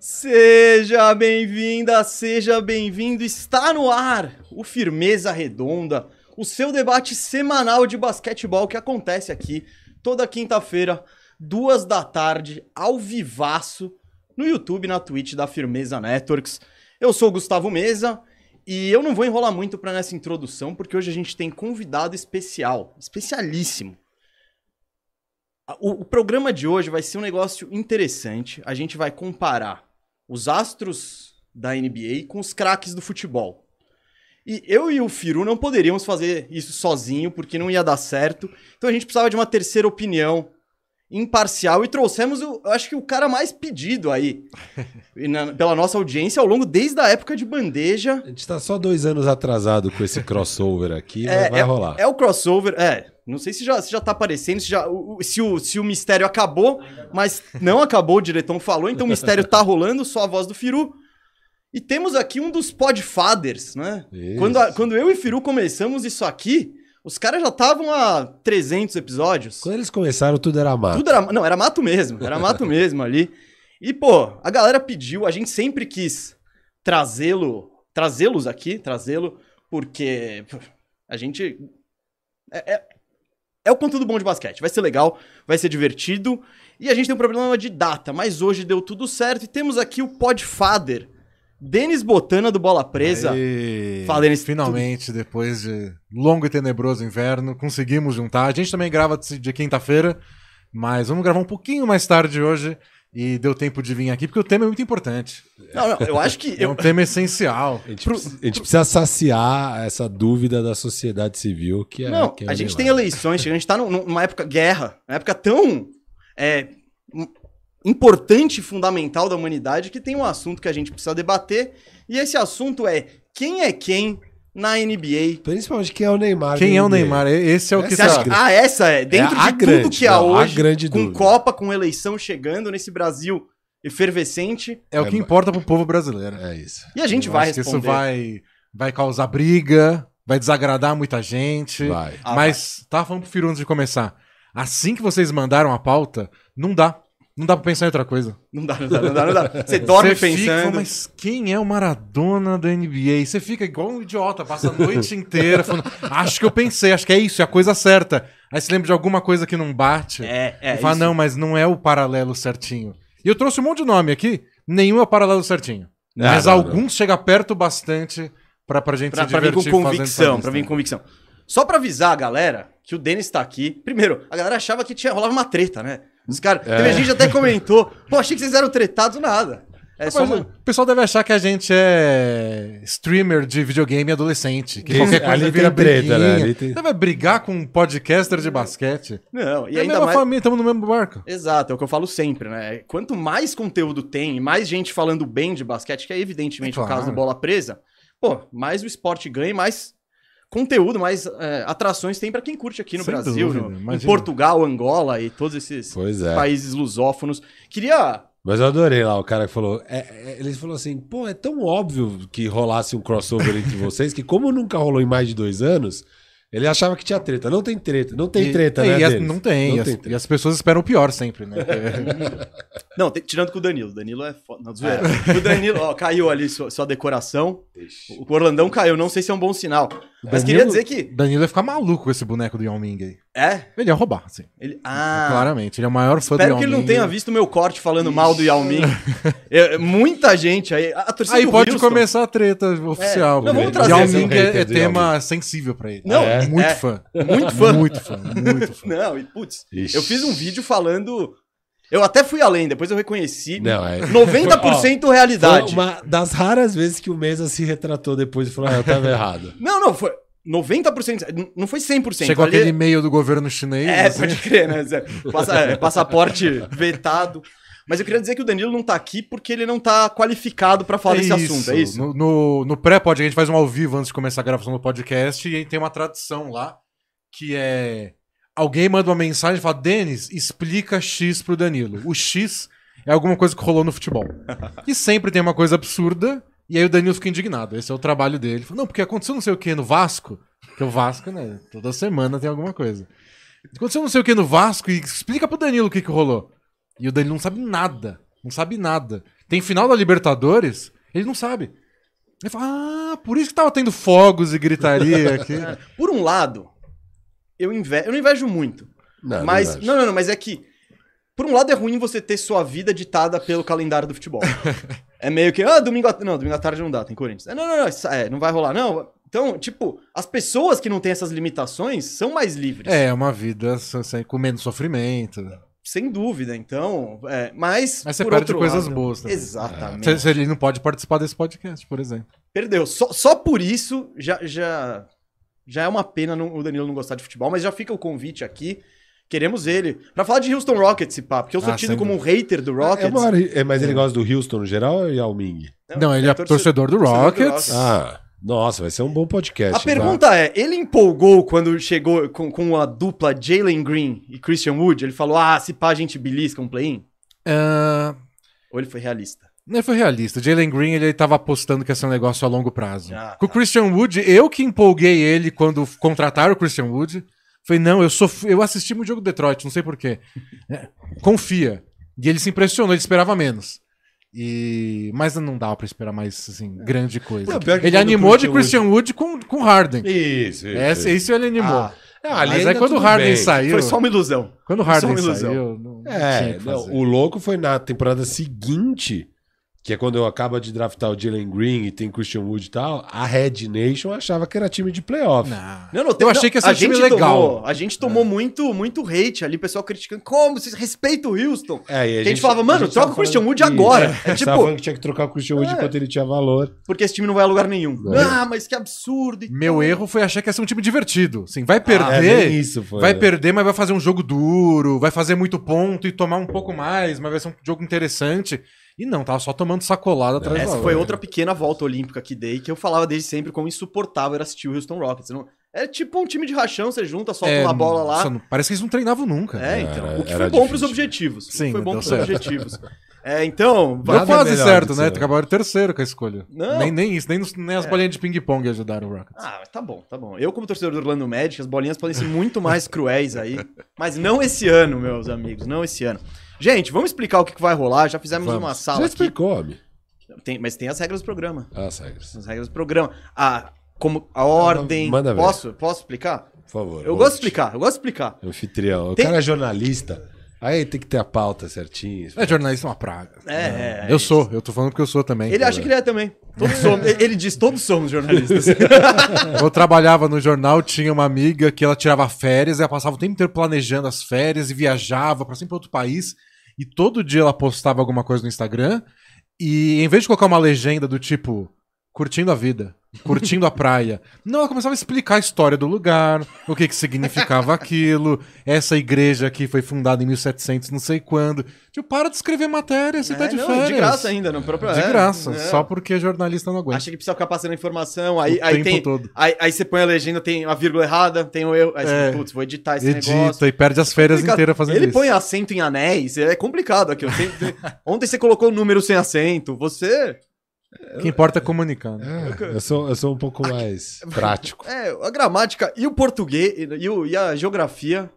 Seja bem-vinda, seja bem-vindo. Está no ar o Firmeza Redonda, o seu debate semanal de basquetebol que acontece aqui toda quinta-feira, duas da tarde, ao vivaço, no YouTube, na Twitch da Firmeza Networks. Eu sou o Gustavo Mesa e eu não vou enrolar muito para nessa introdução, porque hoje a gente tem convidado especial, especialíssimo. O, o programa de hoje vai ser um negócio interessante. A gente vai comparar os astros da NBA com os craques do futebol. E eu e o Firu não poderíamos fazer isso sozinho, porque não ia dar certo. Então a gente precisava de uma terceira opinião imparcial e trouxemos, o, eu acho que o cara mais pedido aí e na- pela nossa audiência ao longo desde a época de bandeja. A gente tá só dois anos atrasado com esse crossover aqui, mas vai rolar. É o crossover, é. Não sei se já, se já tá aparecendo, se, já, o, o- se, o, se o mistério acabou, mas não acabou, o diretão falou, então o mistério tá rolando, só a voz do Firu. E temos aqui um dos podfathers, né? Isso. Quando, a- quando eu e Firu começamos isso aqui, os caras já estavam a 300 episódios. Quando eles começaram, tudo era mato. Tudo era, não, era mato mesmo, era mato mesmo ali. E, pô, a galera pediu, a gente sempre quis trazê-lo, trazê-los aqui, trazê-lo, porque pô, a gente. É, é, é o conteúdo bom de basquete, vai ser legal, vai ser divertido. E a gente tem um problema de data, mas hoje deu tudo certo e temos aqui o Podfather, Denis Botana do Bola Presa. E... Fala, Denis, Finalmente, depois de longo e tenebroso inverno, conseguimos juntar. A gente também grava de de quinta-feira, mas vamos gravar um pouquinho mais tarde hoje. E deu tempo de vir aqui, porque o tema é muito importante. Não, não, eu acho que. É Eu, um tema essencial. A gente, precisa, a gente precisa saciar essa dúvida da sociedade civil que é. Não, que é a gente elevada. tem eleições, a gente tá num- numa época guerra, uma época tão é, im- importante e fundamental da humanidade que tem um assunto que a gente precisa debater. E esse assunto é quem é quem na NBA. Principalmente quem é o Neymar. Quem da é o NBA. Neymar? E- Esse é o que Você Essa acha tá. que, ah, essa é. Dentro É a de tudo grande, que há não, a hoje, grande com dúvida. Copa, com eleição chegando nesse Brasil efervescente, É o que importa pro povo brasileiro. É isso. e a gente Eu vai acho que responder. Isso vai, vai causar briga, vai desagradar muita gente. Vai. Ah, Mas tava falando pro Firu antes de começar. Assim que vocês mandaram a pauta, não dá. Não dá pra pensar em outra coisa. Não dá, não dá, não dá, não dá. Você dorme Você fica, pensando. mas quem é o Maradona da NBA? Você fica igual um idiota, passa a noite inteira falando, acho que eu pensei, acho que é isso, é a coisa certa. Aí você lembra de alguma coisa que não bate. É, é. e fala, isso. não, mas não é o paralelo certinho. E eu trouxe um monte de nome aqui, nenhum é o paralelo certinho. Não, mas Ah, não, não. alguns chega perto bastante pra, pra gente Ah, pra, se pra vir divertir. com fazendo né? convicção, essa pra lista. vir com convicção. Só pra avisar a galera que o Denis tá aqui. Primeiro, a galera achava que tinha rolava uma treta, né? Os caras, É. teve gente que até comentou, pô, achei que vocês eram tretados nada. É só Mas uma... O pessoal deve achar que a gente é streamer de videogame adolescente. Que Tem- qualquer coisa ali vira tem treta, briguinha. né? Ali tem- Você vai brigar com um podcaster É. de basquete? Não, e é a ainda mesma mais família, estamos no mesmo barco. Exato, é o que eu falo sempre, né? Quanto mais conteúdo tem, e mais gente falando bem de basquete, que é evidentemente Claro. o caso do Bola Presa, pô, mais o esporte ganha, e mais conteúdo, mais é, atrações tem pra quem curte aqui no Sem Brasil, dúvida, no- em imagina. Portugal, Angola e todos esses Pois é. países lusófonos. Queria Mas eu adorei lá o cara que falou. é- é- ele falou assim: pô, é tão óbvio que rolasse um crossover entre vocês que, como nunca rolou em mais de dois anos, ele achava que tinha treta. Não tem treta, não tem treta, e, né? É, e as- Denis? não tem. e, Não as, tem treta. e as pessoas esperam o pior sempre, né? Não, te- tirando com o Danilo. O Danilo é foda. Não, zoeira. O Danilo, ó, caiu ali sua, sua decoração. O Orlandão caiu, não sei se é um bom sinal. Mas Danilo- queria dizer que. Danilo vai ficar maluco com esse boneco do Yao Ming aí. É? Ele ia roubar, assim. Ele, ah, Claramente. Ele é o maior fã do espero Yao que ele não Ming. tenha visto meu corte falando mal do Yao Ming. É, muita gente aí. A, a torcida Aí do pode Houston- começar a treta oficial. Não, vamos porque trazer Yao esse Ming hater é, é do Yao tema sensível pra ele. Não, é, é. muito é. fã. Muito fã. Muito fã, muito fã. Não, e putz, Ixi. eu fiz um vídeo falando. Eu até fui além, depois eu reconheci. Não, é. 90% Foi realidade. uma das raras vezes que o Mesa se retratou depois e falou: ah, eu tava errado. Não, não, foi 90%. n- Não foi 100%. Chegou ali- aquele e-mail do governo chinês. É, assim. pode crer, né? Zé? Passa- é, passaporte vetado. Mas eu queria dizer que o Danilo não tá aqui porque ele não tá qualificado pra falar desse assunto, é isso? No, no, no pré-podcast, a gente faz um ao vivo antes de começar a gravação do podcast e aí tem uma tradição lá que é. Alguém manda uma mensagem e fala: Denis, explica X pro Danilo. O X é alguma coisa que rolou no futebol. E sempre tem uma coisa absurda. E aí o Danilo fica indignado. Esse é o trabalho dele. Ele fala, não, porque aconteceu não sei o que no Vasco. Porque o Vasco, né? Toda semana tem alguma coisa. Aconteceu não sei o que no Vasco e explica pro Danilo o que, que rolou. E o Danilo não sabe nada. Não sabe nada. Tem final da Libertadores, ele não sabe. Ele fala, ah, por isso que tava tendo fogos e gritaria aqui. Por um lado, eu invejo, eu não invejo muito. Não, mas não acho. não, não, não, mas é que por um lado é ruim você ter sua vida ditada pelo calendário do futebol. é meio que, ah, domingo à não, domingo à tarde não dá, tem Corinthians. É, não, não, não, isso- é, não vai rolar não. Então, tipo, as pessoas que não têm essas limitações são mais livres. É, é uma vida sem, sem- com menos sofrimento. Sem dúvida, então, é, mas Mas você por perde outro coisas lado- boas também. É. Exatamente. Você- você- Ele não pode participar desse podcast, por exemplo. Perdeu. Só, só por isso já, já, já é uma pena não- o Danilo não gostar de futebol, mas já fica o convite aqui. Queremos ele. Pra falar de Houston Rockets, esse papo, porque eu sou Ah, tido sem como um hater do Rockets. É, uma hora- é, mas ele gosta do Houston no geral ou é Yao Ming? Não, Não, ele é, torcedor, do torcedor do Rockets. Rockets. Ah, nossa, vai ser um bom podcast. A pergunta é: ele empolgou quando chegou com, com a dupla Jalen Green e Christian Wood? Ele falou, ah, se pá, a gente belisca um play-in? Ah, Ou ele foi realista? Ele Né, foi realista. O Jalen Green, ele tava apostando que ia ser um negócio a longo prazo. Ah, tá. Com o Christian Wood, eu que empolguei ele quando contrataram o Christian Wood. Falei, não, eu sou, eu assisti muito jogo do Detroit, não sei porquê. É, Confia. E ele se impressionou, ele esperava menos. E... Mas não dava pra esperar mais, assim, grande coisa. Não, É. pior que ele quando o animou de Christian Christian Wood com, com Harden. é. Isso, isso. Essa, isso ele animou. Ah, Ah, ali Mas aí ainda quando o tudo Harden bem. saiu... foi só uma ilusão. Quando o só Harden uma ilusão. saiu... Não, não tinha É, o que não, fazer. o louco foi na temporada seguinte, que é quando eu acabo de draftar o Jalen Green e tem Christian Wood e tal, a Red Nation achava que era time de playoff. Não. Não, não, Eu achei que ia ser a um time gente legal. É. tomou- a gente tomou muito, muito hate ali, o pessoal criticando. Como? Vocês respeitam o Houston? É, e a gente falava, mano, tava troca o Christian falando Wood isso, agora. É, É tipo, tipo- tava falando que tinha que trocar o Christian Wood É. enquanto ele tinha valor. Porque esse time não vai a lugar nenhum. É. Ah, mas que absurdo. e Meu tal. erro foi achar que ia ser um time divertido. Assim, vai Ah, É, perder, nem isso foi. vai né? perder, mas vai fazer um jogo duro, vai fazer muito ponto e tomar um pouco mais, mas vai ser um jogo interessante. E não, tava só tomando sacolada atrás da Essa outra. foi outra pequena volta olímpica que dei, que eu falava desde sempre como insuportável era assistir o Houston Rockets. Não... É tipo um time de rachão, você junta, solta É, uma bola nossa, lá. não- parece que eles não treinavam nunca. É, então. Era- o que era foi bom pros difícil. objetivos. O que Sim, foi bom deu pros certo. objetivos. É, então. Nada Deu vai- é quase melhor certo, disso, né? né? Acabaram terceiro com a escolha. Não. Nem, nem isso, nem, os- nem as É. bolinhas de ping-pong ajudaram o Rockets. Ah, mas tá bom, tá bom. Eu, como torcedor do Orlando Magic, as bolinhas podem ser muito mais cruéis aí. Mas não esse ano, meus amigos, não esse ano. Gente, vamos explicar o que que vai rolar. Já fizemos Vamos. uma Já sala aqui. explicou, homem. Tem- mas tem as regras do programa. Ah, Sagres. as regras do programa. A, como, a ordem. Manda ver. posso? Posso explicar? Por favor. Eu host, gosto de explicar, eu gosto de explicar. Anfitrião. O Tem- cara é jornalista. Aí tem que ter a pauta certinha. É jornalista é uma praga. É, é, é eu isso. sou, eu tô falando porque eu sou também. Ele acha que ele é também. Todos somos. Ele ele diz, todos somos jornalistas. Eu trabalhava no jornal, tinha uma amiga que ela tirava férias, ela passava o tempo inteiro planejando as férias e viajava pra sempre pra outro país. E todo dia ela postava alguma coisa no Instagram. E em vez de colocar uma legenda do tipo, curtindo a vida, curtindo a praia, não, ela começava a explicar a história do lugar, o que que significava aquilo, essa igreja aqui foi fundada em 1700, não sei quando. Tipo, para de escrever matéria, você tá É, de não, férias. de graça ainda, no próprio. De é, graça, é. só porque jornalista não aguenta. Acha que precisa ficar passando informação, o aí, aí tempo tem. todo. Aí, aí você põe a legenda, tem a vírgula errada, tem o erro. Aí você, É. putz, vou editar esse Edita negócio. é e perde as férias Complicado. inteiras fazendo Ele isso. põe acento em anéis, é complicado aqui. eu sempre- Ontem você colocou o número sem acento, você. O que importa é comunicar. né? É, eu, sou, eu sou um pouco mais prático. É, a gramática e o português e, o- e a geografia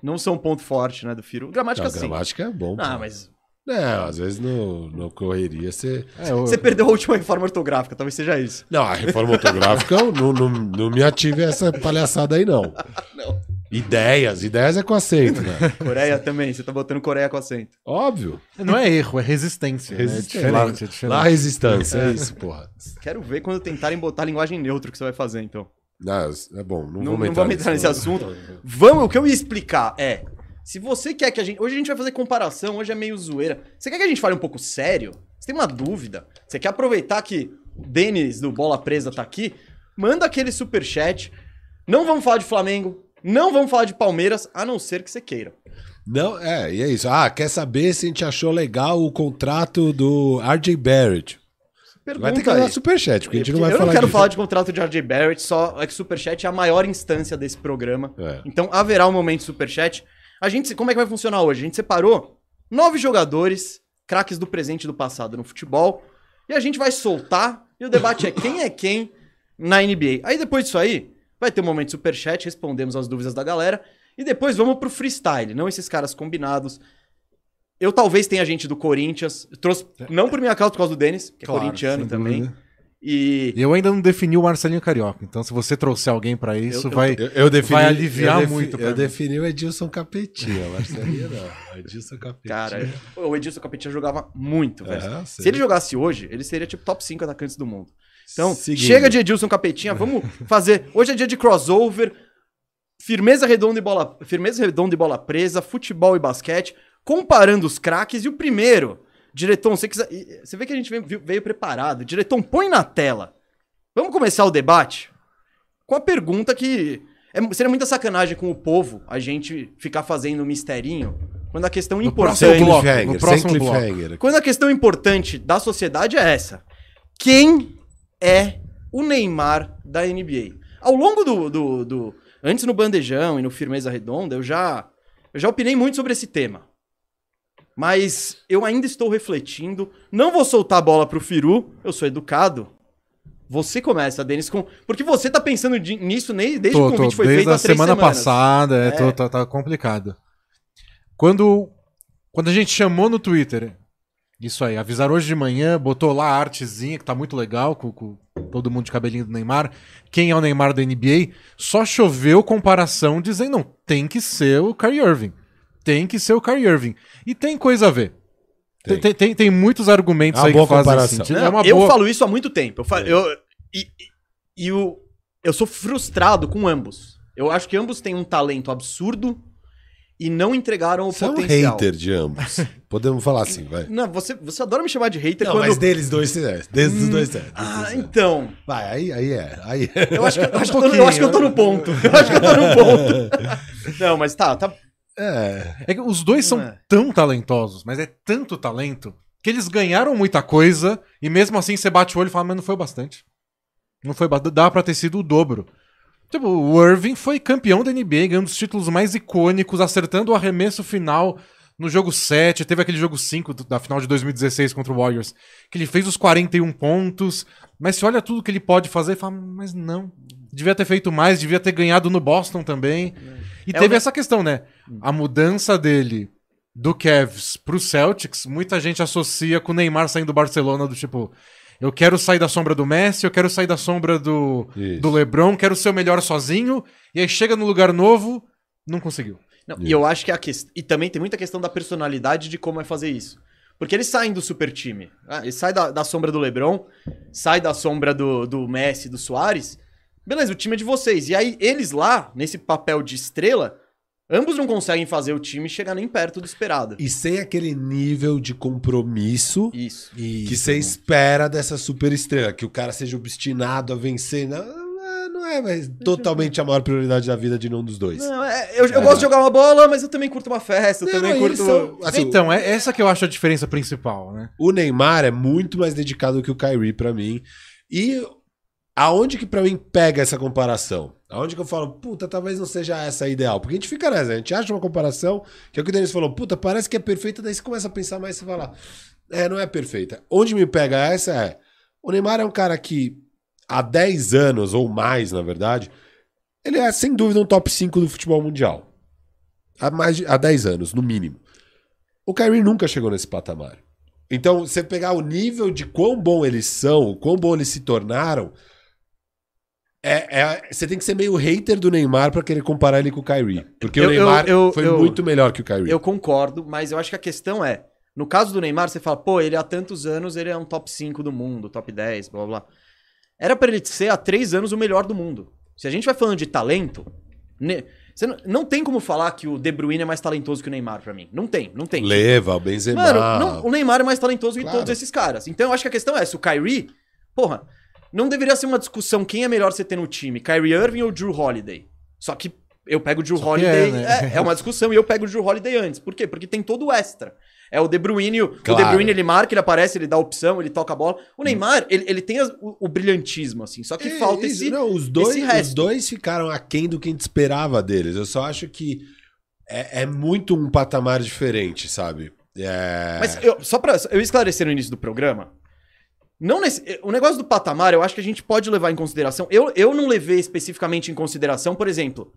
não são um ponto forte, né, do Firo. Gramática Não, sim. gramática é bom. Ah, pô. mas Não, É, às vezes no, no correria você. É, eu- você perdeu a última reforma ortográfica, talvez seja isso. Não, a reforma ortográfica eu não, não, não me ative essa palhaçada aí, não. Não. Ideias, ideias é com aceito, né? Coreia também, você tá botando Coreia com acento. Óbvio. Não é erro, é resistência. né? Resistência. É diferente, é Lá a diferente. resistência, é isso, porra. Quero ver quando tentarem botar a linguagem neutra que você vai fazer, então. Não, é bom, não, Não, vamos não vamos entrar nesse assunto. Vamos, o que eu ia explicar é, se você quer que a gente, hoje a gente vai fazer comparação, hoje é meio zoeira. Você quer que a gente fale um pouco sério? Você tem uma dúvida? Você quer aproveitar que o Denis do Bola Presa tá aqui? Manda aquele superchat. Não vamos falar de Flamengo, não vamos falar de Palmeiras, a não ser que você queira. Não, é, e é isso. Ah, quer saber se a gente achou legal o contrato do RJ Barrett? Pergunta Vai ter que aí. dar superchat, porque a gente não vai eu falar não quero disso. falar de contrato de RJ Barrett, só é que o Superchat é a maior instância desse programa. É. Então haverá um momento Superchat. A gente, como é que vai funcionar hoje? A gente separou nove jogadores, craques do presente e do passado no futebol, e a gente vai soltar, e o debate é quem é quem na NBA. Aí depois disso aí, vai ter um momento Superchat, respondemos as dúvidas da galera, e depois vamos pro freestyle, não esses caras combinados. Eu talvez tenha gente do Corinthians. Eu trouxe, não por minha causa, por causa do Denis, que É. Claro, é corintiano sem também. dúvida. E E eu ainda não defini o Marcelinho Carioca, então se você trouxer alguém pra isso, Eu- eu vai. Eu, eu defini, Vai aliviar eu defi- muito pra Eu mim. defini o Edilson Capetinha, Marcelinho não. Edilson Capetinha. Cara, o Edilson Capetinha jogava muito, velho. É, sei. Se ele jogasse hoje, ele seria tipo top 5 atacantes do mundo. Então, Seguindo. chega de Edilson Capetinha, vamos fazer. Hoje é dia de crossover, firmeza redonda e bola, firmeza redonda e bola presa, futebol e basquete, comparando os craques e o primeiro. Diretor, você quiser, e- você vê que a gente veio, veio preparado. Diretor, põe na tela. Vamos começar o debate com a pergunta que é- seria muita sacanagem com o povo a gente ficar fazendo um misterinho quando a questão próximo importante Sem Seu bloco, cliffhanger, no próximo sem bloco. cliffhanger. quando a questão importante da sociedade é essa: quem é o Neymar da NBA? Ao longo do. do, do- antes no Bandejão e no Firmeza Redonda, eu já, eu já opinei muito sobre esse tema. Mas eu ainda estou refletindo. Não vou soltar a bola pro Firu, eu sou educado. Você começa, Denis, com. Porque você tá pensando de- nisso nem- desde que o Tô, convite tô, foi desde feito há a três semana semanas. passada, é, É. tô- tá, tá complicado. Quando, quando a gente chamou no Twitter, isso aí, avisaram hoje de manhã, botou lá a artezinha, que tá muito legal, com, com todo mundo de cabelinho do Neymar, quem é o Neymar da NBA, só choveu comparação dizendo, não, tem que ser o Kyrie Irving, tem que ser o Kyrie Irving. E tem coisa a ver. Tem. Tem, tem, tem, tem muitos argumentos É uma aí que boa fazem comparação. sentido. Não, é uma eu boa. falo isso há muito tempo. Eu, falo, eu, e, e- e o, eu sou frustrado com ambos. Eu acho que ambos têm um talento absurdo e não entregaram o Você é um potencial. hater de ambos. Podemos falar assim, vai. Não, você, você adora me chamar de hater Não, quando. mas deles dois, é. Desses os dois, é. Desses Ah, dois é. então. Vai, aí, aí é. Aí é. Eu acho, que, eu, acho que eu tô, pouquinho, eu acho que eu tô no ponto. Eu acho que eu tô no ponto. Não, mas tá, tá. É. É que os dois são É. tão talentosos, mas é tanto talento, que eles ganharam muita coisa e mesmo assim você bate o olho e fala, mas não foi o bastante. Não foi bastante. Dá pra ter sido o dobro. Tipo, o Irving foi campeão da NBA, ganhando os títulos mais icônicos, acertando o arremesso final no jogo 7. Teve aquele jogo 5 do- da final de 2016 contra o Warriors, que ele fez os 41 pontos. Mas você olha tudo que ele pode fazer e fala, mas não. Devia ter feito mais, devia ter ganhado no Boston também. E É teve o- essa questão, né? Hum. A mudança dele do Cavs pro Celtics, muita gente associa com o Neymar saindo do Barcelona, do tipo, eu quero sair da sombra do Messi, eu quero sair da sombra do, Isso. do LeBron, quero ser o melhor sozinho, e aí chega no lugar novo, não conseguiu. Não, e eu acho que a questão. E também tem muita questão da personalidade de como é fazer isso. Porque eles saem do super time. Ah, eles saem da, da sombra do Lebron, saem da sombra do, do Messi, do Soares. Beleza, o time é de vocês. E aí, eles lá, nesse papel de estrela, ambos não conseguem fazer o time chegar nem perto do esperado. E sem aquele nível de compromisso Isso. que você espera dessa super estrela, que o cara seja obstinado a vencer. Não, não é- não é mas totalmente a maior prioridade da vida de nenhum dos dois. Não, é- eu eu gosto de jogar uma bola, mas eu também curto uma festa, eu Não, também eles curto. são- assim, então, é essa que eu acho a diferença principal, né? O Neymar é muito mais dedicado que o Kyrie pra mim. E aonde que pra mim pega essa comparação? Aonde que eu falo, puta, talvez não seja essa a ideal? Porque a gente fica nessa, a gente acha uma comparação que é o que o Denis falou, puta, parece que é perfeita, daí você começa a pensar mais e fala, é, não é perfeita. Onde me pega essa é, o Neymar é um cara que há 10 anos ou mais, na verdade, ele é sem dúvida um top 5 do futebol mundial. Há mais de, há 10 anos, no mínimo. O Kyrie nunca chegou nesse patamar. Então, você pegar o nível de quão bom eles são, quão bom eles se tornaram, é, é- você tem que ser meio hater do Neymar pra querer comparar ele com o Kyrie. Porque Eu- o Neymar eu- eu- foi eu- muito melhor que o Kyrie. Eu concordo, mas eu acho que a questão é, no caso do Neymar, você fala, pô, ele há tantos anos, ele é um top 5 do mundo, top 10, blá blá. blá. Era pra ele ser há três anos o melhor do mundo. Se a gente vai falando de talento, ne- você não, não tem como falar que o De Bruyne é mais talentoso que o Neymar pra mim. Não tem, não tem. Leva, Benzema. Mano, não- o Neymar é mais talentoso que Claro. todos esses caras. Então eu acho que a questão é essa. O Kyrie, porra, não deveria ser uma discussão quem é melhor você ter no time, Kyrie Irving ou Drew Holiday. Só que eu pego o Drew Só que Holiday. é, né? É, é uma discussão e eu pego o Drew Holiday antes. Por quê? Porque tem todo o extra. É o De Bruyne, o- o Claro. Hum. De Bruyne ele marca, ele aparece, ele dá a opção, ele toca a bola. O Neymar, ele, ele tem as- o, o brilhantismo, assim. Só que É, falta isso, esse. não, os dois, esse resto. os dois ficaram aquém do que a gente esperava deles. Eu só acho que é, é muito um patamar diferente, sabe? É... Mas eu, só pra eu esclarecer no início do programa, não nesse- o negócio do patamar eu acho que a gente pode levar em consideração. Eu, eu não levei especificamente em consideração, por exemplo,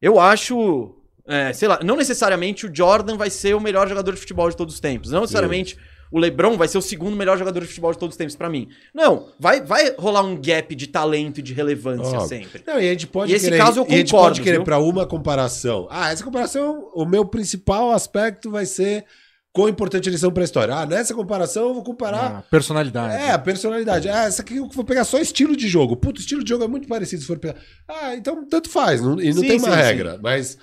eu acho É, sei lá, não necessariamente o Jordan vai ser o melhor jogador de futebol de todos os tempos. Não necessariamente o LeBron vai ser o segundo melhor jogador de futebol de todos os tempos pra mim. Não, vai, vai rolar um gap de talento e de relevância Óbvio. sempre. Não, e a gente pode E esse querer, caso eu e a gente concordo, pode querer viu? para uma comparação. Ah, essa comparação, o meu principal aspecto vai ser quão importante eles são para a história. Ah, nessa comparação eu vou comparar Ah, personalidade. é, a personalidade. Ah, essa aqui eu vou pegar só estilo de jogo. Puto, estilo de jogo é muito parecido se for pegar. Ah, então tanto faz, não, e não Sim, tem uma sim, regra, mas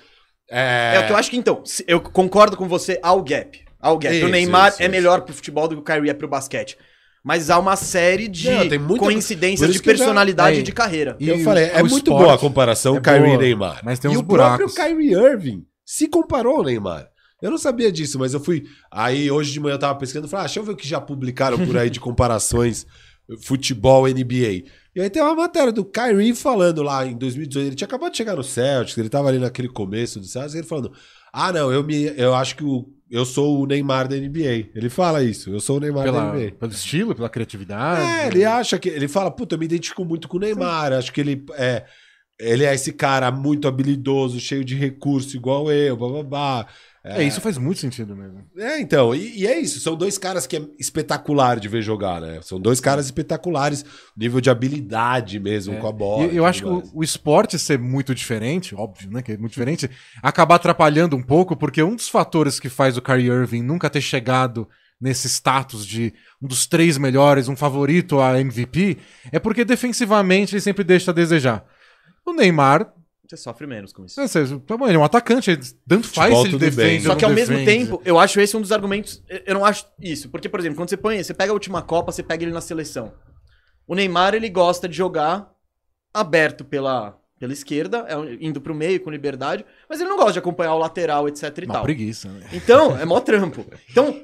é, É. o que eu acho que então, se- eu concordo com você ao gap. Ao gap. Isso, o Neymar isso, é isso. melhor pro futebol do que o Kyrie é pro basquete. Mas há uma série de Não, tem muita- por coincidências isso de que eu já- personalidade Aí. e de carreira. E eu falei, é o muito esporte boa a comparação é Kyrie e boa, Neymar. mas tem e uns o buracos. próprio Kyrie Irving se comparou ao Neymar. Eu não sabia disso, mas eu fui. Aí hoje de manhã eu tava pesquisando e falei, ah, deixa eu ver o que já publicaram por aí de comparações futebol NBA. E aí tem uma matéria do Kyrie falando lá em 2018, ele tinha acabado de chegar no Celtics, ele tava ali naquele começo do Celtics, ele falando: "Ah, não, eu me eu acho que o, eu sou o Neymar da NBA". Ele fala isso, eu sou o Neymar da Pela, NBA. pelo estilo, pela criatividade. É, ele acha que. Ele fala, puta, eu me identifico muito com o Neymar. Acho que ele é. Ele é esse cara muito habilidoso, cheio de recurso, igual eu, blá blá blá. É, isso faz muito sentido mesmo. É, então, e, e é isso. São dois caras que é espetacular de ver jogar, né? São dois caras espetaculares, nível de habilidade mesmo É, com a bola. E eu acho que o, o esporte ser muito diferente, óbvio, né? Que é muito diferente, acaba atrapalhando um pouco, porque um dos fatores que faz o Kyrie Irving nunca ter chegado nesse status de um dos três melhores, um favorito a MVP, é porque defensivamente ele sempre deixa a desejar. O Neymar, Você sofre menos com isso. não sei, tá bom, ele é um atacante, ele tanto faz Futebol, se ele tudo bem. né? defende. ou Só não que ao mesmo defende. tempo, eu acho esse um dos argumentos. eu- Eu não acho isso. Porque, por exemplo, quando você põe, você pega a última Copa, você pega ele na seleção. O Neymar, ele gosta de jogar aberto pela, pela esquerda, é, um- indo pro meio com liberdade, mas ele não gosta de acompanhar o lateral, etc e Uma tal. preguiça, né? Então, é mó trampo. Então,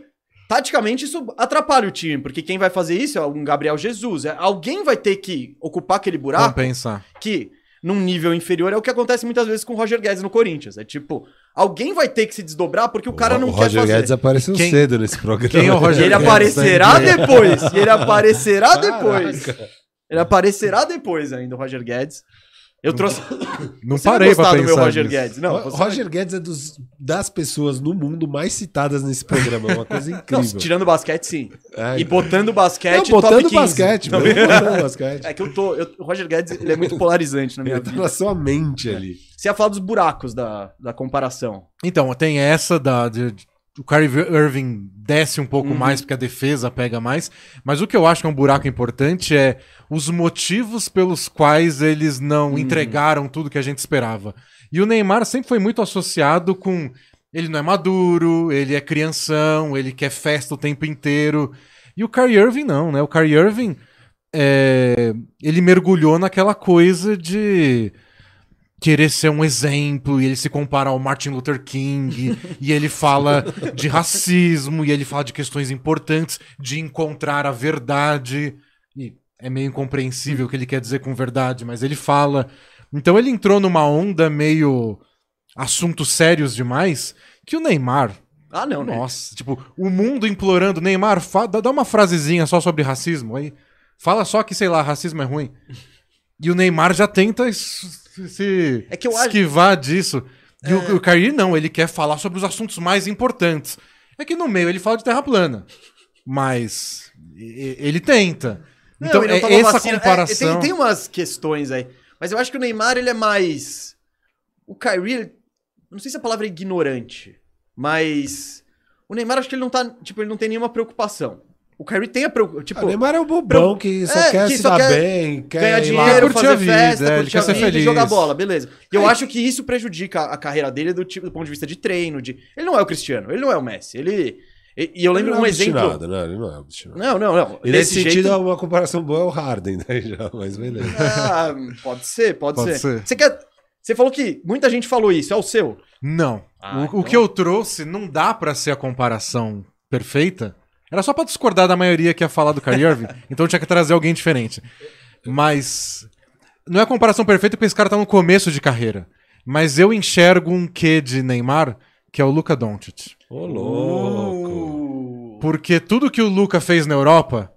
taticamente, isso atrapalha o time, porque quem vai fazer isso é um Gabriel Jesus. É, alguém vai ter que ocupar aquele buraco Compensa. que num nível inferior é o que acontece muitas vezes com o Roger Guedes no Corinthians. É tipo, alguém vai ter que se desdobrar porque o cara não quer fazer. apareceu Quem- cedo nesse programa. Quem é o Roger E ele né? Guedes? aparecerá depois. E ele aparecerá Caraca. depois. Ele aparecerá depois ainda, o Roger Guedes. Eu trouxe. Não Você vai parei pra gostar pensar do meu Roger nisso. Guedes. Não, Ro- você- Roger Guedes é dos, das pessoas no mundo mais citadas nesse programa. É uma coisa Não, incrível. tirando o basquete, sim. É, E botando o Não, basquete. top botando 15. basquete, Não, mano, botando basquete. É que eu tô. eu- o Roger Guedes ele é muito polarizante na minha Ele tá vida. na sua mente ali. Você ia falar dos buracos da, da comparação. Então, tem essa da. de- de- o Kyrie Irving desce um pouco Uhum. mais porque a defesa pega mais. Mas o que eu acho que é um buraco importante é os motivos pelos quais eles não entregaram tudo que a gente esperava. E o Neymar sempre foi muito associado com. Ele não é maduro, ele é crianção, ele quer festa o tempo inteiro. E o Kyrie Irving não, né? O Kyrie Irving, é, ele mergulhou naquela coisa de querer ser um exemplo, e ele se compara ao Martin Luther King, e ele fala de racismo, e ele fala de questões importantes, de encontrar a verdade. E é meio incompreensível o que ele quer dizer com verdade, mas ele fala. Então ele entrou numa onda meio assuntos sérios demais, que o Neymar, Ah, não, né? nossa, tipo, o mundo implorando, Neymar, fa- dá dá uma frasezinha só sobre racismo aí. Fala só que, sei lá, racismo é ruim. E o Neymar já tenta es- se É que eu acho- É. esquivar disso. E o, o Kyrie não, ele quer falar sobre os assuntos mais importantes. É que no meio ele fala de terra plana. Mas e- e- ele tenta. Não, então, ele não é toma essa vacina. É, comparação. tem, tem umas questões aí. Mas eu acho que o Neymar, ele é mais. O Kyrie, ele- não sei se a palavra é ignorante, mas. O Neymar, acho que ele não tá. Tipo, ele não tem nenhuma preocupação. O Kyrie tem a preocupação. Ah, o Tipo, Neymar é um bobão que só É, quer que se só dar quer bem, quer ganhar ir lá. dinheiro, curtir fazer a vida, festa, é, ele curtir quer a ser vida e feliz. jogar bola, beleza. E eu É. acho que isso prejudica a, a carreira dele do, tipo, do ponto de vista de treino. De... Ele não é o Cristiano, ele não é o Messi. Ele. E, e eu lembro Ele não um é exemplo. obstinado, né? Ele não é obstinado. Não, não, não. E nesse sentido, uma comparação boa é o Harden, né? Já, mas beleza. Ah, pode ser, pode, Pode ser. ser. Você quer. Você falou que muita gente falou isso, é o seu. Não. Ah, o, o então- que eu trouxe não dá pra ser a comparação perfeita. Era só pra discordar da maioria que ia falar do Kyrie Irving, então eu tinha que trazer alguém diferente. Mas não é a comparação perfeita porque esse cara tá no começo de carreira. Mas eu enxergo um quê de Neymar, que é o Luka Doncic. Ô, louco. Uh, Porque tudo que o Luka fez na Europa,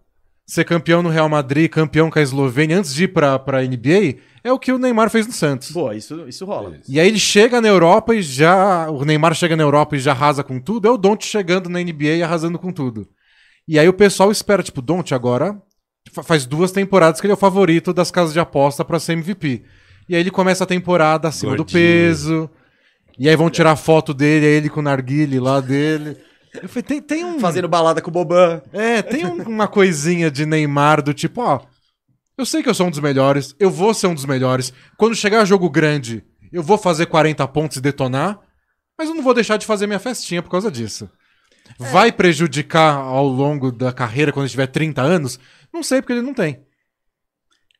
ser campeão no Real Madrid, campeão com a Eslovênia antes de ir pra, pra NBA, é o que o Neymar fez no Santos. Pô, isso, isso rola. E aí ele chega na Europa e já. O Neymar chega na Europa e já arrasa com tudo. É o Don't chegando na NBA e arrasando com tudo. E aí o pessoal espera, tipo, Don't agora. tipo, fa- Faz duas temporadas que ele é o favorito das casas de aposta pra ser MVP. E aí ele começa a temporada acima do Gordinho. peso. E aí vão tirar foto dele, aí ele com o narguile lá dele. Eu falei, tem, tem um. Fazendo balada com o Boban. É, tem um- uma coisinha de Neymar do tipo, ó. Eu sei que eu sou um dos melhores, eu vou ser um dos melhores. Quando chegar jogo grande, eu vou fazer 40 pontos e detonar, mas eu não vou deixar de fazer minha festinha por causa disso. Vai prejudicar ao longo da carreira quando ele tiver 30 anos? Não sei, porque ele não tem.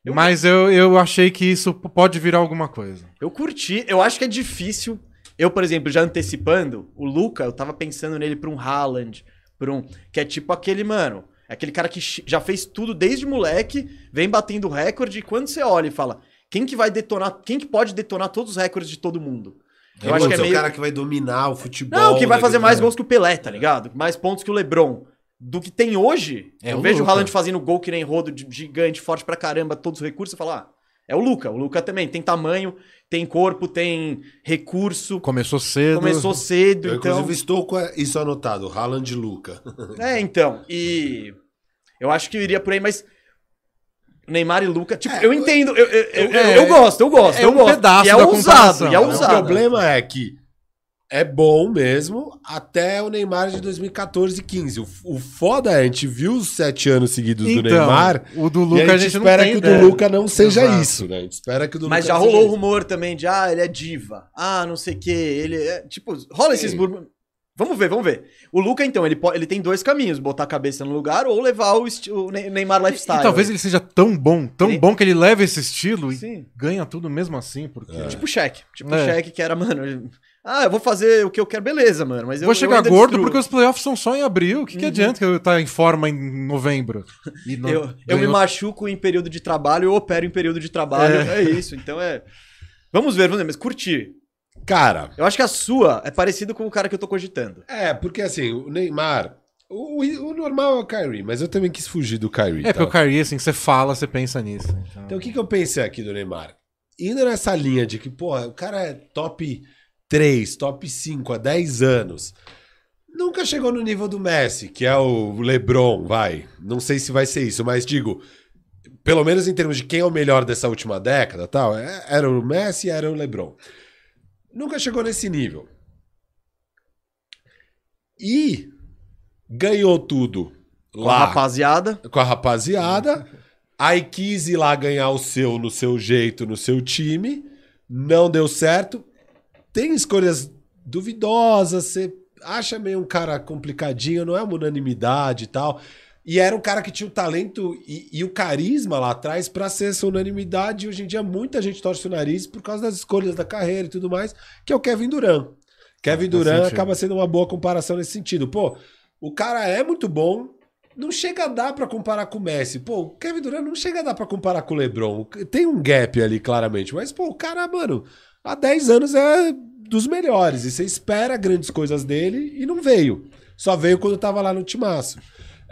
Eu- Mas eu, eu achei que isso p- pode virar alguma coisa. Eu curti, eu acho que é difícil. Eu, por exemplo, já antecipando, o Luca, eu tava pensando nele pra um Haaland, pra um. Que é tipo aquele, mano. é Aquele cara que chi- já fez tudo desde moleque, vem batendo recorde, e quando você olha e fala, quem que vai detonar, quem que pode detonar todos os recordes de todo mundo? Eu acho que é o meio- cara que vai dominar o futebol. Não, que vai né, fazer mais cara. gols que o Pelé, tá ligado? Mais pontos que o Lebron. Do que tem hoje, É eu o vejo o Luka. Haaland fazendo gol que nem rodo, de- gigante, forte pra caramba, todos os recursos, e falo, ah, é o Luca. O Luca também tem tamanho, tem corpo, tem recurso, Começou cedo. começou cedo, Eu, então... inclusive, estou com a- isso anotado. Haaland e Luca. É, então, e... Eu acho que eu iria por aí, mas... Neymar e Luca, tipo, eu entendo, eu, eu, eu, é, eu gosto, eu gosto, é eu um gosto. pedaço e é da ousado, comparação, e é né? O ousado. problema é que é bom mesmo até o Neymar de 2014 e 15. O, o foda é, a gente viu os sete anos seguidos do Então. Neymar. Então, o do e Luca a gente, espera não tem que o ideia. do Luca não seja Exato. isso, né? A gente espera que o do Mas Luca já não seja rolou o isso. rumor também de, ah, ele é diva. Ah, não sei o que, ele é... Tipo, rola esses Sim. burburinhos. Vamos ver, vamos ver. O Luca, então, ele, po- ele tem dois caminhos. Botar a cabeça no lugar ou levar o, esti- o Ne- Neymar lifestyle. E talvez ele seja tão bom, tão Ele- bom que ele leva esse estilo e Sim. ganha tudo mesmo assim, porque. É. Tipo cheque. Tipo É. cheque que era, mano... ele- Ah, eu vou fazer o que eu quero, beleza, mano. Mas eu Vou eu chegar ainda gordo destruo. porque os playoffs são só em abril. O que, que Uhum. adianta que eu tá em forma em novembro? E não- Eu, eu me ganhou- machuco em período de trabalho, eu opero em período de trabalho. É, isso, então é... Vamos ver, vamos ver, mas curti. Cara, Eu acho que a sua é parecido com o cara que eu tô cogitando. é, porque assim, o Neymar. O, o- o normal é o Kyrie, mas eu também quis fugir do Kyrie. É, tá? porque o Kyrie, assim, você fala, você pensa nisso. Então, Então, o que, que eu pensei aqui do Neymar? Indo nessa linha de que, porra, o cara é top 3, top 5 há 10 anos. Nunca chegou no nível do Messi, que é o LeBron, vai. Não sei se vai ser isso, mas digo, pelo menos em termos de quem é o melhor dessa última década, tal, é- era o Messi, era o LeBron. Nunca chegou nesse nível. E ganhou tudo Com a lá rapaziada. com a rapaziada. Aí quis ir lá ganhar o seu no seu jeito, no seu time. Não deu certo. Tem escolhas duvidosas, você acha meio um cara complicadinho, não é uma unanimidade e tal. E era um cara que tinha o talento e, e o carisma lá atrás pra ser essa unanimidade. E hoje em dia muita gente torce o nariz por causa das escolhas da carreira e tudo mais, que é o Kevin Durant. Kevin faz Durant sentido. acaba sendo uma boa comparação nesse sentido. Pô, o cara é muito bom, não chega a dar pra comparar com o Messi. Pô, o Kevin Durant não chega a dar pra comparar com o LeBron. Tem um gap ali, claramente. Mas, pô, o cara, mano, há 10 anos é dos melhores. E você espera grandes coisas dele e não veio. Só veio quando tava lá no timaço.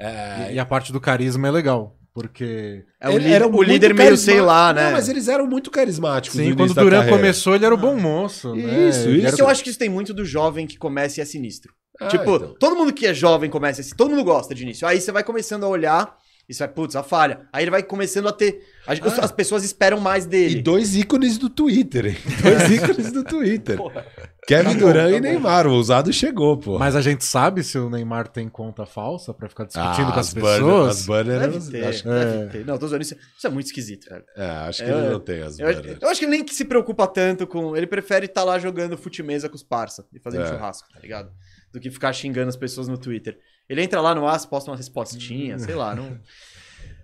É, e, e a parte do carisma é legal, porque. É o, Ele líder, era o muito líder meio, carisma- sei lá, né? Não, mas é eles eram muito carismáticos. Sim, no quando o início da Duran carreira. começou, ele era o bom Ah. moço. né? Isso, Ele isso. Isso era- que eu acho que isso tem muito do jovem que começa e é sinistro. Ah, tipo, então. todo mundo que é jovem começa assim, todo mundo gosta de início. Aí você vai começando a olhar, isso vai, putz, a falha. Aí ele vai começando a ter. a- os- Ah. As pessoas esperam mais E dele. dois ícones do Twitter, hein? Dois ícones do Twitter. É. Porra. Kevin Tá bom, tá Durant e bom. Neymar, o ousado chegou, pô. Mas a gente sabe se o Neymar tem conta falsa pra ficar discutindo Ah, com as, banner- pessoas. as banners, Deve acho- ter, acho, deve ter. Não, tô zoando isso. Isso é muito esquisito, velho. é, acho que É, ele não tem as Eu, acho- banners. eu acho que ele nem que se preocupa tanto com. Ele prefere estar lá jogando fute-mesa com os parça e fazendo É. churrasco, tá ligado? Do que ficar xingando as pessoas no Twitter. Ele entra lá no as, posta uma respostinha, sei lá. Não...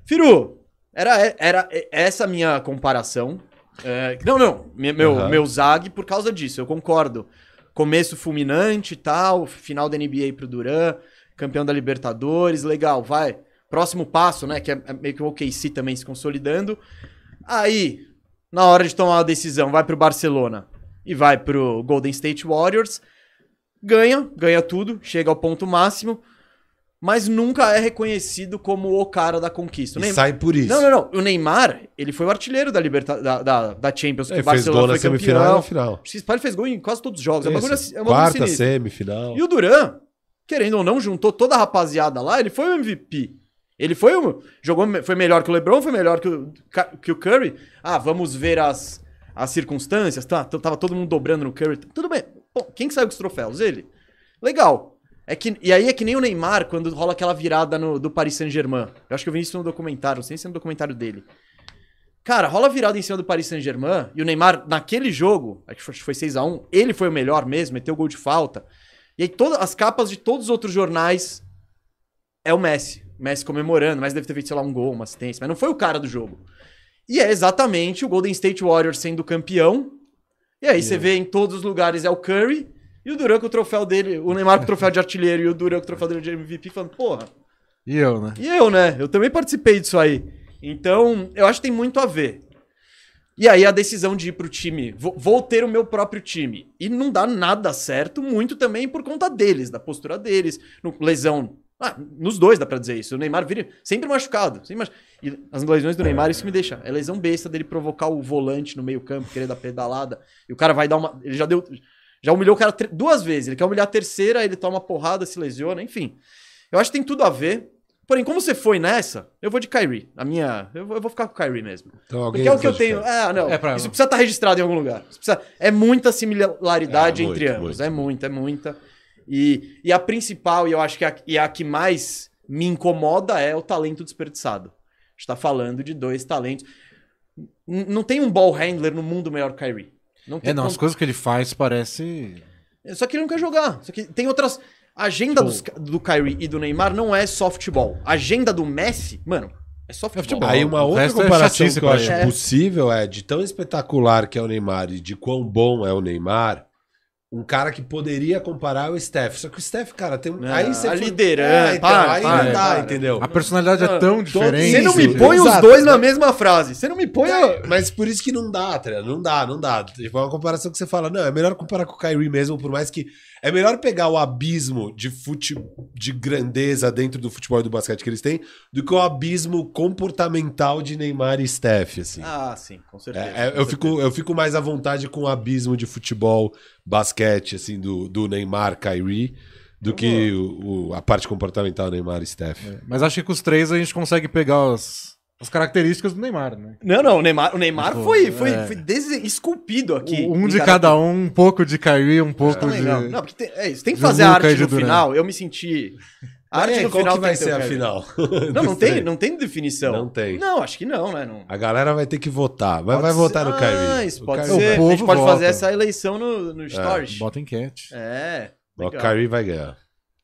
Firu, era, era essa a minha comparação. É, não, não. Minha- Meu, Aham. meu zag por causa disso, eu concordo. Começo fulminante e tal, final da NBA pro Duran, campeão da Libertadores, legal, vai. Próximo passo, né? Que é é meio que o OKC também se consolidando. Aí, na hora de tomar a decisão, vai pro Barcelona e vai pro Golden State Warriors. Ganha, ganha tudo, chega ao ponto máximo. mas nunca é reconhecido como o cara da conquista. O E Neymar- sai por isso. Não, não, não. O Neymar, ele foi o artilheiro da, liberta... da, da, da Champions, que Ele o fez gol Barcelona na foi semifinal e na campeão. final. O Cispai fez gol em quase todos os jogos. É uma Isso. coisa, é uma coisa Quarta, sinistra. semifinal. E o Duran, querendo ou não, juntou toda a rapaziada lá, ele foi o MVP. Ele foi o. Jogou, foi melhor que o Lebron, foi melhor que o, que o Curry. Ah, vamos ver as, as circunstâncias. Tá, t- tava todo mundo dobrando no Curry. Tudo bem. Bom, quem que saiu com os troféus? Ele. Legal. É que, e aí é que nem o Neymar, quando rola aquela virada no- do Paris Saint-Germain. Eu acho que eu vi isso no documentário, não sei se é no documentário dele. Cara, rola virada em cima do Paris Saint-Germain e o Neymar, naquele jogo, acho que foi- foi 6x1, ele foi o melhor mesmo, meteu gol de falta. E aí todas as capas de todos os outros jornais é o Messi. O Messi comemorando, mas deve ter feito, sei lá, um gol, uma assistência, mas não foi o cara do jogo. E é exatamente o Golden State Warriors sendo campeão. E aí você vê em todos os lugares é o Curry e o Duran com o troféu dele, o Neymar com o troféu de artilheiro e o Duran com o troféu dele de MVP, falando, porra, E eu, né? e eu, né? Eu também participei disso aí. Então, eu acho que tem muito a ver. E aí a decisão de ir pro time, vou, vou ter o meu próprio time. E não dá nada certo, muito também por conta deles, da postura deles, no- lesão. Ah, nos dois dá pra dizer isso. O Neymar vira sempre machucado. Sempre machu- E as lesões do Neymar, isso que me deixa. É lesão besta dele provocar o volante no meio-campo, querer dar pedalada. E o cara vai dar uma. Ele já deu. Já humilhou o cara tre- duas vezes. Ele quer humilhar a terceira, ele toma uma porrada, se lesiona, enfim. Eu acho que tem tudo a ver. Porém, como você foi nessa, eu vou de Kyrie. A minha. Eu vou, eu vou ficar com o Kyrie mesmo. Então, alguém Porque é o que eu gostou de tenho. cara? Ah, não. É pra- Isso precisa estar registrado em algum lugar. Isso precisa- É muita similaridade É, muito, entre ambos. muito. É muita, é muita. E, e a principal, e eu acho que é a, e a que mais me incomoda é o talento desperdiçado. A gente tá falando de dois talentos. N- não tem um ball handler no mundo melhor que o Kyrie. Não tem É, não, como- as coisas que ele faz parece. É, só que ele não quer jogar. Só que tem outras. A agenda Tipo- dos ca- do Kyrie e do Neymar não é só futebol. A agenda do Messi, mano, é só futebol. futebol. Aí uma O outra resto é comparação chatice que eu pra acho ele. É. possível é de tão espetacular que é o Neymar e de quão bom é o Neymar, um cara que poderia comparar é o Steph. Só que o Steph, cara, tem um... É, aí você a foi- liderança, É, então, para, aí para, não dá, para. entendeu? A personalidade é tão diferente. Você Então, não me Isso, põe os exato. dois na mesma frase. Você não me põe. a- É, mas por isso que não dá, tá ligado? não dá, não dá. Tipo, é uma comparação que você fala, não, é melhor comparar com o Kyrie mesmo, por mais que é melhor pegar o abismo de fute... de grandeza dentro do futebol e do basquete que eles têm, do que o abismo comportamental de Neymar e Steph, assim. Ah, sim, com certeza. É, é, com eu, certeza. fico, eu fico mais à vontade com o abismo de futebol, basquete, assim, do, do Neymar, Kyrie, do que o- o- a parte comportamental Neymar e Steph. É. Mas acho que com os três a gente consegue pegar as, as características do Neymar, né? Não, não, o Neymar, o Neymar Tipo, foi, foi, é. foi dese- esculpido aqui. O- um de Em cada um, um pouco de Kyrie, um pouco Também de. Não, não, porque tem, é isso. Tem que de fazer a Luca e arte de no Durant. final. Eu me senti. A arte E aí, no né? qual final que tem vai É, que ter ser o a Kyrie. final? Não, não dos tem, três? não tem definição. Não tem. Não, acho que não, né? Não... A galera vai ter que votar. Vai, Pode vai ser- votar no Ah, Kyrie. isso O pode Kyrie- É, ser. O a gente povo pode vota. fazer essa eleição no, no Stories. Bota enquete. É. O legal. Kyrie vai ganhar.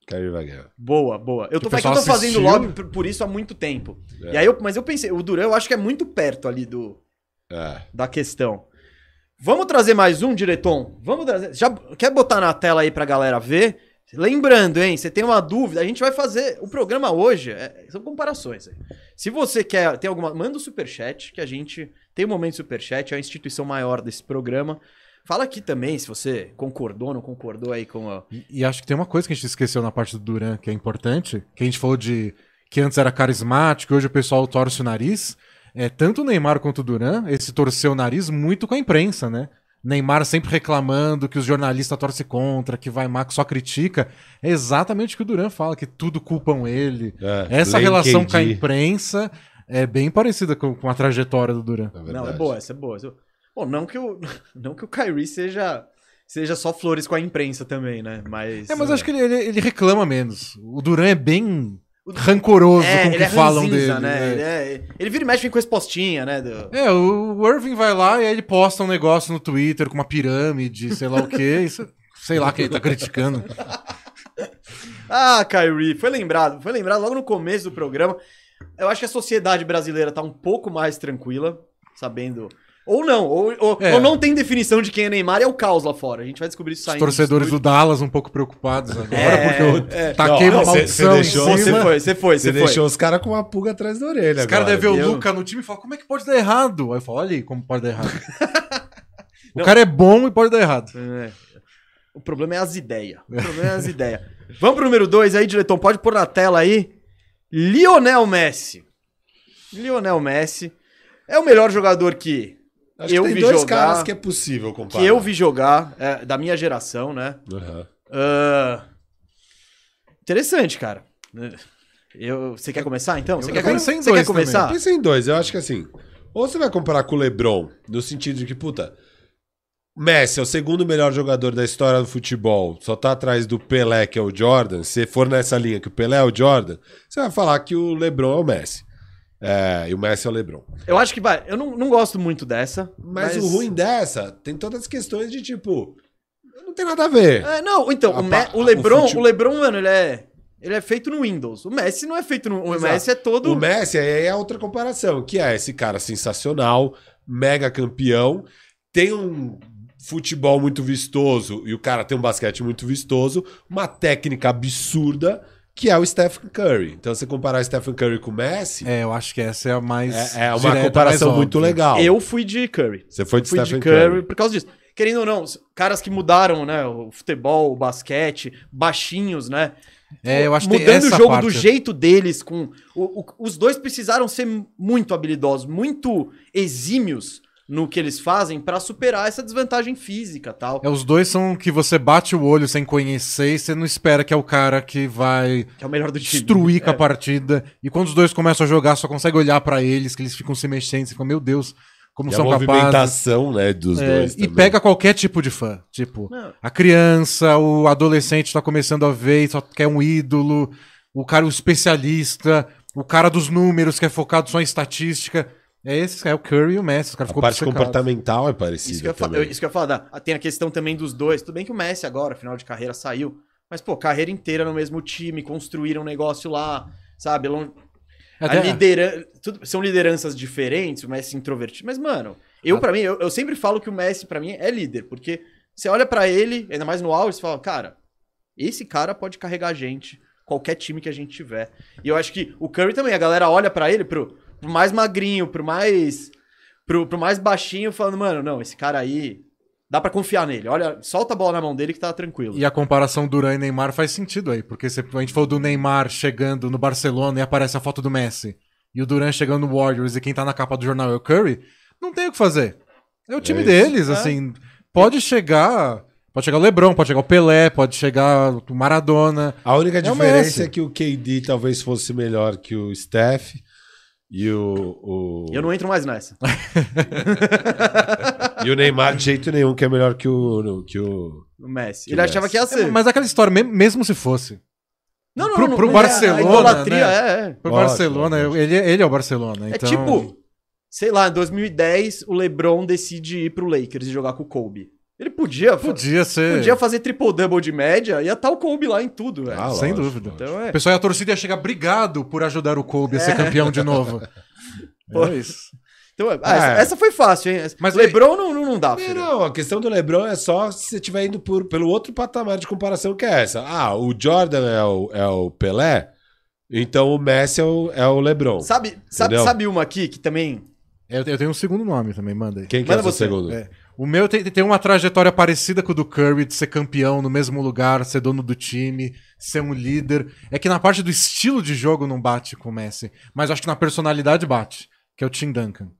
O Kyrie vai ganhar. Boa, boa. Eu tô, é que o eu pessoal tô fazendo assistiu. lobby por, por isso há muito tempo. É. E aí eu, mas eu pensei, o Duran eu acho que é muito perto ali do, É. da questão. Vamos trazer mais um, diretor? Vamos trazer. Já quer botar na tela aí pra galera ver? Lembrando, hein, você tem uma dúvida, a gente vai fazer o programa hoje, é- são comparações. aí. Se você quer, tem alguma, manda o superchat que a gente tem um momento superchat, é a instituição maior desse programa. Fala aqui também se você concordou, não concordou aí com a... E, e acho que tem uma coisa que a gente esqueceu na parte do Duran que é importante, que a gente falou de que antes era carismático, hoje o pessoal torce o nariz. É, tanto o Neymar quanto o Duran, esse torceu o nariz muito com a imprensa, né? Neymar sempre reclamando que os jornalistas torcem contra, que vai Max só critica. É exatamente o que o Duran fala, que tudo culpam ele. É. Essa Lane relação com a KD. imprensa é bem parecida com, com a trajetória do Duran. Não, é verdade. boa, essa é boa. essa é boa. Bom, não que o, não que o Kyrie seja, seja só flores com a imprensa também, né? Mas... É, mas acho que ele, ele- ele reclama menos. O Duran é bem O- rancoroso com o É, que ele falam ranzinza, dele. Né? né? Ele, é- ele vira e mexe vem com respostinha, né? do- É, o o Irving vai lá e aí ele posta um negócio no Twitter com uma pirâmide, sei lá o quê. Isso, sei lá quem ele tá criticando. Ah, Kyrie, foi lembrado. Foi lembrado logo no começo do programa. Eu acho que a sociedade brasileira tá um pouco mais tranquila, sabendo. Ou não, ou, ou- É. ou não tem definição de quem é Neymar e é o caos lá fora. A gente vai descobrir isso Os saindo. torcedores do Dallas um pouco preocupados agora, É, porque eu é. taquei Não, uma cê- maldição cê em deixou- cima. Você foi, você foi, Você você foi. deixou os caras com uma pulga atrás da orelha. Os caras agora, devem ver viu? o Luca no time e falar, como é que pode dar errado? Aí eu falo, olha aí como pode dar errado. o Não. cara é bom e pode dar errado. É. O problema é as ideias. O problema é as ideias. Vamos pro número 2 aí, diretor. Pode pôr na tela aí. Lionel Messi. Lionel Messi é o melhor jogador que Acho Eu que tem vi dois jogar- caras que é possível comparar. que eu vi jogar, é, da minha geração, né? Aham. Ah, interessante, cara. Eu, você quer começar então? Você Eu quer, pensei em você dois quer começar? Pensa em dois, eu acho que assim. Ou você vai comparar com o LeBron, no sentido de que, puta, Messi é o segundo melhor jogador da história do futebol, só tá atrás do Pelé, que é o Jordan. Se for nessa linha que o Pelé é o Jordan, você vai falar que o LeBron é o Messi. É, e o Messi é o LeBron. Eu acho que vai. Eu não, não gosto muito dessa. Mas, o ruim dessa tem todas as questões de tipo, não tem nada a ver. É, não, então, A o, Me- pa- o Lebron, o o, fute- Lebron, mano, ele é. Ele é feito no Windows. O Messi não é feito no. O Exato. Messi é todo. O Messi aí é outra comparação, que é esse cara sensacional, mega campeão, tem um futebol muito vistoso e o cara tem um basquete muito vistoso, uma técnica absurda, que é o Stephen Curry. Então, você comparar o Stephen Curry com o Messi, É, eu acho que essa é a mais. é, é uma direta, comparação mais muito óbvia. legal. Eu fui de Curry. Você foi de Fui Stephen de Curry, Curry. por causa disso. Querendo ou não, os caras que mudaram, né? O futebol, o basquete, baixinhos, né? É, eu acho que tem Mudando o essa jogo parte. do jeito deles, com. o- o- os dois precisaram ser muito habilidosos, muito exímios no que eles fazem pra superar essa desvantagem física tal. É, os dois são que você bate o olho sem conhecer e você não espera que é o cara que vai Que é o melhor do time. destruir é. com a partida. E quando os dois começam a jogar, só consegue olhar pra eles, que eles ficam se mexendo, você fica, meu Deus, como E a são capazes. movimentação né, dos É, dois. e também. pega qualquer tipo de fã. Tipo, Não. a criança, o adolescente tá começando a ver e só quer um ídolo, o cara, o especialista, o cara dos números que é focado só em estatística. É esse, é o Curry e o Messi. Os caras A ficam parte obcecados. comportamental é Isso que, eu parecida ia fa- também. isso que eu ia falar. da- Tem a questão também dos dois. Tudo bem que o Messi agora, final de carreira, saiu. Mas, pô, carreira inteira no mesmo time, construíram um negócio lá, sabe? Lon- É, A até- lideran... tudo- São lideranças diferentes, o Messi é introvertido. Mas, mano, eu, Ah. pra mim, eu, eu sempre falo que o Messi, pra mim, é líder. Porque você olha pra ele, ainda mais no auge, você fala, cara, esse cara pode carregar a gente, qualquer time que a gente tiver. E eu acho que o Curry também, a galera olha pra ele, pro, pro mais magrinho, pro mais. Pro, pro mais baixinho, falando, mano, não, esse cara aí. Dá pra confiar nele. Olha, solta a bola na mão dele que tá tranquilo. E a comparação Duran e Neymar faz sentido aí, porque se a gente for do Neymar chegando no Barcelona e aparece a foto do Messi, e o Duran chegando no Warriors e quem tá na capa do jornal é o Curry, não tem o que fazer. É o time isso. deles, É. assim. Pode chegar. Pode chegar o Lebron, pode chegar o Pelé, pode chegar o Maradona. A única É o Messi. diferença é que o KD talvez fosse melhor que o Steph e o, o- Eu não entro mais nessa. e o Neymar de jeito nenhum que é melhor que o que o O Messi. Que Ele achava Messi. que ia ser. É, Mas aquela história, me- mesmo se fosse. Não, não, Pro- não, pro não é- Barcelona, A idolatria, né? é, é. Pro Lógico, Barcelona, lógico. ele, ele é o Barcelona. É então- tipo, sei lá, em 2010, o LeBron decide ir pro Lakers e jogar com o Kobe. Ele podia, fa- Podia ser. podia fazer triple-double de média e atar o Kobe lá em tudo, velho. Ah, sem lógico, dúvida. lógico. então é. O pessoal e a torcida ia chegar obrigado por ajudar o Kobe a ser campeão de novo. Pô. É isso. Então é. Ah, essa, É. essa foi fácil, hein? Essa- Mas- LeBron não, não, não dá, É, filho. Não, a questão do LeBron é só se você estiver indo por, pelo outro patamar de comparação que é essa. Ah, o Jordan é o, é o Pelé, então o Messi é o, é o LeBron. Sabe, sabe, Entendeu? sabe uma aqui que também... Eu, eu tenho um segundo nome também, manda aí. Quem que é Manda o seu você. segundo? É. O meu tem, tem uma trajetória parecida com o do Curry, de ser campeão no mesmo lugar, ser dono do time, ser um líder. É que na parte do estilo de jogo não bate com o Messi, mas acho que na personalidade bate, que é o Tim Duncan.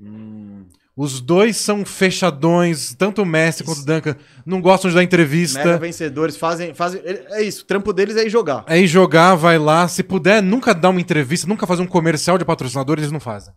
hum, Os dois são fechadões, tanto o Messi quanto o Duncan. Não gostam de dar Mega entrevista. vencedores fazem... fazem ele- é isso, o trampo deles é ir jogar. É ir jogar, vai lá. Se puder, nunca dar uma entrevista, nunca fazer um comercial de patrocinador, eles não fazem.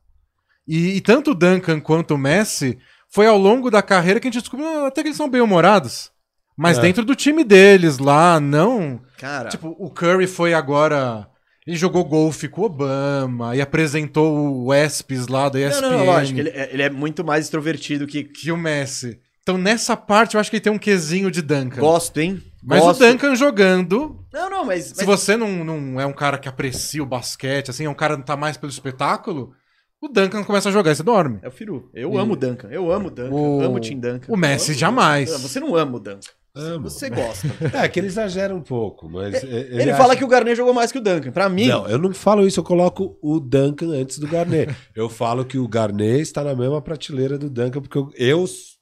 E, e tanto o Duncan quanto o Messi, foi ao longo da carreira que a gente descobriu "Ah, até que eles são bem-humorados. Mas É. dentro do time deles lá, não. Cara, Tipo, o Curry foi agora. Ele jogou golfe com o Obama e apresentou o ESPYs lá da ESPN. não, não, não, lógico. Ele, é- ele é muito mais extrovertido que... Que o Messi. Então nessa parte eu acho que ele tem um quesinho de Duncan. Gosto, hein? Mas Gosto. o Duncan jogando, Não, não, mas... se mas- você não, não é um cara que aprecia o basquete, assim, é um cara que tá mais pelo espetáculo, o Duncan começa a jogar e você dorme. É o Firu. Eu amo o Duncan. Eu amo o Duncan. O- Amo o Tim Duncan. o Messi Eu amo jamais. Duncan. Você não ama o Duncan. Amo. Você gosta. Ah, É que ele exagera um pouco, mas... Ele, fala que o Garnet jogou mais que o Duncan. Pra mim, Não, eu não falo isso, eu coloco o Duncan antes do Garnet. eu falo que o Hum. Garnet está na mesma prateleira do Duncan, porque eu, eu s-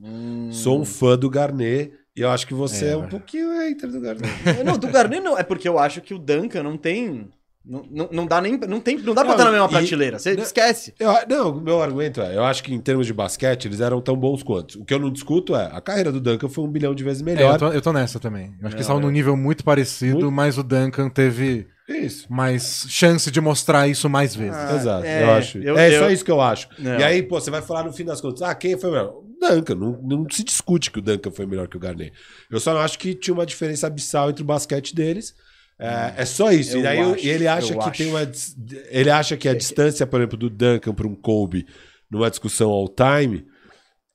sou um fã do Garnet E eu acho que você é, É, um mas- pouquinho hater do Garnet. Não, do Garnet não. É porque eu acho que o Duncan não tem. Não, não, não dá nem. Não, tem, não dá pra Não, estar na mesma e- prateleira. Você não- esquece. Eu, não, o meu argumento é, eu acho que em termos de basquete eles eram tão bons quanto. O que eu não discuto é, a carreira do Duncan foi um bilhão de vezes É, eu, melhor. tô, eu tô nessa também. Eu acho que Não, eles estavam num eu- nível muito parecido, Muito. mas o Duncan teve É Isso. mais chance de mostrar isso mais vezes. Ah, Exato, é, eu acho. eu- é eu- só isso que eu acho. Não. E aí, pô, você vai falar no fim das contas, ah, quem foi melhor? O Duncan, não, não se discute que o Duncan foi melhor que o Garnet. Eu só não acho que tinha uma diferença abissal entre o basquete deles. É, é só isso. Eu e aí eu- acho, ele acha eu que acho. É tem uma. dis- Ele acha que a distância, por exemplo, do Duncan para um Kobe numa discussão all time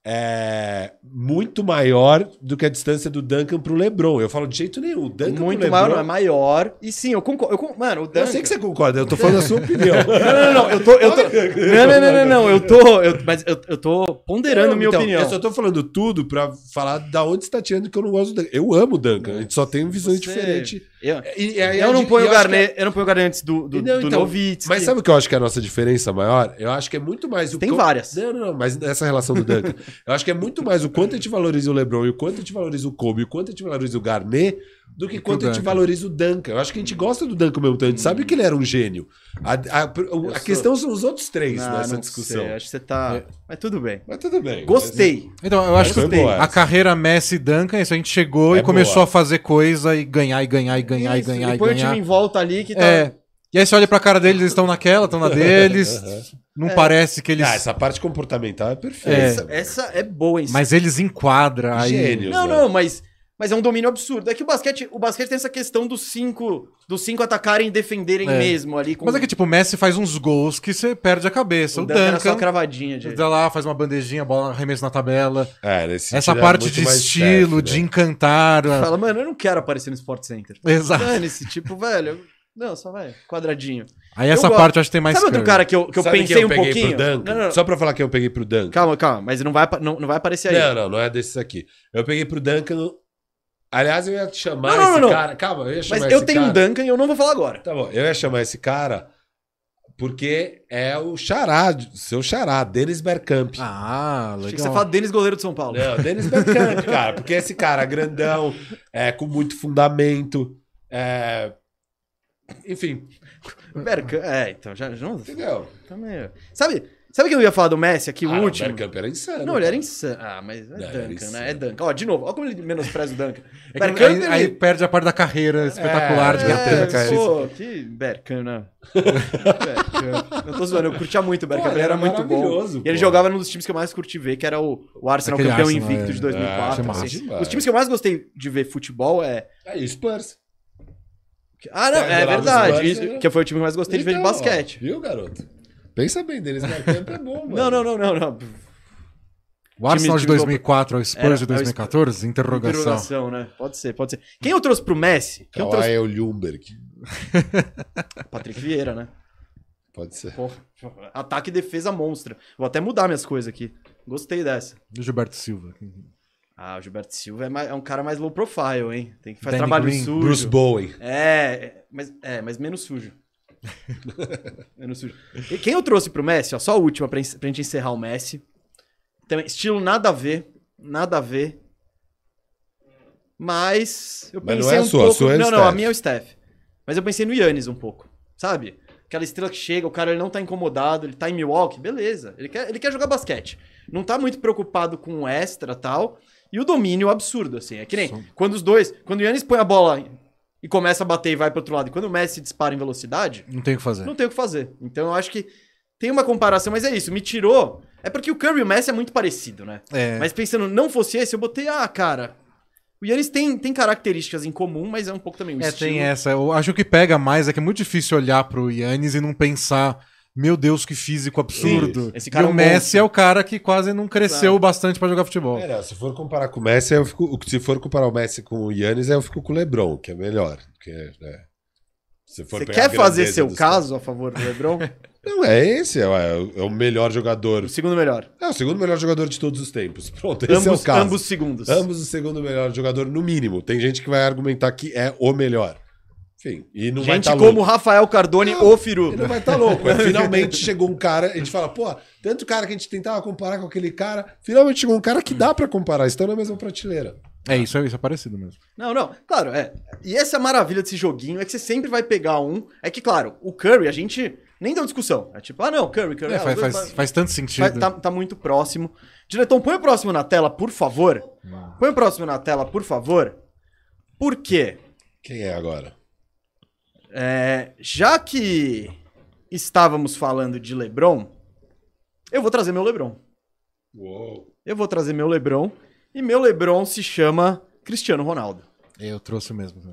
é muito maior do que a distância do Duncan para o LeBron. Eu falo de jeito nenhum. O Duncan pro Muito LeBron, maior, não, é maior. E sim, eu concordo. eu con- mano, o Duncan. Eu sei que você concorda, eu tô falando a sua opinião. Não, não, não, eu tô. Eu tô... Não, não, não, não, não, eu tô. eu- mas eu, eu tô ponderando Não, minha então, opinião. Eu só tô falando tudo pra falar da onde você tá tirando que eu não gosto do Duncan. Eu amo o Duncan, a gente só tem visões Você- diferentes. Eu, E- e aí eu a não gente- ponho o eu acho que- é- Garnet, eu não ponho o Garnet antes do, do, Não, do então, Nowitzki. Mas sabe o que eu acho que é a nossa diferença maior? Eu acho que é muito mais o Tem quão- várias. Não, não, não, mas essa relação do Duncan. eu acho que é muito mais o quanto a gente valoriza o LeBron e o quanto a gente valoriza o Kobe e o quanto a gente valoriza o Garnet do que Do que quanto o a gente Duncan. valoriza o Duncan. Eu acho que a gente gosta do Duncan mesmo tanto. A gente sabe que ele era um gênio. A, a- a Hum. sou- questão são os outros três Ah, nessa não discussão. sei, acho que você tá. É. Mas tudo bem. Mas é tudo bem. Gostei. Então, eu acho Foi que boa a essa. carreira Messi e Duncan, isso a gente chegou É e começou boa. a fazer coisa e ganhar, e ganhar, e ganhar, Isso, e ganhar, e e põe o time ganhar. em volta ali que tá. É. E aí você olha pra cara deles, eles estão naquela, estão na deles. Não É. parece que eles. Ah, essa parte comportamental é perfeita. Essa, essa é boa, hein? Mas eles enquadram aí. Gênio. Não, né? não, mas, mas é um domínio absurdo. É que o basquete, o basquete tem essa questão dos cinco, dos cinco atacarem e defenderem É. mesmo ali. Com Mas é que, tipo, o Messi faz uns gols que você perde a cabeça. o O, Duncan era só Duncan. cravadinha, gente. Vai lá, faz uma bandejinha, bola, arremesso na tabela. É, nesse Essa sentido é parte muito de mais estilo, Steph, de né? encantar. a- Fala, mano, eu não quero aparecer no Sport Center. Exato. Dane-se, tipo, velho. Não, só vai, quadradinho. Aí essa gosto. parte eu acho que tem mais Sabe outro curve. cara que eu, que eu Sabe quem pensei eu um peguei pouquinho? Pro Duncan? Não, não, não. Só pra falar que eu peguei pro Duncan. Calma, calma, mas não vai, apa- não, não vai aparecer aí. Não, não, não é desses aqui. Eu peguei pro Duncan. Aliás, eu ia chamar Não, não, esse não, não. cara. Calma, eu ia chamar mas esse eu tenho cara. um Duncan e eu não vou falar agora. Tá bom, eu ia chamar esse cara porque é o xará, seu xará, Dennis Bergkamp. Ah, legal. Achei que você fala Denis Goleiro de São Paulo. Não, Dennis Bergkamp, cara. Porque esse cara grandão, é, com muito fundamento, é... Enfim, Berca- É, então, já, já não, entendeu? também. Sabe, sabe que eu ia falar do Messi aqui, Cara, o último? O Bergkamp era insano. Não, ele era cara. insano. Ah, mas é Não, Ah, era Duncan, insano. né? É Duncan. Ó, de novo, ó como ele menospreza o Duncan. É que Bergkamp, aí, aí ele- perde a parte da carreira espetacular de é, Bergkamp. cara. pô, que Berkan, né? Berkan. Não tô zoando, eu curtia muito o Berkan, Pô, ele era muito bom. maravilhoso, E ele pô. jogava num dos times que eu mais curti ver, que era o, o Arsenal Aquele campeão Arsenal, invicto é. de 2004. É, assim. demais. Os times que eu mais gostei de ver futebol é... Aí, Spurs. Ah, não, É, é, adorava os verdade, Spurs, isso- né? que foi o time que eu mais gostei de ver de Então, ó, basquete. viu, garoto? Pensa bem deles, né? Campo é bom, mano. Não, não, não, não, não. O Arsenal Time- de time 2004 ao Spurs Era, é de o Spurs. 2014? Interrogação. Interrogação, né? Pode ser, pode ser. Quem eu trouxe pro Messi? Quem eu Kawhi trouxe... é o Ljungberg. Patrick Vieira, né? Pode ser. Porra, ataque e defesa monstra. Vou até mudar minhas coisas aqui. Gostei dessa. E o Gilberto Silva. Ah, o Gilberto Silva é, mais- é um cara mais low profile, hein? Tem que fazer Danny trabalho Green, sujo. Bruce Bowen. É, é, mas, é, mas menos sujo. menos sujo. E quem eu trouxe pro Messi, ó, só a última pra, en- pra gente encerrar o Messi. Também, estilo nada a ver, nada a ver. Mas eu Mas não pensei é a um sua, a pouco... sua é o não, não, a Steph. minha é o Steph. Mas eu pensei no Yannis um pouco, sabe? Aquela estrela que chega, o cara ele não tá incomodado, ele tá em Milwaukee, beleza. Ele quer, ele quer jogar basquete. Não tá muito preocupado com o extra tal. E o domínio absurdo, assim. É que nem Sim. quando os dois. Quando o Yannis põe a bola e começa a bater e vai pro outro lado, e quando o Messi dispara em velocidade, Não tem o que fazer. não tem o que fazer. Então eu acho que tem uma comparação, mas é isso. Me tirou. É porque o Curry e o Messi é muito parecido, né? É. Mas pensando, não fosse esse, eu botei, ah, cara. O Yannis tem, tem características em comum, mas é um pouco também o É, estilo. tem essa. Eu acho que o que pega mais é que é muito difícil olhar pro Yannis e não pensar. Meu Deus, que físico absurdo. Esse cara e é o um Messi monstro. é o cara que quase não cresceu Claro. bastante pra jogar futebol. É, não, se for comparar com o Messi, eu fico... Se for comparar o Messi com o Yannis, eu fico com o LeBron, que é melhor. Porque, né, se for Você pegar a quer fazer grandeza seu dos- caso a favor do LeBron? Não, é esse. É, o- é o melhor o jogador. segundo melhor. É o segundo melhor jogador de todos os tempos. Pronto, esse Ambos, é o caso. ambos segundos. Ambos o segundo melhor jogador, no mínimo. Tem gente que vai argumentar que é o melhor. Enfim, e não vai Gente tá como Rafael Cardone Não, ou Firu. Ele não vai estar louco. É, finalmente chegou um cara, a gente fala, pô, tanto cara que a gente tentava comparar com aquele cara, finalmente chegou um cara que dá pra comparar, estão na mesma prateleira. É isso, é isso, é parecido mesmo. Não, não. Claro, é. E essa é a maravilha desse joguinho, é que você sempre vai pegar um. É que, claro, o Curry, a gente nem deu discussão. É tipo, ah, não, Curry, Curry. É, ah, os faz, dois faz- pa- faz tanto faz- sentido. tá, tá muito próximo. Diretor, põe o próximo na tela, por favor. Põe o próximo na tela, por favor. Por quê? Quem é agora? É, já que estávamos falando de LeBron, eu vou trazer meu LeBron. Uou. Eu vou trazer meu LeBron. E meu LeBron se chama Cristiano Ronaldo. Eu trouxe mesmo. né?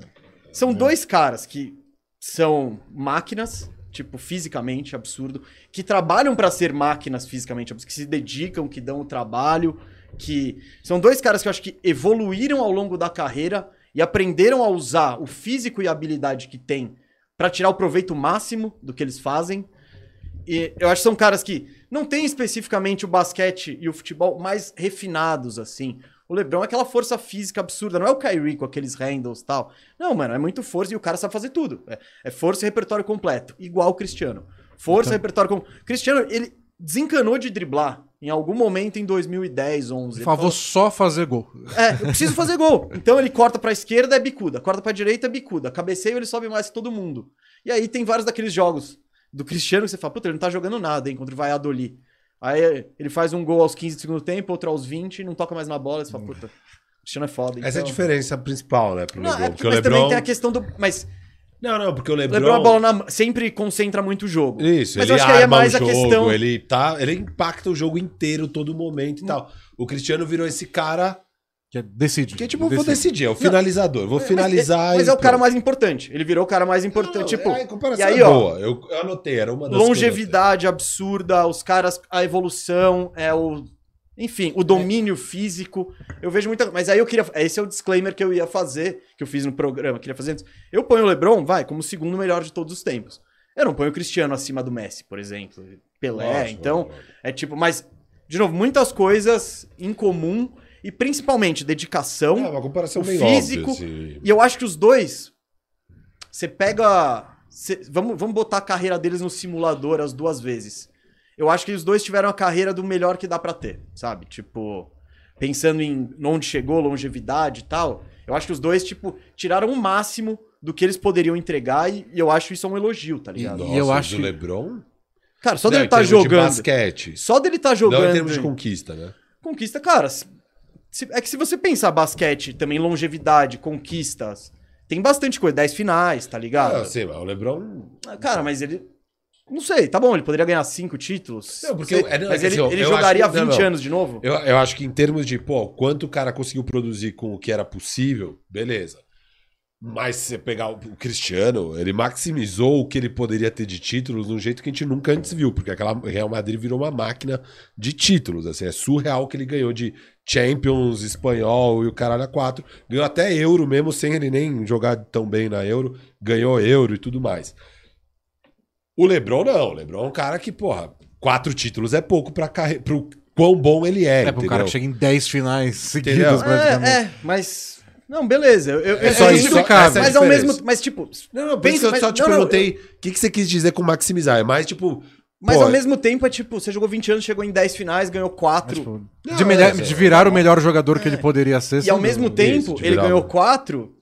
São dois caras que são máquinas, tipo, fisicamente absurdo, que trabalham pra ser máquinas fisicamente, absurdo, que se dedicam, que dão o trabalho, que são dois caras que eu acho que evoluíram ao longo da carreira e aprenderam a usar o físico e a habilidade que tem pra tirar o proveito máximo do que eles fazem. E eu acho que são caras que não têm especificamente o basquete e o futebol mais refinados assim. O LeBron é aquela força física absurda, não é o Kyrie com aqueles handles e tal. Não, mano, é muito força e o cara sabe fazer tudo. É, é força e repertório completo, igual o Cristiano. Força, repertório completo. Cristiano, ele desencanou de driblar em algum momento em 2010, 11. Por Ele favor, falou, só fazer gol. É, eu preciso fazer gol. Então ele corta pra esquerda, é bicuda. Corta pra direita, é bicuda. Cabeceio, ele sobe mais que todo mundo. E aí tem vários daqueles jogos do Cristiano que você fala, puta, ele não tá jogando nada, hein, contra o Valladolid. Aí ele faz um gol aos 15 do segundo tempo, outro aos 20, não toca mais na bola, você fala, puta, o Cristiano é foda. Essa é a então. diferença principal, né, pro Não, Lebron. é porque, porque o mas Lebron... também tem a questão do. Mas Não, não, porque o Lebron... Lebron, é a bola na mão, sempre concentra muito o jogo. Isso, mas ele eu acho que aí é arma mais o a jogo, questão. ele, tá, ele impacta o jogo inteiro, todo momento e tal. O Cristiano virou esse cara Que é- decide. que, tipo, eu vou Decide. decidir, é o finalizador, vou finalizar Mas, e é o cara pronto. mais importante. Ele virou o cara mais importante. Não, tipo, é, a comparação e aí, é ó, boa, eu, eu anotei, era uma das que eu longevidade absurda, os caras, a evolução, é o. Enfim, o domínio físico. Eu vejo muita. Mas aí eu queria. Esse é o disclaimer que eu ia fazer, que eu fiz no programa, queria fazer antes. Eu ponho o Lebron, vai, como o segundo melhor de todos os tempos. Eu não ponho o Cristiano acima do Messi, por exemplo. Pelé, anotei. Lógico, então. lógico. É tipo, mas, de novo, muitas coisas em comum e principalmente dedicação. É uma comparação um o bem físico- óbvia. assim. E eu acho que os dois. Você pega. cê- vamos, vamos botar a carreira deles no simulador as duas vezes. Eu acho que os dois tiveram a carreira do melhor que dá pra ter, sabe? Tipo, pensando em onde chegou, longevidade e tal. Eu acho que os dois, tipo, tiraram o máximo do que eles poderiam entregar e, e eu acho isso um elogio, tá E, ligado? E eu eu acho acho que- o Lebron... Cara, só Não, dele em estar tá termos de jogando. basquete. Só dele estar tá jogando. Não em termos de hein? conquista, né? Conquista, cara. se- se- é que se você pensar basquete, também longevidade, conquistas, tem bastante coisa. 10 finais, tá ligado? Não, sim, mas o Lebron... Ah, Cara, mas ele. Não sei, tá bom, ele poderia ganhar 5 títulos. Não, porque sei, eu- é, não, mas é ele, que assim, ele eu jogaria há acho que- 20 não, não. anos de novo? Eu, eu acho que em termos de, pô, quanto o cara conseguiu produzir com o que era possível, beleza. Mas se você pegar o, o Cristiano, ele maximizou o que ele poderia ter de títulos de um jeito que a gente nunca antes viu, porque aquela Real Madrid virou uma máquina de títulos, assim, é surreal o que ele ganhou de Champions, Espanhol e o caralho a quatro. Ganhou até Euro mesmo, sem ele nem jogar tão bem na Euro, ganhou Euro e tudo mais. O LeBron não, o LeBron é um cara que, porra, quatro títulos é pouco pra carre... pro quão bom ele é, É, pra um cara entendeu? que chega em 10 finais Entendeu? seguidas, praticamente. É, é, mas. Não, beleza. Eu, eu- É eu- só eu- isso, eu- cara, essa é a Mas ao diferença. mesmo. Mas, tipo. Não, não, por Pensa, isso que eu mas- só te não, não, perguntei o que, que você quis dizer com maximizar. É mais tipo. Mas Pô, ao mesmo tempo é tipo, você jogou 20 anos, chegou em 10 finais, ganhou 4. Mas, tipo, Não, de, melhor- é, de é, virar o melhor jogador que ele poderia ser. E ao sem mesmo dúvida. tempo, de ele virar ganhou um- 4.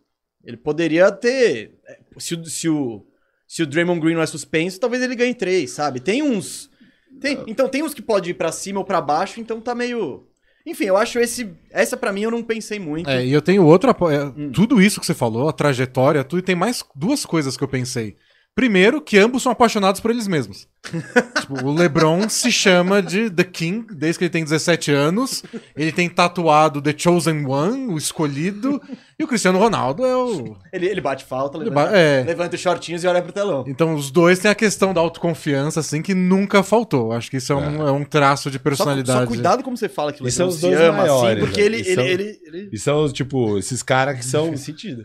Ele poderia ter. Se o, se, o, se o Draymond Green não é suspenso, talvez ele ganhe 3, sabe? Tem uns. É. tem- então tem uns que pode ir pra cima ou pra baixo, então tá meio. Enfim, eu acho esse. Essa pra mim eu não pensei muito. É, e eu tenho outro apo- é, Tudo isso que você falou, a trajetória, tudo, e tem mais duas coisas que eu pensei. Primeiro, que ambos são apaixonados por eles mesmos. Tipo, o LeBron se chama de The King desde que ele tem 17 anos. Ele tem tatuado The Chosen One, o escolhido. E o Cristiano Ronaldo é o. Ele, ele bate falta, Ele levanta, ba- é. levanta os shortinhos e olha pro telão. Então, os dois têm a questão da autoconfiança, assim, que nunca faltou. Acho que isso é um, é um traço de Só, personalidade. só cuidado como você fala que o E são Lebron os se dois ama assim, maiores, porque né? ele, E ele, são- ele, ele- E são, tipo, esses caras que são Faz sentido.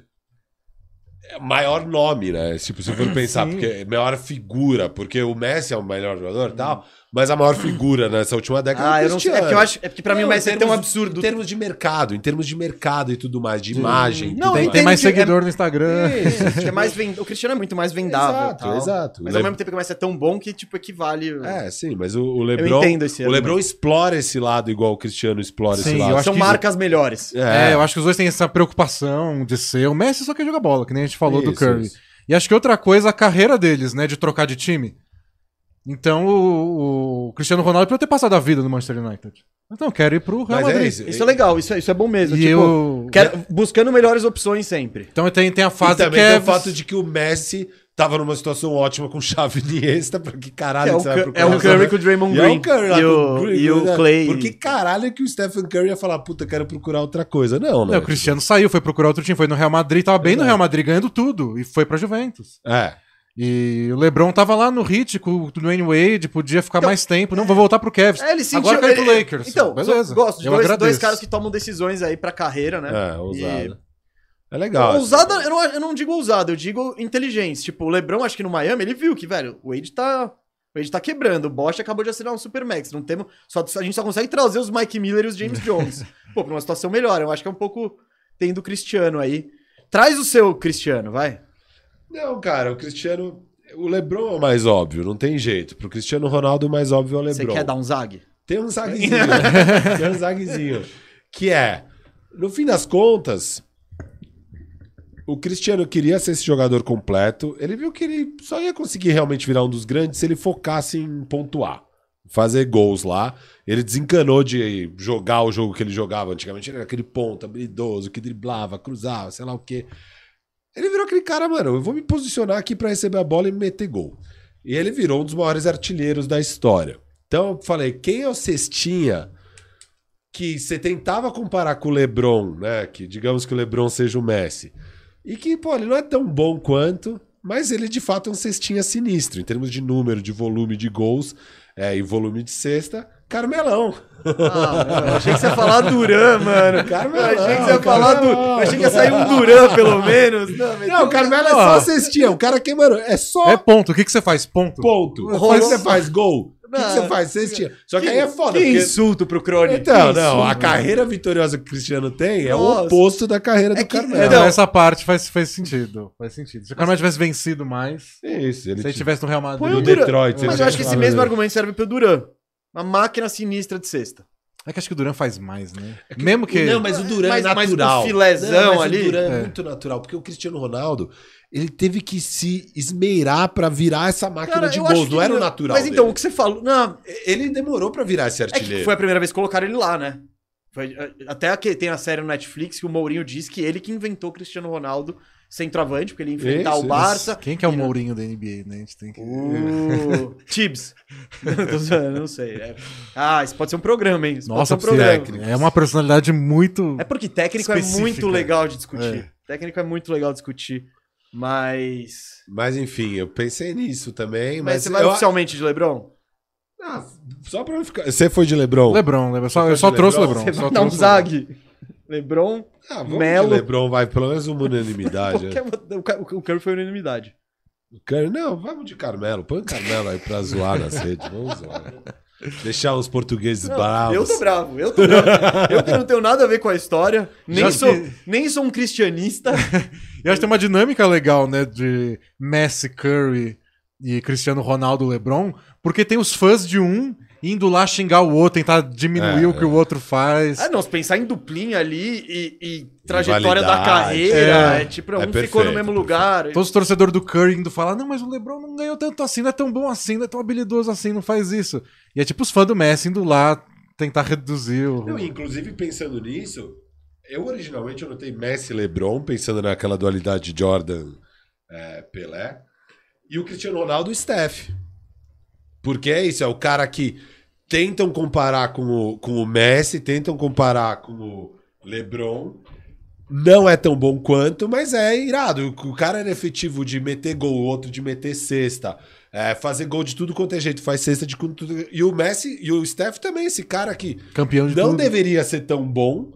é, maior nome, né? Tipo, se for pensar, Sim. porque é maior figura, porque o Messi é o melhor jogador e tal. Mas a maior figura nessa última década Ah, é o eu não sei. É Cristiano. porque eu acho. É porque pra mim o Messi é tão Em absurdo. termos de mercado, em termos de mercado e tudo mais, de imagem. Não, eu tudo Tem, mais. tem mais entendi, é seguidor no Instagram. Isso, acho que é mais vend... O Cristiano é muito mais vendável. Exato, tal. exato. Mas Le- ao mesmo tempo que o Messi é tão bom que, tipo, equivale. É, sim, mas o, o eu LeBron. entendo esse O LeBron argumento. explora esse lado igual o Cristiano explora esse Sim, lado. eu acho São que- marcas melhores. É, eu acho que os dois têm essa preocupação de ser. O Messi só quer jogar bola, que nem a gente falou do Isso, Curry. isso. E acho que outra coisa, a carreira deles, né, de trocar de time. Então o, o Cristiano Ronaldo podia ter passado a vida no Manchester United. Então eu quero ir pro Real Mas Madrid. é isso. Isso é legal, isso é, isso é bom mesmo. E tipo, eu... quero- buscando melhores opções sempre. Então tem, tem a E fase também que tem é... o fato de que o Messi tava numa situação ótima com chave de Iniesta, porque caralho é, o que vai Cur- procurar é o essa- Curry com o Draymond E Green. é o Curry lá e com o, Green, e o né? Clay. Porque caralho que o Stephen Curry ia falar, puta, quero procurar outra coisa. Não, né? Não, o Cristiano saiu, foi procurar outro time, foi no Real Madrid, tava bem no Exato. Real Madrid, ganhando tudo, e foi pra Juventus. É. E o LeBron tava lá no Hit com o Dwayne Wade, podia ficar Então- mais tempo, não vou voltar pro Cavs. É, ele sentiu. Agora quero ir pro ele- Lakers. Então, Beleza. eu gosto de Eu dois, agradeço. dois caras que tomam decisões aí pra carreira, né? É, ousado. É legal. Ousada, eu não, eu não digo ousado, eu digo inteligência. Tipo, o Lebron, acho que no Miami, ele viu que, velho, o Wade tá. O Wade tá quebrando. O Bosch acabou de assinar um Supermax. Não temos. Só, a gente só consegue trazer os Mike Miller e os James Jones. Pô, pra uma situação melhor. Eu acho que é um pouco. Tem do Cristiano aí. Traz o seu Cristiano, vai. Não, cara, o Cristiano. O Lebron é o mais óbvio, não tem jeito. Pro Cristiano Ronaldo, o mais óbvio é o Você Lebron. quer dar um zague? Tem um zaguezinho. tem um zaguezinho. Que é, no fim das contas, o Cristiano queria ser esse jogador completo. Ele viu que ele só ia conseguir realmente virar um dos grandes se ele focasse em pontuar. Fazer gols lá. Ele desencanou de jogar o jogo que ele jogava antigamente. Ele era aquele ponta habilidoso que driblava, cruzava, sei lá o quê. Ele virou aquele cara, mano, eu vou me posicionar aqui pra receber a bola e meter gol. E ele virou um dos maiores artilheiros da história. Então eu falei, quem é o cestinha que você tentava comparar com o LeBron, né? Que digamos que o LeBron seja o Messi. E que, pô, ele não é tão bom quanto, mas ele de fato é um cestinha sinistro em termos de número, de volume de gols é, e volume de cesta. Carmelão. Ah, não, eu achei que você ia falar Duran, mano. Eu Carmelão. achei que você ia falar do... Carmelão. eu achei que ia sair um Duran, pelo menos. Não, mas- Não, o Carmelo é só cestinha. O cara que, mano, é só É ponto, o que, que você faz? Ponto. ponto. Rolou. Quando você faz gol, o que, que Não. você faz? Cestinha. Só que, aí é foda. Que porque- insulto pro Crônico. Então, que não, a insulto. carreira vitoriosa que o Cristiano tem é Nossa. o oposto da carreira É do que- É, Carmelo. Então- não, essa parte faz, faz sentido. Faz sentido. Se o Carmelo tivesse vencido mais, É Isso, ele um se ele te- tivesse no Real Madrid. Põe o do Duran. Detroit. ele "É." Mas te- eu acho que esse mesmo argumento serve pro Duran. Uma máquina sinistra de cesta. É que acho que o Duran faz mais, né? Mesmo que. Não, mas o Duran É Mas- é mas o natural. filézão Não, mas ali- O Duran é, É. muito natural, porque o Cristiano Ronaldo, ele teve que se esmeirar pra virar essa máquina de eu acho gols, que não era o Duran- natural. Mas então, dele. o que você falou. Não, ele demorou pra virar esse é que artilheiro. foi a primeira vez que colocaram ele lá, né? Foi- até aqui, tem a série no Netflix que o Mourinho diz que ele que inventou o Cristiano Ronaldo centroavante, porque ele ia enfrentar o Isso, isso. Barça. Quem que é o Mourinho da NBA, né? A gente tem que. O Tibbs. Não, tô zoando, não sei. É- Ah, isso pode ser um programa, hein? Isso Nossa, pode ser um programa. precisa- é uma personalidade muito. É porque técnico é Específica. muito legal de discutir. É. Técnico é muito legal de discutir. Mas. Mas enfim, eu pensei nisso também. Mas, Mas, você vai eu- oficialmente de Lebron? Ah, só pra não ficar. Você foi de Lebron? Lebron, Lebron. Só- eu Você só pode trouxe o Lebron? Lebron. Você só vai dar um trouxe o Lebron. zague. Lebron. Ah, vamos de Melo. Lebron, vai, pelo menos uma Ah, unanimidade. né? Qualquer... O Ca- o Curry foi unanimidade. Car- Não, vamos de Carmelo. Põe o Carmelo aí pra zoar nas redes. Vamos zoar. Deixar os portugueses Não, Ah, bravos. Eu tô bravo, eu tô bravo. eu que não tenho nada a ver com a história. Nem, Já sou, vi. nem sou um cristianista. E acho que tem uma dinâmica legal, né? De Messi, Curry e Cristiano Ronaldo, Lebron. Porque tem os fãs de um indo lá xingar o outro, tentar diminuir É, o que o outro faz. ah, não, se pensar em duplinha ali e, e trajetória da Rivalidade. carreira. É, É. tipo, um É ficou no perfeito, mesmo perfeito. lugar. Todos os torcedores do Curry indo falar: não, mas o Lebron não ganhou tanto assim, não é tão bom assim, não é tão habilidoso assim, não faz isso. E é tipo os fãs do Messi indo lá tentar reduzir o. Não, e inclusive, pensando nisso, eu originalmente anotei Messi e Lebron, pensando naquela dualidade de Jordan é, Pelé, e o Cristiano Ronaldo e Steph. Porque é isso, é o cara que tentam comparar com o, com o Messi, tentam comparar com o Lebron. Não é tão bom quanto, mas é irado. O cara era efetivo de meter gol, o outro de meter cesta. É, fazer gol de tudo quanto é jeito, faz cesta de tudo. E o Messi e o Steph também, esse cara que Campeão de não tudo. deveria ser tão bom,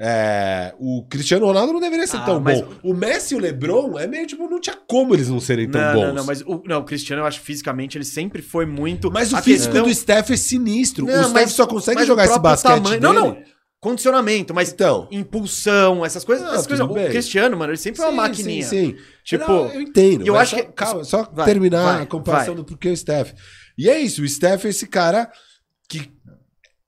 É, o Cristiano Ronaldo não deveria ser Ah, tão mas- bom. O Messi e o LeBron é meio tipo, não tinha como eles não serem tão não, bons. não, não, mas o, não, o Cristiano, eu acho que fisicamente ele sempre foi muito. Mas o a físico questão- do Steph é sinistro. Não, o Steph mas- só consegue mas jogar o esse próprio basquete. tamanho- Não, dele. não. Condicionamento, mas Então. impulsão, essas coisas. Ah, essas coisas. tudo bem. O Cristiano, mano, ele sempre foi uma maquininha. Sim, sim. Tipo, Não, eu entendo. eu mas acho só- que- Calma, só Vai, terminar vai, a comparação vai. do porquê o Steph. E é isso, o Steph é esse cara que.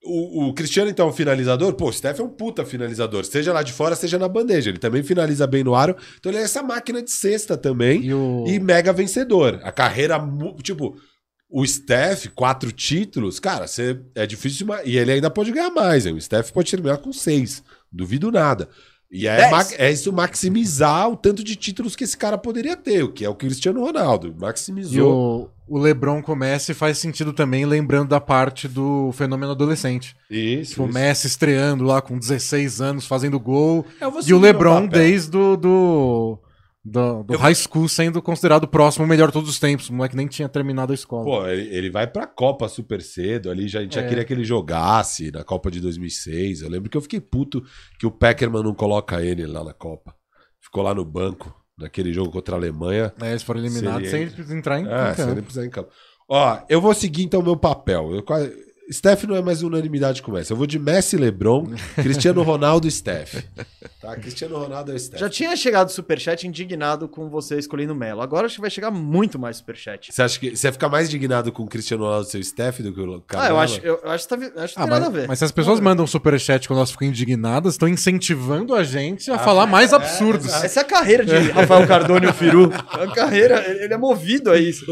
O, o Cristiano, então, é um finalizador. Pô, o Steph é um puta finalizador. Seja lá de fora, seja na bandeja. Ele também finaliza bem no aro. Então ele é essa máquina de cesta também. E o... E mega vencedor. A carreira, mu- tipo, o Steph, quatro títulos, cara, você é difícil. de ma- E ele ainda pode ganhar mais, hein? O Steph pode terminar com seis. Duvido nada. E é, Dez. ma- é isso maximizar o tanto de títulos que esse cara poderia ter, o que é o Cristiano Ronaldo. E Maximizou. o, o LeBron começa e faz sentido também, lembrando da parte do fenômeno adolescente. Isso. Tipo, o isso. Messi estreando lá com 16 anos, fazendo gol. Eu vou E o seguir LeBron meu papel. desde o do, do, do Eu- high school sendo considerado o próximo melhor de todos os tempos. O moleque nem tinha terminado a escola. Pô, ele, ele vai pra Copa super cedo ali, já, a gente já É. queria que ele jogasse na Copa de 2006. Eu lembro que eu fiquei puto que o Peckerman não coloca ele lá na Copa. Ficou lá no banco, naquele jogo contra a Alemanha. É, eles foram eliminados Seria- sem eles entrar em Ah, campo. você nem precisa ir em campo. Ó, eu vou seguir então meu papel. Eu quase... Steph não é mais unanimidade com essa. Eu vou de Messi, LeBron, Cristiano Ronaldo e Steph. Tá, Cristiano Ronaldo é o Steph. Já tinha chegado superchat indignado com você escolhendo o Melo. Agora acho que vai chegar muito mais superchat. Você acha que você vai ficar mais indignado com o Cristiano Ronaldo e seu Steph do que o Ah, eu Canela? acho, eu, eu acho que, tá, vi- acho que Ah, não tem nada a ver. mas, mas se as pessoas mandam superchat quando elas ficam indignadas, estão incentivando a gente a Ah, falar é, mais absurdos. Essa é a carreira de Rafael Cardone e o Firu. É A carreira, ele ele é movido a isso.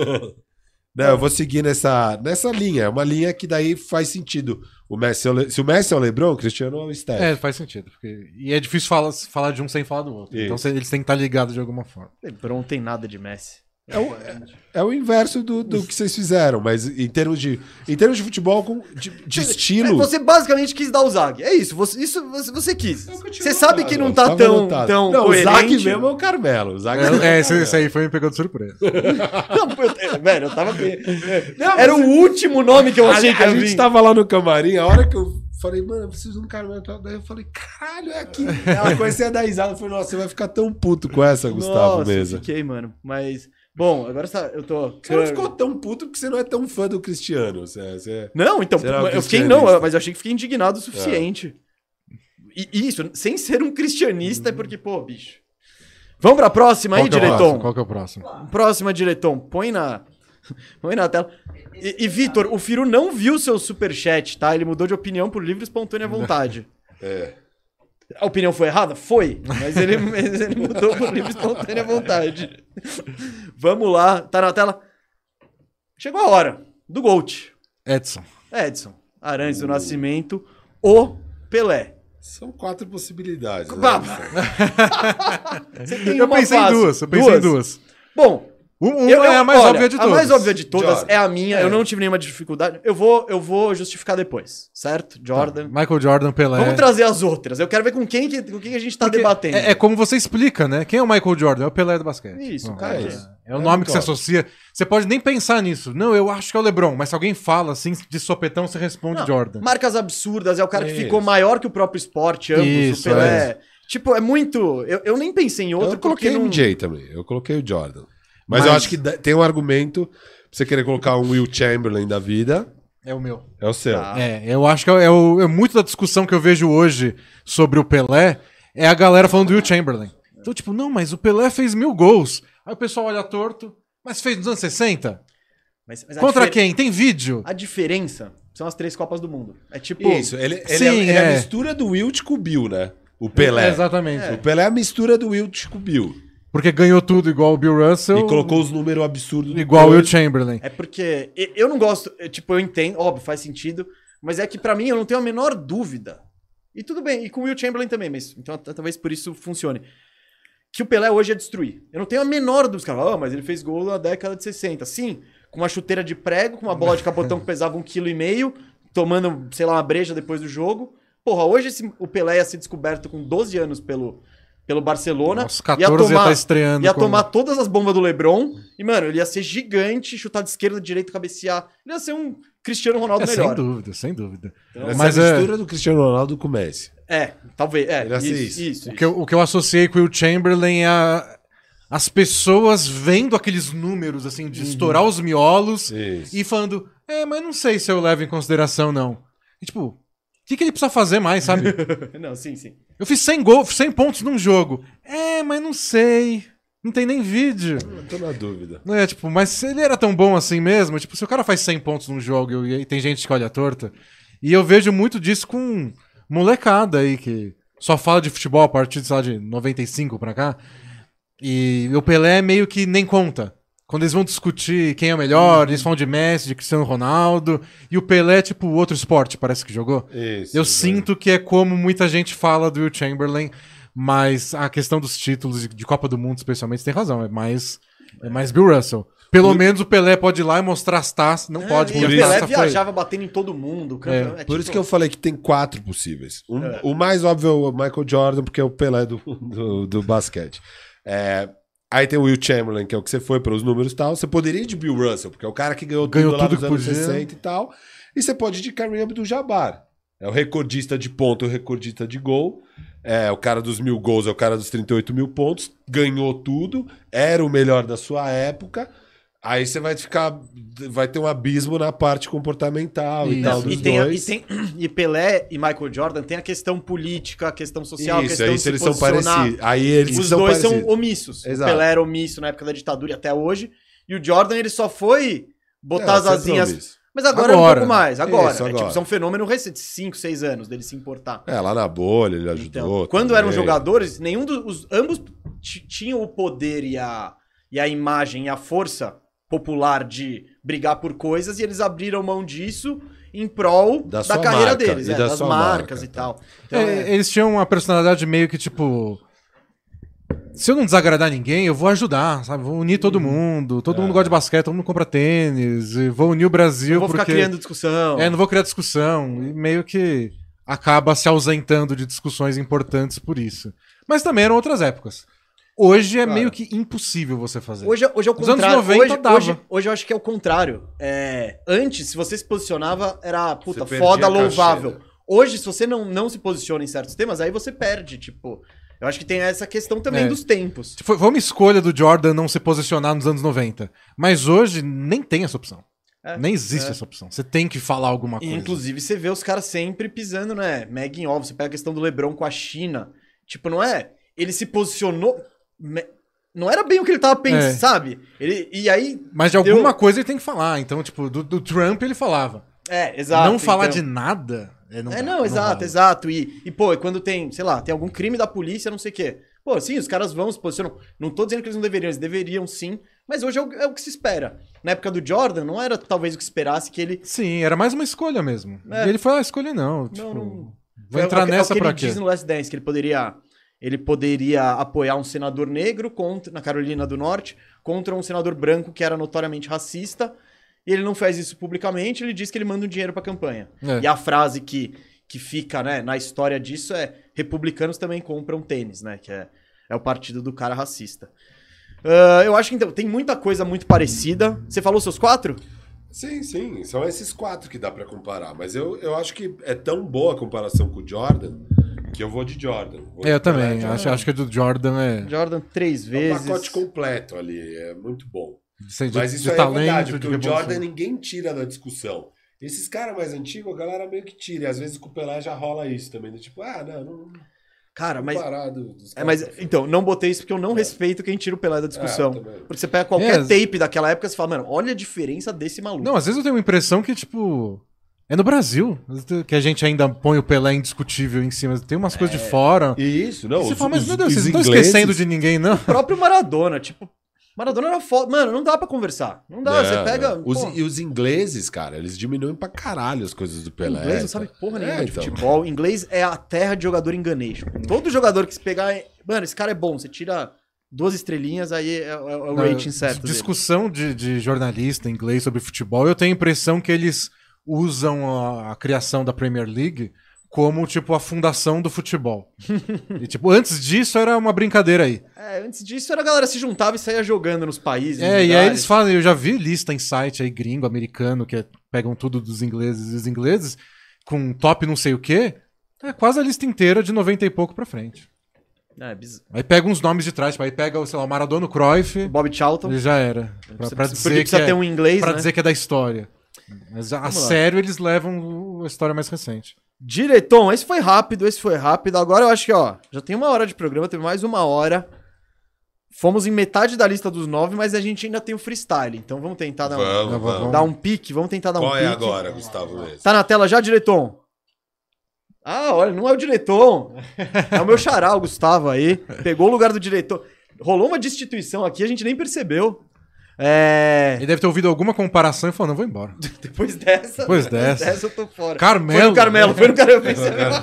Não, Né, eu vou seguir nessa, nessa linha. É uma linha que daí faz sentido. O Messi, é o Le- se o Messi é o Lebron, o Cristiano é o Steph. É, faz sentido. porque- E é difícil falar, falar de um sem falar do outro. Isso. Então cê- eles têm que estar ligados de alguma forma. Lebron não tem nada de Messi. É, o, é- é o inverso do, do que vocês fizeram, mas em termos de, em termos de futebol, com, de, de estilo. Você basicamente quis dar o Zag. É isso. Você, isso você, você quis. Eu continuo Você sabe anotado, que não eu tá tava tão, anotado. tão não, coerente. O Zac mesmo é o Carmelo. O Zac mesmo é o É, esse, Carmelo. esse aí foi me pegou de surpresa. Tá Não, eu- é, velho, eu tava. É, Não, Era o último nome que eu achei a, que a ia gente vir. tava lá no camarim, a hora que eu falei, mano, eu preciso de um Carmelo. e tal, Daí eu falei, caralho, é aqui. Ela comecei a dar risada. Eu falei, nossa, você vai ficar tão puto com essa, Gustavo, Nossa, eu mesmo. Fiquei, mano. Mas. Bom, agora você tá- eu tô. Você não ficou tão puto porque você não é tão fã do Cristiano. Você, é você- Não, então, Será eu que fiquei cristianista? não, mas eu achei que fiquei indignado o suficiente. E e isso, sem ser um cristianista, é porque, pô, bicho. Vamos pra próxima aí, que é o próximo? diretor. Qual que é o próximo? Próxima, diretor. Põe na põe na tela. E, e, Vitor, o Firu não viu seu superchat, tá? Ele mudou de opinião por livre e espontânea vontade. A opinião foi errada? Foi. Mas ele, mas ele mudou por livre e espontânea vontade. Vamos lá. Tá na tela? Chegou a hora do Gold. Edson. Edson, Arantes do Nascimento, o Pelé. São quatro possibilidades. né? Bah, Você tem É. Eu uma pensei em fácil. duas, eu pensei em duas. Bom, Um- Uma eu- é eu- a mais olha, óbvia de todas. A mais óbvia de todas Jordan. é a minha, É. eu não tive nenhuma dificuldade. Eu vou, eu vou justificar depois, certo? Jordan. Jordan. Michael Jordan, Pelé. Vamos trazer as outras. Eu quero ver com quem que, com quem que a gente tá debatendo. É, é como você explica, né? Quem é o Michael Jordan? É o Pelé do basquete. Isso, Bom, cara. É, É, isso. é o É nome que se concordo. associa. Você pode nem pensar nisso. Não, eu acho que é o LeBron. Mas se alguém fala assim, de sopetão, você responde Não, Jordan. Marcas absurdas, é o cara que Isso. ficou maior que o próprio esporte, ambos, Isso, o Pelé. Tipo, é muito. Eu, eu nem pensei em outro eu coloquei um porque o não... MJ também. Eu coloquei o Jordan. Mas, eu Mas- acho que da- tem um argumento pra você querer colocar um Will Chamberlain da vida. É o meu. É o seu. Tá. É, eu acho que é, o- é muito da discussão que eu vejo hoje sobre o Pelé é a galera falando do Will Chamberlain. Então, tipo, não, mas o Pelé fez mil gols. Aí o pessoal olha torto, mas fez nos anos 60? Mas- mas a Contra difer- quem? Tem vídeo? A diferença são as três Copas do Mundo. É tipo. Isso. Ele, ele Sim, é, ele é é. a mistura do Wilt com o Bill, né? O Pelé. É, exatamente. O Pelé é a mistura do Wilt com o Bill. Porque ganhou tudo igual o Bill Russell, E colocou os números absurdos. do Então, igual o Will Wilt. Chamberlain. É porque e- eu não gosto, eu, tipo, eu entendo, óbvio, faz sentido, mas é que pra mim eu não tenho a menor dúvida. E tudo bem, e com o Will Chamberlain também, mas então t- talvez por isso funcione. Que o Pelé hoje é destruir. Eu não tenho a menor dúvida. Os caras, ah, mas ele fez gol na década de 60. Sim, com uma chuteira de prego, com uma bola de capotão que pesava um quilo e meio, tomando, sei lá, uma breja depois do jogo. Porra, hoje esse- o Pelé né? ia ser descoberto com 12 anos pelo, pelo Barcelona. Aos 14 ia tomar- tá estreando. Ia como- tomar todas as bombas do Lebron. E, mano, ele ia ser gigante, chutar de esquerda, direita, cabecear. Ele ia ser um Cristiano Ronaldo É, sem melhor. dúvida, sem dúvida. Então, Essa Mas é- mistura do Cristiano Ronaldo com o Messi. é, talvez. É, Ele ia isso, ser isso, isso. isso. O que, eu, o que eu associei com o Will Chamberlain é a- as pessoas vendo aqueles números, assim, Uhum. de estourar os miolos Isso. e falando, é, mas não sei se eu levo em consideração, não. E, tipo, o que, que ele precisa fazer mais, sabe? Não, sim, sim. eu fiz 100 gols, 100 pontos num jogo. É, mas não sei. Não tem nem vídeo. Eu tô na dúvida. É, tipo, mas se ele era tão bom assim mesmo, tipo, se o cara faz 100 pontos num jogo e eu- e tem gente que olha torta, e eu vejo muito disso com molecada aí que só fala de futebol a partir, sei lá, de 95 pra cá, e o Pelé meio que nem conta. Quando eles vão discutir quem é o melhor, eles falam de Messi, de Cristiano Ronaldo, e o Pelé, tipo, outro esporte parece que jogou. Isso, Eu velho. sinto né? que é como muita gente fala do Will Chamberlain, mas a questão dos títulos de- de Copa do Mundo, especialmente, tem razão. É mais, é mais Bill Russell. Pelo menos o Pelé pode ir lá e mostrar as taças. Não pode, É, e o porque a Pelé taça foi- viajava batendo em todo mundo. campeão- é Por tipo- isso que eu falei que tem quatro possíveis. Um- É. O mais óbvio é o Michael Jordan, porque é o Pelé do, do, do basquete. É, aí tem o Will Chamberlain, que é o que você foi pelos números e tal. Você poderia ir de Bill Russell, porque é o cara que ganhou, Ganhou tudo lá tudo nos que anos podia. 60 e tal. E você pode ir de Kareem Abdul-Jabbar. É o recordista de ponto, o recordista de gol. É o cara dos mil gols, é o cara dos 38 mil pontos. Ganhou tudo, era o melhor da sua época. Aí você vai ficar... Vai ter um abismo na parte comportamental e Isso. tal e, dos tem a- dois. e tem- e Pelé e Michael Jordan tem a questão política, a questão social, a Isso, questão aí de se eles são posicionar. parecidos. Aí eles Os são dois parecidos. são omissos. Exato. O Pelé era omisso na época da ditadura e até hoje. E o Jordan, ele só foi botar É, as sempre asinhas. omisso. Mas agora, é um Agora. pouco mais, agora. Isso, É, tipo, agora. isso é um fenômeno recente, 5, 6 anos dele se importar. É, lá na bolha ele Então, ajudou. quando também. eram jogadores, nenhum dos. os- ambos ti- tinham o poder e a, e a imagem e a força popular de brigar por coisas e eles abriram mão disso em prol Da da, sua carreira marca deles, e é, da das sua marcas marca, tá. e tal. Então, é- É, Eles tinham uma personalidade meio que tipo. Se eu não desagradar ninguém, eu vou ajudar, sabe? Vou unir Uhum. todo mundo. Todo mundo gosta de basquete, todo mundo compra tênis. e Vou unir o Brasil. É. eu vou ficar porque... criando discussão. É, não vou criar discussão. E meio que acaba se ausentando de discussões importantes por isso. Mas também eram outras épocas. Hoje é Cara. meio que impossível você fazer. Hoje, é- hoje é o Nos anos contrário. 90 hoje, dava. Hoje, hoje eu acho que é o contrário. É, antes, se você se posicionava, era puta, Você foda, perdia a né? louvável. caixinha. Hoje, se você não, não se posiciona em certos temas, aí você perde. Tipo, eu acho que tem essa questão também É. dos tempos. Foi, foi uma escolha do Jordan não se posicionar nos anos 90. Mas hoje nem tem essa opção. É, nem existe é. essa opção. Você tem que falar alguma E, coisa. Inclusive, você vê os caras sempre pisando, né? Meg em ovo. Você pega a questão do Lebron com a China. Tipo, não é? Ele se posicionou. me- Não era bem o que ele tava pensando, É. sabe? Ele... E aí. Mas de alguma Eu- coisa ele tem que falar. Então, tipo, do, do Trump ele falava. É, exato. não falar então- de nada. É, não, é, dá, não, exato, rola. exato. E, e, pô, e quando tem, sei lá, tem algum crime da polícia, não sei o quê. Pô, sim, os caras vão, se posicionam. Não tô dizendo que eles não deveriam, eles deveriam sim. Mas hoje é o, é o que se espera. Na época do Jordan, não era talvez o que esperasse que ele. Sim, era mais uma escolha mesmo. É. E ele foi, ah, escolha não. Tipo, não. Vou É o- entrar é o que- nessa é o que pra ele quê? diz no Last Dance, que ele poderia, ele poderia apoiar um senador negro contra, na Carolina do Norte contra um senador branco que era notoriamente racista. E ele não faz isso publicamente, ele diz que ele manda um dinheiro pra campanha. É. E a frase que, que fica né, na história disso é: republicanos também compram tênis, né? Que é, é o partido do cara racista. Ah, eu acho que então, tem muita coisa muito parecida. Você falou seus quatro? Sim, sim. São esses quatro que dá pra comparar. Mas eu, eu acho que é tão boa a comparação com o Jordan que eu vou de Jordan. Vou É, de eu também. Pelé. Acho, acho que a do Jordan é Jordan, três É um vezes. pacote completo ali. É muito bom. de, de, Mas de isso aí é talento, verdade, de assim. porque o revolução. Jordan ninguém tira da discussão. Esses caras mais antigos, a galera meio que tira. E às vezes com o Pelé já rola isso também. né? Tipo, ah, não, não Cara, mas. parado dos É, mas, caras. então, não botei isso porque eu não respeito quem tira o Pelé da discussão. É, também. porque você pega qualquer É, as- tape daquela época e você fala, mano, olha a diferença desse é- maluco. Não, às vezes eu tenho a impressão que, tipo. É no Brasil que a gente ainda põe o Pelé indiscutível em cima. Tem umas coisas de fora. E Isso, É. não. E você os- fala, mas os- meu Deus, os vocês não estão ingleses- esquecendo de ninguém, não? O próprio Maradona, tipo, Maradona era foda. Mano, não dá pra conversar. Não dá, Não, É, você pega. não. É. Os- pô, e os ingleses, cara, eles diminuem pra caralho as coisas do Pelé. inglês cara. não sabe porra nenhuma É, de então. futebol. Inglês é a terra de jogador enganation. Hum. Todo jogador que se pegar. é- Mano, esse cara é bom. Você tira duas estrelinhas, aí é, é- é o Na rating certo. dele. Discussão de, de jornalista inglês sobre futebol, eu tenho a impressão que eles usam a, a criação da Premier League como, tipo, a fundação do futebol. e, tipo, antes disso era uma brincadeira aí. É, antes disso era a galera se juntava e saía jogando nos países. É, nos e aí lugares. eles fazem, eu já vi lista em site aí gringo, americano, que é- pegam tudo dos ingleses e os ingleses, com top não sei o quê. É quase a lista inteira de 90 e pouco pra frente. É, biz... Aí pega uns nomes de trás, tipo, aí pega, sei lá, o Maradona, o Cruyff, Bob Charlton. e já era. Pra, Então, Precisa- pra porque dizer, que precisa é, ter um inglês, pra né? dizer que é da história. Mas a a Vamos lá. sério eles levam o- a história mais recente. Direton, esse foi rápido, esse foi rápido. Agora eu acho que, ó, já tem uma hora de programa, tem mais uma hora. Fomos em metade da lista dos nove, mas a gente ainda tem o freestyle. Então vamos tentar dar, um- Vamos, vamos. dar um pique, vamos tentar dar um Qual pique. é agora, Gustavo Mendes? Tá na tela já, Direton? Ah, olha, não é o Direton. É o meu xará, o Gustavo aí. Pegou o lugar do Direton. Rolou uma destituição aqui, a gente nem percebeu. É. Ele deve ter ouvido alguma comparação e falou, não, vou embora. Depois dessa. Depois dessa. eu tô fora. Carmelo. Foi no Carmelo, foi no Carmelo. percebeu?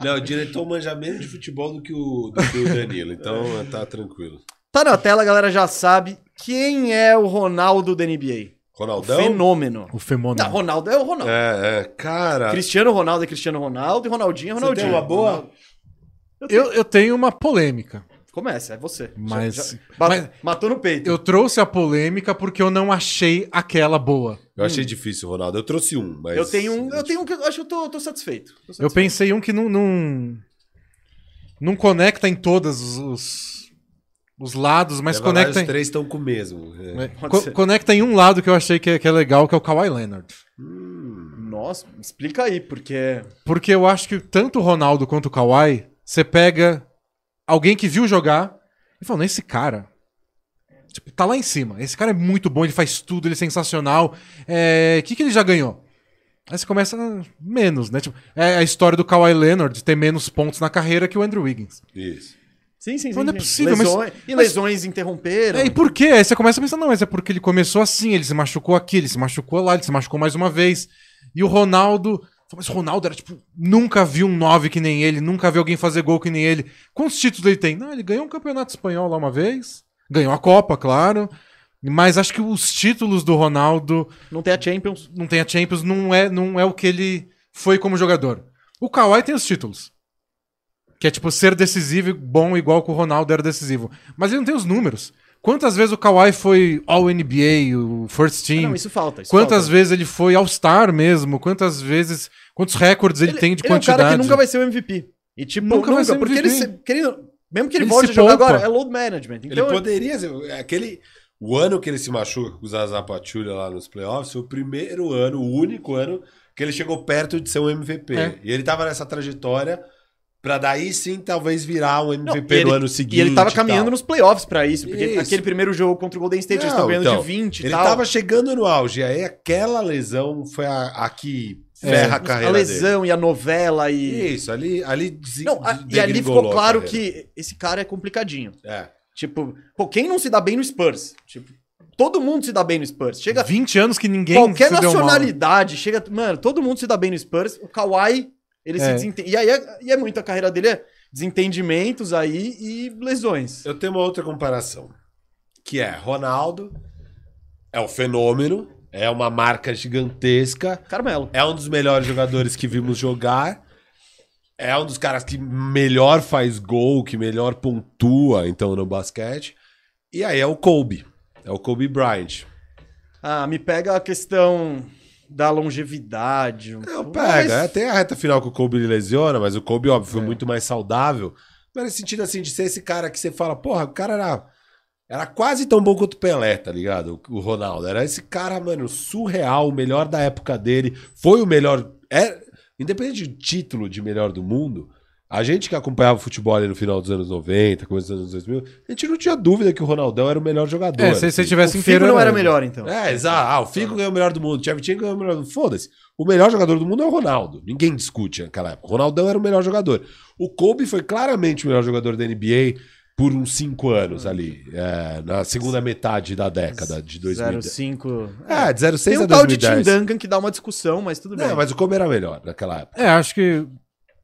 Não, o diretor manja menos de futebol do que o, do que o Danilo, então tá tranquilo. Tá na tela, a galera já sabe quem é o Ronaldo da NBA. Ronaldão? Fenômeno. O Femona. Não, Ronaldo é o Ronaldo. É, é, cara. Cristiano Ronaldo é Cristiano Ronaldo e Ronaldinho é Você Ronaldinho. tem uma boa? Eu, eu tenho uma polêmica, Começa, é você. mas... Já- já- ba- mas- Matou no peito. Eu trouxe a polêmica porque eu não achei aquela boa. Eu achei difícil, Ronaldo. Eu trouxe um, mas. Eu tenho um, eu tenho um que eu acho que eu tô, tô satisfeito. Tô Eu satisfeito. pensei um que não. Não, não conecta em todos os, os, os lados, mas Mas conecta. conecta Os em, três estão com o mesmo. né, É. é, né? Pode co- ser. conecta em um lado que eu achei que é, que é legal, que é o Kawhi Leonard. Nossa, explica aí, porque é Porque eu acho que tanto o Ronaldo quanto o Kawhi, você pega alguém que viu jogar e fala, "Não, esse cara. Tipo, tá lá em cima. Esse cara é muito bom, ele faz tudo, ele é sensacional. É, O que, que ele já ganhou? Aí você começa ah, menos, né? Tipo, é a história do Kawhi Leonard ter menos pontos na carreira que o Andrew Wiggins. Isso. Sim, sim, Mas não é possível, mas- lesões, E mas- lesões interromperam. É, e por quê? Aí você começa a pensar, não, mas é porque ele começou assim, ele se machucou aqui, ele se machucou lá, ele se machucou mais uma vez. E o Ronaldo. Mas o Ronaldo era tipo, nunca viu um 9 que nem ele, nunca viu alguém fazer gol que nem ele. Quantos títulos ele tem? Não, ele ganhou um campeonato espanhol lá uma vez, ganhou a Copa, claro. Mas acho que os títulos do Ronaldo, Não tem a Champions. não tem a Champions, não é, não é o que ele foi como jogador. O Kawhi tem os títulos. Que é tipo ser decisivo e bom igual que o Ronaldo era decisivo. Mas ele não tem os números. Quantas vezes o Kawhi foi All NBA, o First Ah, Team? não, isso falta. isso Quantas falta. vezes ele foi All-Star mesmo? Quantas vezes. Quantos recordes ele, tem de quantidade? é um cara que nunca vai ser o MVP. E tipo, nunca, Nunca vai ser porque MVP. ele, se- querendo- mesmo que ele, Ele volte se a jogar poupa. agora, é load management. Ele Então, poderia ser. Aquele. O ano que ele se machuca com o Zaza Pachulia lá nos playoffs foi o primeiro ano, o único ano, que ele chegou perto de ser um MVP. É. E ele tava nessa trajetória pra daí sim talvez virar um Não, MVP e do ele- ano seguinte. e ele tava caminhando no nos playoffs pra isso, porque tipo, tá. Isso. aquele primeiro jogo contra o Golden State eles Não, estão ganhando então, de 20 e Ele tal. tava chegando no auge, aí aquela lesão foi a, a que ferra a carreira É. a lesão e a novela e dele. Isso, ali, ali des- Não, a- e ali degringolou ficou claro a carreira. que esse cara é complicadinho. É. Tipo, pô, quem não se dá bem no Spurs? Tipo, todo mundo se dá bem no Spurs. Chega 20 anos que ninguém. qualquer se deu mal. nacionalidade, chega, mano, todo mundo se dá bem no Spurs. O Kawhi, ele se É. desentende. E aí é, e é muito a carreira dele é desentendimentos aí e lesões. Eu tenho uma outra comparação, que é Ronaldo é um fenômeno, é uma marca gigantesca, Carmelo. é um dos melhores jogadores que vimos jogar, é um dos caras que melhor faz gol, que melhor pontua, então, no basquete. E aí é o Kobe, é o Kobe Bryant. Ah, me pega a questão da longevidade. Então, Não, Mas- pega. é, Tem a reta final que o Kobe lesiona, mas o Kobe, óbvio, É. foi muito mais saudável. Mas nesse sentido, assim, de ser esse cara que você fala, porra, o cara era, era quase tão bom quanto o Pelé, tá ligado? O, o Ronaldo. Era esse cara, mano, surreal, o melhor da época dele. Foi o melhor. É, independente do título de melhor do mundo, a gente que acompanhava o futebol ali no final dos anos 90, começo dos anos 2000, a gente não tinha dúvida que o Ronaldão era o melhor jogador. É, se se assim. O tivesse Figo inteiro. não era melhor, então. É, exato. Ah, o Figo ganhou o melhor do mundo, o Tchevchenko ganhou o melhor do mundo. Foda-se. O melhor jogador do mundo é o Ronaldo. Ninguém discute naquela época. O Ronaldão era o melhor jogador. O Kobe foi claramente o melhor jogador da NBA por uns cinco anos Ah, ali. é, na segunda metade da década de 2010. 05. É, de 06 Tem a um tal de Tim 2010. Duncan que dá uma discussão, mas tudo bem. Não, mas o Kobe era melhor naquela época. É, acho que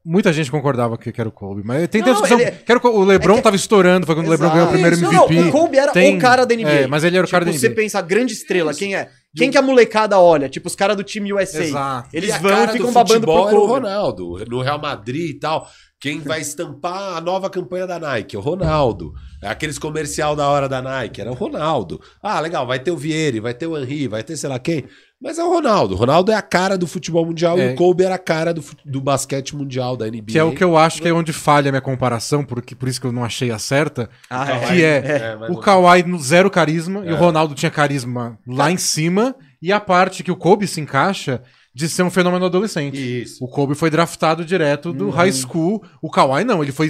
muita gente concordava que que era o Kobe, mas tem tem a Não, discussão. ele é- que era o, Co- o LeBron tava estourando, foi quando o LeBron ganhou o primeiro Isso, MVP. não, não, o Kobe era o cara da NBA. É, mas ele era o Tipo, cara da você NBA. pensa, a grande estrela, quem é? Quem que a molecada olha? Tipo, os caras do time USA. Exato. Eles a vão cara e ficam do babando futebol pro era o cover. Ronaldo, no Real Madrid e tal. Quem vai estampar a nova campanha da Nike? É O Ronaldo. É Aqueles comercial da hora da Nike, era o Ronaldo. Ah, legal, vai ter o Vieira, vai ter o Henry, vai ter sei lá quem. Mas é o Ronaldo. O Ronaldo é a cara do futebol mundial É. e o Kobe era a cara do, fu- do basquete mundial da NBA. Que é o que eu acho que é onde falha a minha comparação, porque, por isso que eu não achei a certa. Ah, é. que é, Então, mas o não- Kawhi no zero carisma e É. o Ronaldo tinha carisma lá em cima. E a parte que o Kobe se encaixa de ser um fenômeno adolescente. Isso. O Kobe foi draftado direto Uhum. do high school. O Kawhi não, ele foi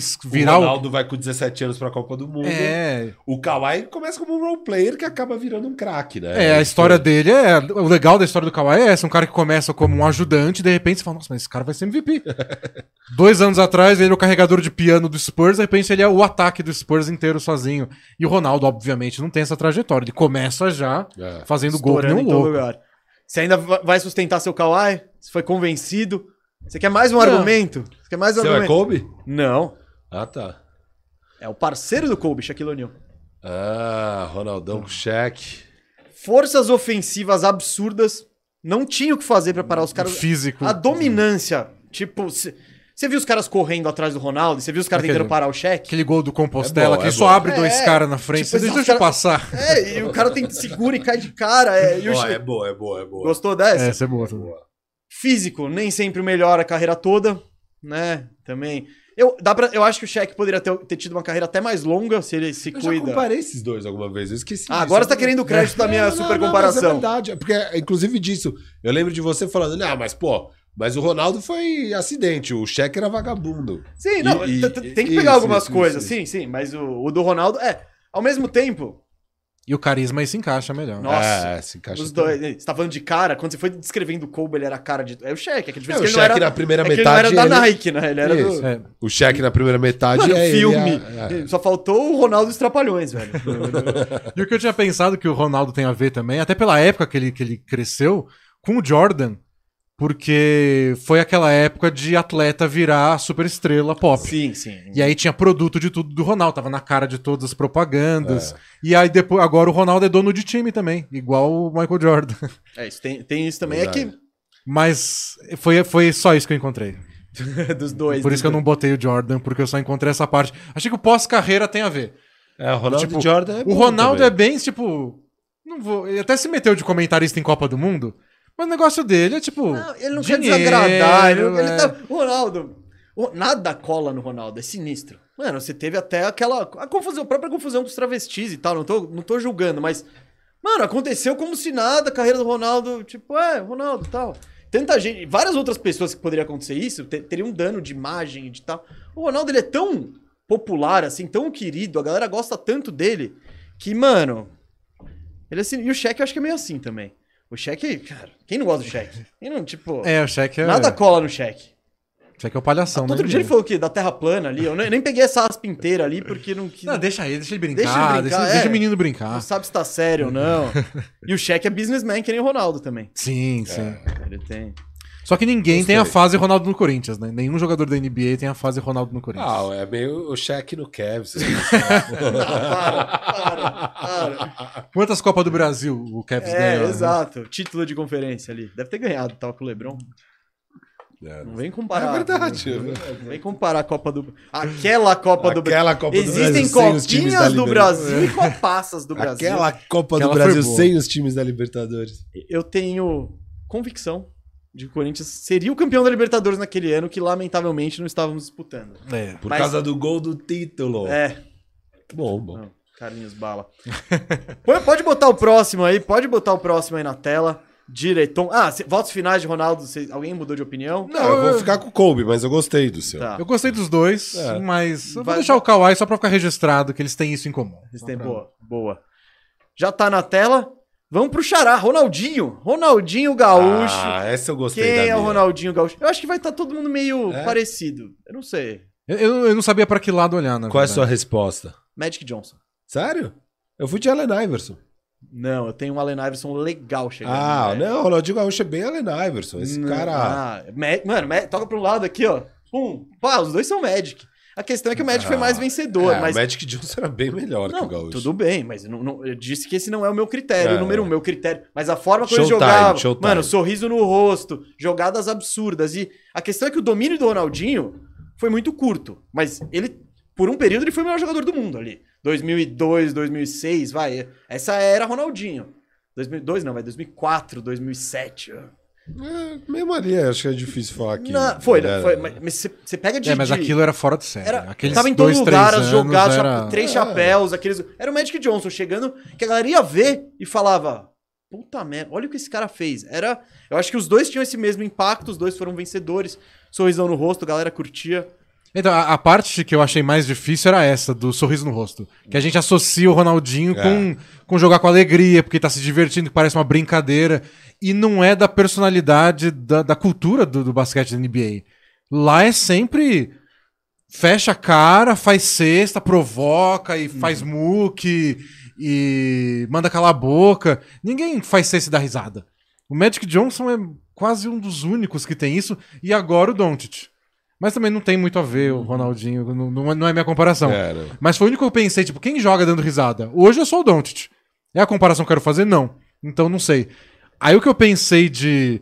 O virar o. Ronaldo vai com 17 anos pra Copa do Mundo. É, O Kawhi começa como um role player que acaba virando um craque, né? é, a história dele é. O legal da história do Kawhi é essa: um cara que começa como um ajudante, de repente você fala, nossa, mas esse cara vai ser MVP. Dois anos atrás, ele era o carregador de piano do Spurs, de repente ele é o ataque do Spurs inteiro sozinho. E o Ronaldo, obviamente, não tem essa trajetória. Ele começa já É. fazendo gol que Estourando nem em um todo louco. lugar. Você ainda va- vai sustentar seu Kawhi? Você foi convencido? Você quer mais um Não. argumento? Você quer mais um Seu é argumento? Kobe? Não. Ah, tá. É o parceiro do Kobe, Shaquille O'Neal. Ah, Ronaldão com cheque. Forças ofensivas absurdas. Não tinha o que fazer pra parar os caras. físico. A dominância. Tipo, c- você viu os caras correndo atrás do Ronaldo? Você viu os caras Aquele- tentando parar o cheque? Aquele gol do Compostela, É bom, que é só bom. abre dois É, caras na frente. tipo, Deixa esses eu cara- passar. É, e o cara tem que segura e cai de cara. é, e o Ó, Che- é boa, é boa, é boa. Gostou dessa? Essa é boa. Físico, nem sempre o melhor a carreira toda, né? Também. Eu, dá pra, eu acho que o Shaq poderia ter, ter tido uma carreira até mais longa se ele se Eu já cuida. comparei esses dois alguma vez, eu esqueci. Ah, disso. agora você tá querendo o crédito da minha Não, não, super não, mas é comparação. verdade, é porque inclusive disso, eu lembro de você falando, ah, mas pô, mas o Ronaldo foi acidente, o cheque era vagabundo. Sim, não, E- t- t- e- tem que isso, pegar algumas isso, coisas, isso, sim, sim, mas o, o do Ronaldo é. Ao mesmo tempo, E o carisma aí se encaixa melhor. Nossa. É, se encaixa. os dois. Você tá falando de cara, quando você foi descrevendo o Kobe, ele era a cara de. É o Shaq, é que a É, diferença o é que ele não cheque era. na primeira É que ele não metade. era da ele- Nike, né? Ele era Isso. do. É. O cheque na primeira metade Mano, é ele, filme. é- é. Só faltou o Ronaldo dos Trapalhões, velho. E o que eu tinha pensado que o Ronaldo tem a ver também, até pela época que ele, que ele cresceu, com o Jordan, porque foi aquela época de atleta virar superestrela pop. sim, sim. E aí tinha produto de tudo do Ronaldo, tava na cara de todas as propagandas. E aí depois, agora o Ronaldo é dono de time também, igual o Michael Jordan. É, isso tem, tem isso também. É Verdade. Mas foi, foi só isso que eu encontrei. que dos dois. né? Por isso que eu não botei o Jordan, porque eu só encontrei essa parte. Achei que o pós-carreira tem a ver. É, o Ronaldo Tipo, e Jordan é O Ronaldo é bem, tipo. Não vou. Ele até se meteu de comentarista em Copa do Mundo. Mas o negócio dele é tipo. Não, ele não quer dinheiro, desagradar. Ele, ele é. tá... O Ronaldo. o- Nada cola no Ronaldo, é sinistro. Mano, você teve até aquela. A confusão, a própria confusão com os travestis e tal. Não tô, não tô julgando, mas. Mano, aconteceu como se nada, a carreira do Ronaldo, tipo, é, Ronaldo tal. Tanta gente. Várias outras pessoas que poderia acontecer isso, te- teria um dano de imagem e de tal. O Ronaldo ele é tão popular, assim, tão querido, a galera gosta tanto dele, que, mano. Ele é assim. E o cheque eu acho que é meio assim também. O cheque, cara, quem não gosta do cheque? Quem não, tipo. É, o cheque é. Nada cola no cheque. o cheque é o palhação, né? Outro dia ele falou que da terra plana ali, eu nem, nem peguei essa aspa inteira ali porque não, que, Não, deixa ele, deixa ele brincar. Deixa Deixa, ele brincar, deixa é. o menino não brincar. sabe se tá sério ou não. e o cheque é businessman, que nem o Ronaldo também. Sim, sim. Ele tem. Só que É. ninguém Gostei. tem a fase Ronaldo no Corinthians, né? Nenhum jogador da NBA tem a fase Ronaldo no Corinthians. Ah, é meio o cheque no Cavs. para, para, para. Quantas Copas do Brasil o Cavs É, ganhou, né? exato. Título de conferência ali. Deve ter ganhado, tal, com o Lebron. É. Não vem É comparar. verdade. Não vem comparar a Copa do... Aquela Copa do Brasil. Aquela Copa do Existem Brasil sem os times da copinhas do Libertadores. Brasil e copaças do Brasil. Aquela Copa Aquela do foi Brasil boa. sem os times da Libertadores. eu tenho convicção de que o Corinthians seria o campeão da Libertadores naquele ano, que lamentavelmente não estávamos disputando. É. Por Mas- causa do gol do título. É, Bom, bom. não, Carlinhos Bala. Põe- pode botar o próximo aí, pode botar o próximo aí na tela. Direitão. Ah, cê- votos finais de Ronaldo, cê- alguém mudou de opinião? Não, Ah, eu eu- vou ficar com o Kobe, mas eu gostei do seu. Tá. Eu gostei dos dois, É. mas eu vou Vai- deixar o Kawhi só pra ficar registrado que eles têm isso em comum. Então, Esse tem- boa, boa. Já tá na tela. Vamos pro Xará, Ronaldinho. Ronaldinho Gaúcho. Ah, essa eu gostei da Quem é o minha. Ronaldinho Gaúcho? Eu acho que vai estar todo mundo meio É? parecido. Eu não sei. Eu, eu- eu não sabia pra que lado olhar, na Qual é a verdade. sua resposta? Magic Johnson. Sério? Eu fui de Allen Iverson. Não, eu tenho um Allen Iverson legal chegando. Ah, né? não, o Ronaldinho Gaúcho é bem Allen Iverson. Esse Não, cara... É, ah, Ma- mano, Ma- toca pro lado aqui, ó. Pum. Pá, os dois são Magic. A questão é que o Magic foi mais vencedor, É, mas. O Magic Johnson era bem melhor que Não, o Gaúcho. tudo bem, mas não- não- eu disse que esse não é o meu critério, É. o número um, meu critério. Mas a forma como ele Showtime, jogava, showtime. mano, sorriso no rosto, jogadas absurdas. E a questão é que o domínio do Ronaldinho foi muito curto, mas ele, por um período, ele foi o melhor jogador do mundo ali. 2002, 2006, vai. Essa era Ronaldinho. 2002 não, vai 2004, 2007. É, mesmo ali, acho que né? é difícil falar aqui. Na- foi, né? Ele era- foi, mas mas você você pega de... É, mas de- aquilo era fora de série. Era, É, Aqueles tava em todo dois, lugar, três as anos jogadas, era- chap- três É. chapéus, aqueles. Era o Magic Johnson chegando, que a galera ia ver e falava: Puta merda, olha o que esse cara fez. Era. Eu acho que os dois tinham esse mesmo impacto, os dois foram vencedores. Sorrisão no rosto, a galera curtia. Então, a, a parte que eu achei mais difícil era essa, do sorriso no rosto. Que a gente associa o Ronaldinho É. com, com jogar com alegria, porque tá se divertindo, que parece uma brincadeira. E não é da personalidade, da, da cultura do, do basquete da NBA. Lá é sempre fecha a cara, faz cesta, provoca e faz Uhum. muque e manda calar a boca. Ninguém faz cesta e dá risada. O Magic Johnson é quase um dos únicos que tem isso. E agora o Doncic. Mas também não tem muito a ver o Ronaldinho, não, não é- não é minha comparação. Era. Mas foi o único que eu pensei, tipo, quem joga dando risada? Hoje eu sou o Doncic. É a comparação que eu quero fazer? Não. Então não sei. Aí o que eu pensei de.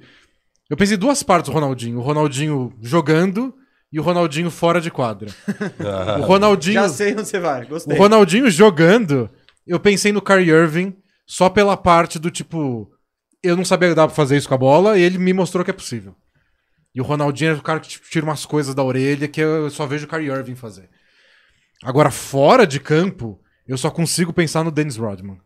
Eu pensei duas partes do Ronaldinho. O Ronaldinho jogando e o Ronaldinho fora de quadra. Ah. O Ronaldinho. Já sei onde você vai, O gostei. Ronaldinho jogando, eu pensei no Kyrie Irving só pela parte do tipo, eu não sabia que dava pra fazer isso com a bola e ele me mostrou que é possível. E o Ronaldinho é o cara que tipo, tira umas coisas da orelha que eu só vejo o Kyrie Irving fazer. Agora, fora de campo, eu só consigo pensar no Dennis Rodman.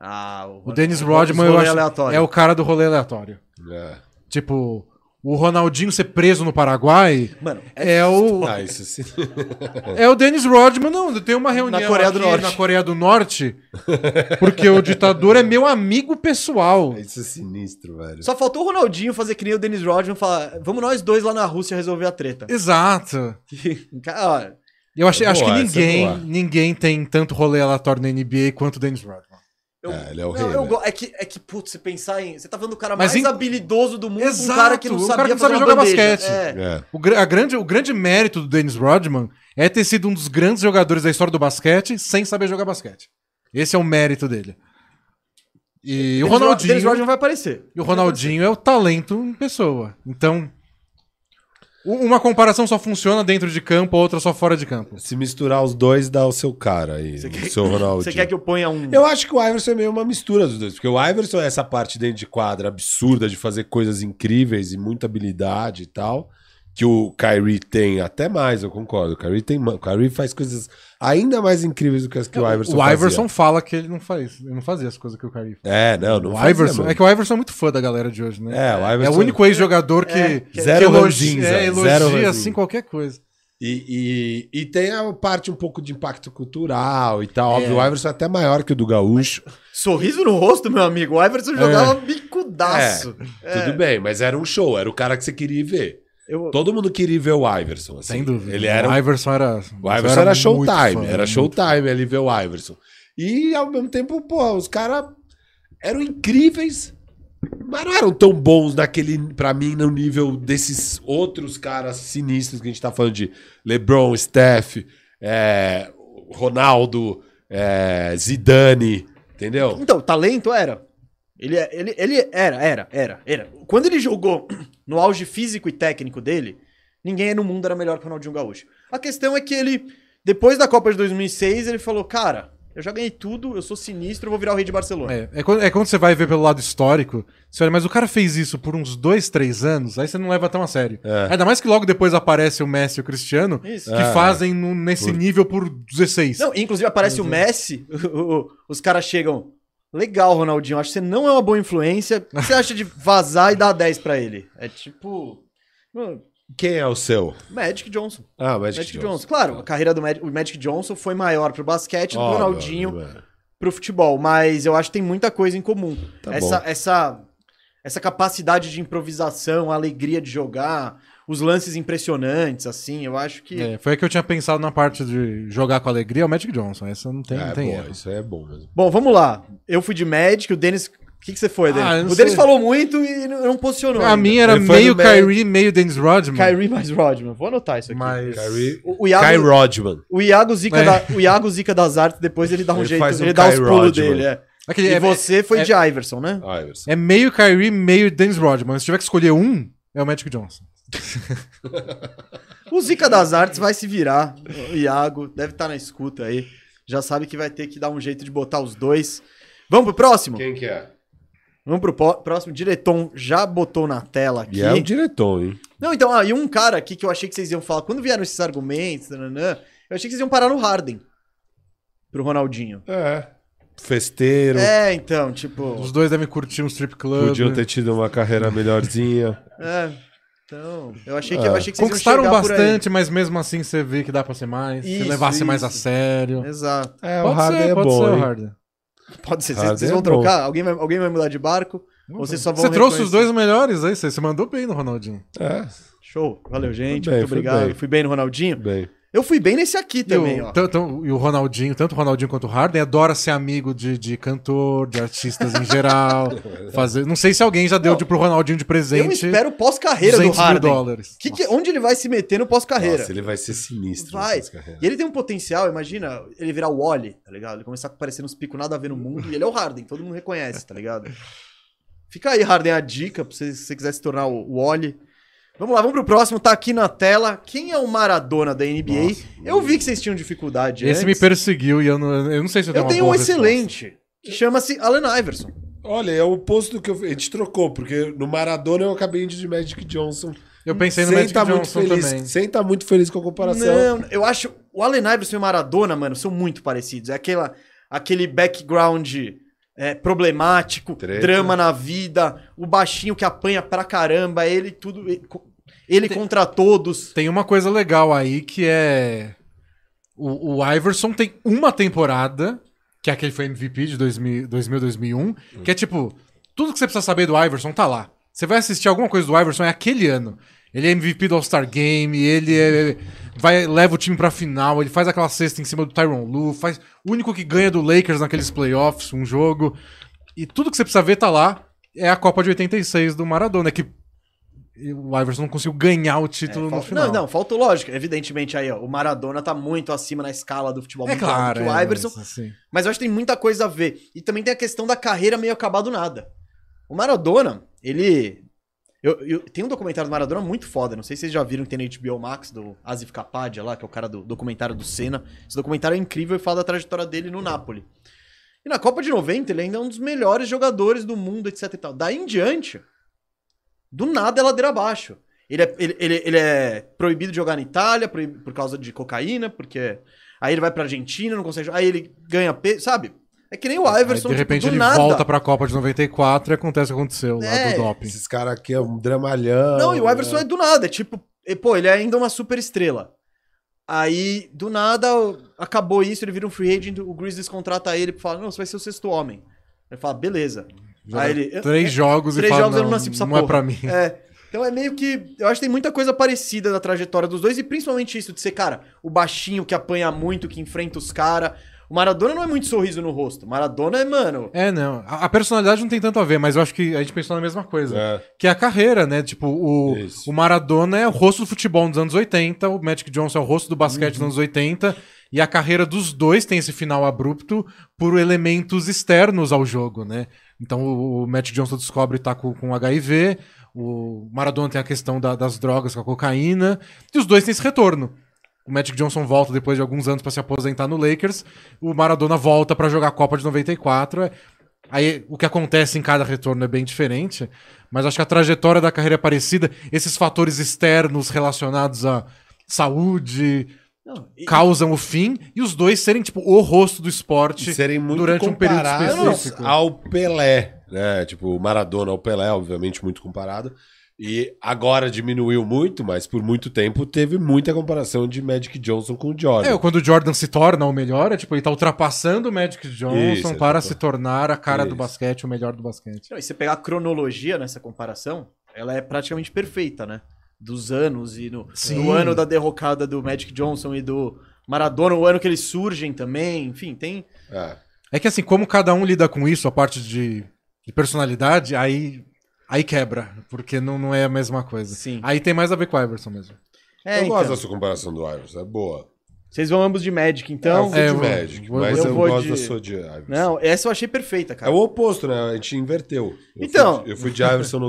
Ah, O Dennis Ron- Rodman, os eu rolê acho, aleatório. é o cara do rolê aleatório. É. Tipo, o Ronaldinho ser preso no Paraguai Mano, é o... Ah, isso sim. É o Dennis Rodman, não. Tem uma reunião Na Coreia do aqui Norte. na Coreia do Norte, porque o ditador é meu amigo pessoal. Isso é sinistro, velho. Só faltou o Ronaldinho fazer que nem o Dennis Rodman e falar: Vamos nós dois lá na Rússia resolver a treta. Exato. Cara, ó, Eu achei, É acho boa, que essa é ninguém, boa. ninguém tem tanto rolê aleatório na NBA quanto o Dennis Rodman. eu- É, ele é o não, rei, eu né? go- é, que, é que, putz, você pensar em. Você tá falando o cara Mas mais em- habilidoso do mundo, Exato, um cara que não um sabia, cara que não fazer uma sabe jogar bandeja. basquete. É. É. O, gra- a grande, o grande mérito do Dennis Rodman é ter sido um dos grandes jogadores da história do basquete sem saber jogar basquete. Esse é o mérito dele. E o Dennis Rod- Ronaldinho. Dennis Rodman vai aparecer. E o Ronaldinho é o talento em pessoa. Então, u- uma comparação só funciona dentro de campo, a outra só fora de campo. Se misturar os dois, dá o seu cara aí. Você o quer- seu Ronaldinho. Você quer que eu ponha um. Eu acho que o Iverson é meio uma mistura dos dois, porque o Iverson é essa parte dentro de quadra absurda de fazer coisas incríveis e muita habilidade e tal, que o Kyrie tem até mais, eu concordo. O Kyrie tem, ma- o Kyrie faz coisas ainda mais incríveis do que as que o Iverson o fazia. Iverson fala que ele não faz, ele não fazia as coisas que o Kyrie faz. é, não, não O fazia Iverson, mesmo. é que o Iverson é muito fã da galera de hoje, né? É, o É, Iverson o único ex-jogador que, É, que zero elogia, ranzinza, é, elogia zero ranzinza. assim qualquer coisa. E, e, e tem a parte um pouco de impacto cultural e tal. Óbvio, o Iverson é até maior que o do Gaúcho. Sorriso no rosto, meu amigo. O É. Everson jogava bicudaço. é. Tudo bem, mas era um show, era o cara que você queria ir ver. Eu- Todo mundo queria ir ver o Iverson. assim. Sem dúvida. Ele era um o Iverson era. O Iverson era, muito showtime, fã, era muito showtime ali ver o Iverson. E ao mesmo tempo, pô, os caras eram incríveis, mas não eram tão bons naquele, pra mim, no nível desses outros caras sinistros que a gente tá falando de LeBron, Steph, é, Ronaldo, é, Zidane, entendeu? Então, talento era. Ele, é- ele, ele era, era, era, era. Quando ele jogou no auge físico e técnico dele, ninguém aí no mundo era melhor que o Ronaldinho Gaúcho. A questão é que ele, depois da Copa de 2006, ele falou, cara, eu já ganhei tudo, eu sou sinistro, eu vou virar o rei de Barcelona. É, é quando, é quando você vai ver pelo lado histórico, você olha, mas o cara fez isso por uns dois, três anos, aí você não leva tão a sério. É. Ainda mais que logo depois aparece o Messi e o Cristiano, Isso. que É. fazem no- nesse Por- nível por 16. Não, inclusive aparece o Messi, o- o- os caras chegam. Legal, Ronaldinho, acho que você não é uma boa influência. O que você acha de vazar e dar 10 pra ele? É tipo. mano, Quem é o seu? Magic Johnson. Ah, Magic, Magic Johnson. Claro, a carreira do Magic, o Magic Johnson foi maior pro basquete, do Óbvio, Ronaldinho óbvio, pro futebol, mas eu acho que tem muita coisa em comum. Tá essa, bom. essa, essa capacidade de improvisação, a alegria de jogar, os lances impressionantes, assim, eu acho que. É, foi a que eu tinha pensado na parte de jogar com alegria, é o Magic Johnson. Essa não tem, é, não tem bom, erro. isso aí é bom mesmo. Bom, vamos lá. Eu fui de Magic, o Denis que, que você foi, Denis? Ah, eu não o Denis sei. falou muito e não não posicionou. A ainda. minha era Ele foi meio do Mer- Kyrie, meio Dennis Rodman. Kyrie mais Rodman. Vou anotar isso aqui. Mas. Kyrie. O, o Kai Iago, Rodman. o Iago Zica É. da- o Iago Zica das artes, depois ele dá um Ele jeito, faz um ele dá os Kai pulos Rodman. dele. É. Aquele- e é, você foi é- de Iverson, né? Iverson. é meio Kyrie, meio Dennis Rodman. Se tiver que escolher um, é o Magic Johnson. O Zica das Artes vai se virar. O Iago deve estar na escuta aí. Já sabe que vai ter que dar um jeito de botar os dois. Vamos pro próximo? Quem que é? Vamos pro po- próximo. Direton já botou na tela aqui. E é o diretor, hein? Não, então, ah, e um cara aqui que eu achei que vocês iam falar. Quando vieram esses argumentos, nananã, eu achei que vocês iam parar no Harden. Pro Ronaldinho. É. Festeiro. É, então, tipo. Os dois devem curtir um strip club. Podiam ter tido uma carreira melhorzinha. É. Então, eu achei que, eu É, achei que vocês Conquistaram iam chegar por aí. bastante, mas mesmo assim você vê que dá pra ser mais. Isso, se levar ser mais a isso. sério. Exato. É, o Harden é bom, o hein? Harden. Pode ser. Vocês- Harden vocês é vão bom. trocar? Alguém vai, alguém vai mudar de barco? Ou vocês só vão Você trouxe os reconhecer? dois melhores aí, você você mandou bem no Ronaldinho. É, Show. Valeu, gente. bem, Muito foi obrigado. bem. Fui bem no Ronaldinho. bem. Eu fui bem nesse aqui também, e, o, ó. tan- tan- e o Ronaldinho, tanto o Ronaldinho quanto o Harden, adora ser amigo de, de cantor, de artistas em geral. fazer... Não sei se alguém já deu É Não. de, pro Ronaldinho de presente. Eu espero o pós-carreira do 200 mil Harden. dólares. Que que- onde ele vai se meter no pós-carreira? Nossa, ele vai ser sinistro. Vai. nessas carreiras. E ele tem um potencial, imagina, ele virar o Wally, tá ligado? Ele começar a aparecer uns picos nada a ver no mundo e ele é o Harden, todo mundo reconhece, tá ligado? Fica aí, Harden, a dica, pra você, se você quiser se tornar o o Wally. Vamos lá, vamos pro próximo, tá aqui na tela. Quem é o Maradona da NBA? eu vi que vocês tinham dificuldade Esse me antes. perseguiu e eu não, eu não sei se eu tenho Eu uma tenho um boa resposta. excelente, que chama-se Allen Iverson. Olha, é o oposto do que eu... a gente trocou, porque no Maradona eu acabei indo de Magic Johnson. Eu pensei no Sem Magic tá muito Johnson feliz- também. Sem tá muito feliz com a comparação. Não, eu acho. O Allen Iverson e o Maradona, mano, são muito parecidos. É aquela, aquele background é, problemático, Treta. drama na vida, o baixinho que apanha pra caramba, ele tudo. Ele, co- ele contra todos. Tem uma coisa legal aí que é. O, o Iverson tem uma temporada, que é aquele foi MVP de 2000, 2000 2001, que é tipo: tudo que você precisa saber do Iverson tá lá. Você vai assistir alguma coisa do Iverson, é aquele ano. Ele é MVP do All-Star Game, ele é- vai, leva o time pra final, ele faz aquela cesta em cima do Tyron Lu, faz o único que ganha do Lakers naqueles playoffs, um jogo. E tudo que você precisa ver tá lá. É a Copa de 86 do Maradona, que o Iverson não conseguiu ganhar o título no Fal- final. É Não, não, É, falta lógica. Evidentemente aí, ó. O Maradona tá muito acima na escala do futebol É mundial claro. do um que o é, Iverson. mas, assim, Mas eu acho que tem muita coisa a ver. E também tem a questão da carreira meio acabado nada. O Maradona, ele. Eu, eu- tem um documentário do Maradona muito foda. Não sei se vocês já viram que tem na HBO Max, do Asif Kapadia lá, que é o cara do documentário do Senna. Esse documentário é incrível e fala da trajetória dele no Napoli. E na Copa de 90, ele ainda é um dos melhores jogadores do mundo, etc e tal. Daí em diante, do nada é ladeira abaixo. Ele é, ele, ele- ele é proibido de jogar na Itália proib- por causa de cocaína, porque Aí ele vai pra Argentina, não consegue jogar. Aí ele ganha peso, sabe? É que nem o aí, Iverson, de repente tipo, do ele nada. volta pra Copa de 94 e acontece o que aconteceu lá É. do doping. Esses caras aqui é um dramalhão. Não, e o Iverson né? é do nada. É tipo, e, pô, ele é ainda uma super estrela. Aí, do nada, o- acabou isso, ele vira um free agent, o Grizzlies contrata ele e fala, não, você vai ser o sexto homem. Ele fala, beleza. Joga Aí ele... Três jogos é, três e fala, jogos eu não, não nasci pra essa não é porra." pra mim. É. Então é meio que. Eu acho que tem muita coisa parecida na trajetória dos dois, e principalmente isso de ser, cara, o baixinho que apanha muito, que enfrenta os caras. O Maradona não é muito sorriso no rosto. Maradona é, mano. É, não. A, a personalidade não tem tanto a ver, mas eu acho que a gente pensou na mesma coisa. É. Que é a carreira, né? Tipo, o, Isso. o Maradona é o rosto do futebol nos anos 80, o Magic Johnson é o rosto do basquete nos anos 80, e a carreira dos dois tem esse final abrupto por elementos externos ao jogo, né? Então o, o Magic Johnson descobre estar com, com HIV, o Maradona tem a questão da- das drogas com a cocaína, e os dois têm esse retorno. O Magic Johnson volta depois de alguns anos pra se aposentar no Lakers, o Maradona volta pra jogar a Copa de 94. é- Aí o que acontece em cada retorno é bem diferente, mas acho que a trajetória da carreira é parecida, esses fatores externos relacionados à saúde Não, e- causam o fim e os dois serem tipo o rosto do esporte. E serem muito durante um período comparados específico. ao Pelé, né? Tipo, o Maradona ao Pelé, obviamente, muito comparado. E agora diminuiu muito, mas por muito tempo teve muita comparação de Magic Johnson com o Jordan. É, quando o Jordan se torna o melhor, é tipo, ele tá ultrapassando o Magic Johnson Isso, para exato. se tornar a cara do Isso. basquete, o melhor do basquete. Não, e você pegar a cronologia nessa comparação, ela é praticamente perfeita, né? Dos anos e no, Sim. no ano da derrocada do Magic Johnson e do Maradona, o ano que eles surgem também, enfim, tem. É. É que assim, como cada um lida com isso, a parte de de personalidade, aí, aí quebra, porque não, não é a mesma coisa. Sim. Aí tem mais a ver com o Iverson mesmo. É, eu então. gosto da sua comparação do Iverson, é boa. Vocês vão ambos de Magic, então. é, eu É, fui eu vou- de Magic, vou- mas eu eu, vou gosto de- da sua de Iverson. Não, essa eu achei perfeita, É cara. o oposto, né? A gente inverteu. Eu Então. Fui de, eu fui de Iverson no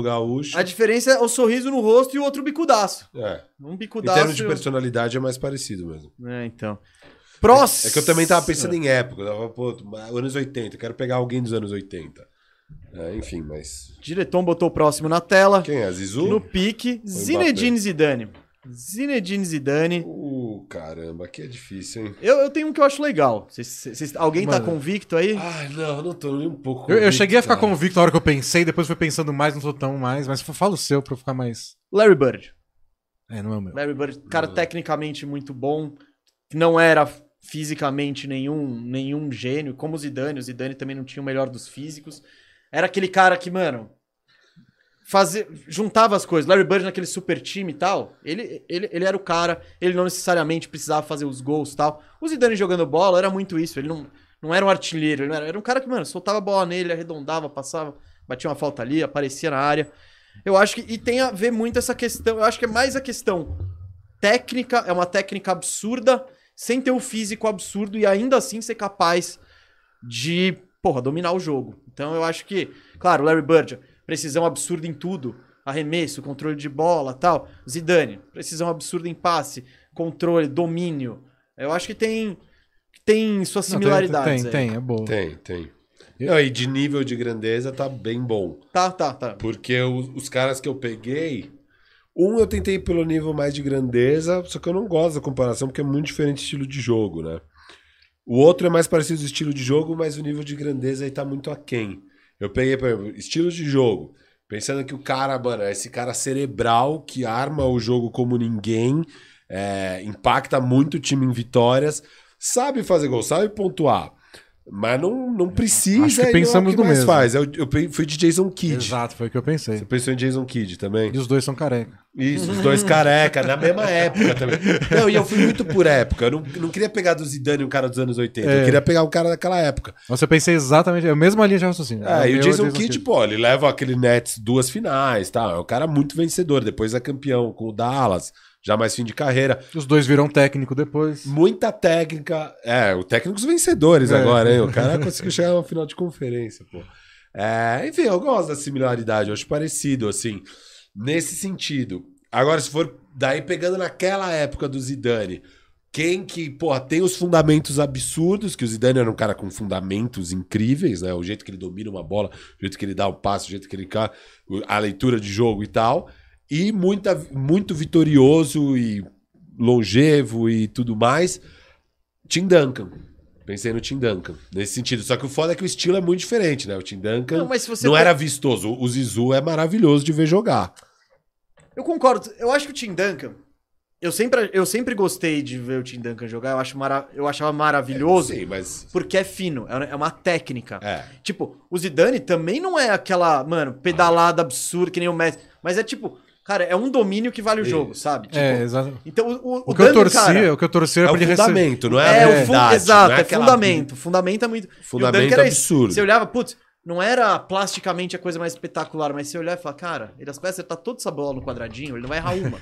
Gaúcho. A diferença é o sorriso no rosto e o outro bicudaço. É. Um Em bicudaço. termos de personalidade é mais parecido mesmo. É, então. Próximo. É que eu também tava pensando em época. Eu tava, pô, anos 80. Quero pegar alguém dos anos 80. É, enfim, mas. Diretor botou o próximo na tela. Quem é? Zizu? No pique, Zinedine Zidane. Zinedine Zidane. Uh, caramba, que é difícil, hein? Eu, eu tenho um que eu acho legal. Vocês- vocês- alguém tá Mano. convicto aí? Ai, não, eu não tô nem um pouco. Eu, eu convicto, cheguei a ficar cara. convicto na hora que eu pensei, depois fui pensando mais, não sou tão mais, mas fala o seu pra eu ficar mais. Larry Bird. É, não é o meu. Larry Bird, cara tecnicamente muito bom. Não era fisicamente nenhum, nenhum gênio, como o Zidane. O Zidane também não tinha o melhor dos físicos. Era aquele cara que, mano, fazer, juntava as coisas. Larry Bird naquele super time e tal, ele, ele, ele era o cara, ele não necessariamente precisava fazer os gols e tal. O Zidane jogando bola era muito isso, ele não, não era um artilheiro, ele não era, era um cara que, mano, soltava a bola nele, arredondava, passava, batia uma falta ali, aparecia na área. Eu acho que, e tem a ver muito essa questão, eu acho que é mais a questão técnica, é uma técnica absurda, sem ter o físico absurdo e ainda assim ser capaz de, porra, dominar o jogo. Então eu acho que, claro, Larry Bird, precisão absurda em tudo, arremesso, controle de bola, tal. Zidane, precisão absurda em passe, controle, domínio. Eu acho que tem tem suas Não, tem- similaridades Tem, aí. tem, é boa. Tem, tem. Não, e de nível de grandeza tá bem bom. Tá, tá, tá. Porque os, os caras que eu peguei. Um eu tentei ir pelo nível mais de grandeza, só que eu não gosto da comparação, porque é muito diferente o estilo de jogo, né? O outro é mais parecido do estilo de jogo, mas o nível de grandeza aí tá muito aquém. Eu peguei, por exemplo, estilo de jogo. Pensando que o cara, mano, é esse cara cerebral que arma o jogo como ninguém, é, impacta muito o time em vitórias, sabe fazer gol, sabe pontuar. Mas não, não precisa Acho que e não pensamos é o que no mais mesmo. faz. Eu, eu pe- fui de Jason Kidd. Exato, foi o que eu pensei. Você pensou em Jason Kidd também? E os dois são careca. Isso, os dois careca, na mesma época também. Não, e eu fui muito por época. Eu não, não queria pegar do Zidane um cara dos anos 80. Eu É. queria pegar um cara daquela época. Nossa, eu pensei exatamente. É a mesma linha de raciocínio. É, É, e o meu, Jason Kidd. Kidd, pô, ele leva aquele Nets duas finais, tá? É um cara muito vencedor. Depois é campeão com o Dallas, já mais fim de carreira. Os dois viram técnico depois. Muita técnica. É, o técnico dos vencedores É. agora, hein? O cara conseguiu chegar numa final de conferência, pô. É, enfim, eu gosto da similaridade, eu acho parecido, assim, nesse sentido. Agora, se for daí pegando naquela época do Zidane, quem que, porra, tem os fundamentos absurdos, que o Zidane era um cara com fundamentos incríveis, né? O jeito que ele domina uma bola, o jeito que ele dá o passe, o jeito que ele ca- a leitura de jogo e tal. E muita, muito vitorioso e longevo e tudo mais. Tim Duncan. Pensei no Tim Duncan, nesse sentido. Só que o foda é que o estilo é muito diferente, né? O Tim Duncan Não, não, mas se você era vistoso. O Zizu é maravilhoso de ver jogar. Eu concordo. Eu acho que o Tim Duncan. Eu sempre, eu sempre gostei de ver o Tim Duncan jogar. Eu, acho mara, eu achava maravilhoso. Sim, mas... porque é fino. É é uma técnica. É. Tipo, o Zidane também não é aquela, mano, pedalada absurda que nem o Messi. Mas é tipo, cara, é um domínio que vale o Isso. jogo, sabe? Tipo, É, exato. Então o, o, O que eu Duncan, torcia, cara, o que eu torcia É era o pra ele receber. fundamento, não é, é, a o fun- verdade. exato, não é aquela- fundamento, fundamenta muito. E o Fundamento Duncan era isso. absurdo. Você olhava, putz, não era plasticamente a coisa mais espetacular, mas você olhava e falava, cara, ele as peças, ele tá toda essa bola no quadradinho, ele não vai errar uma.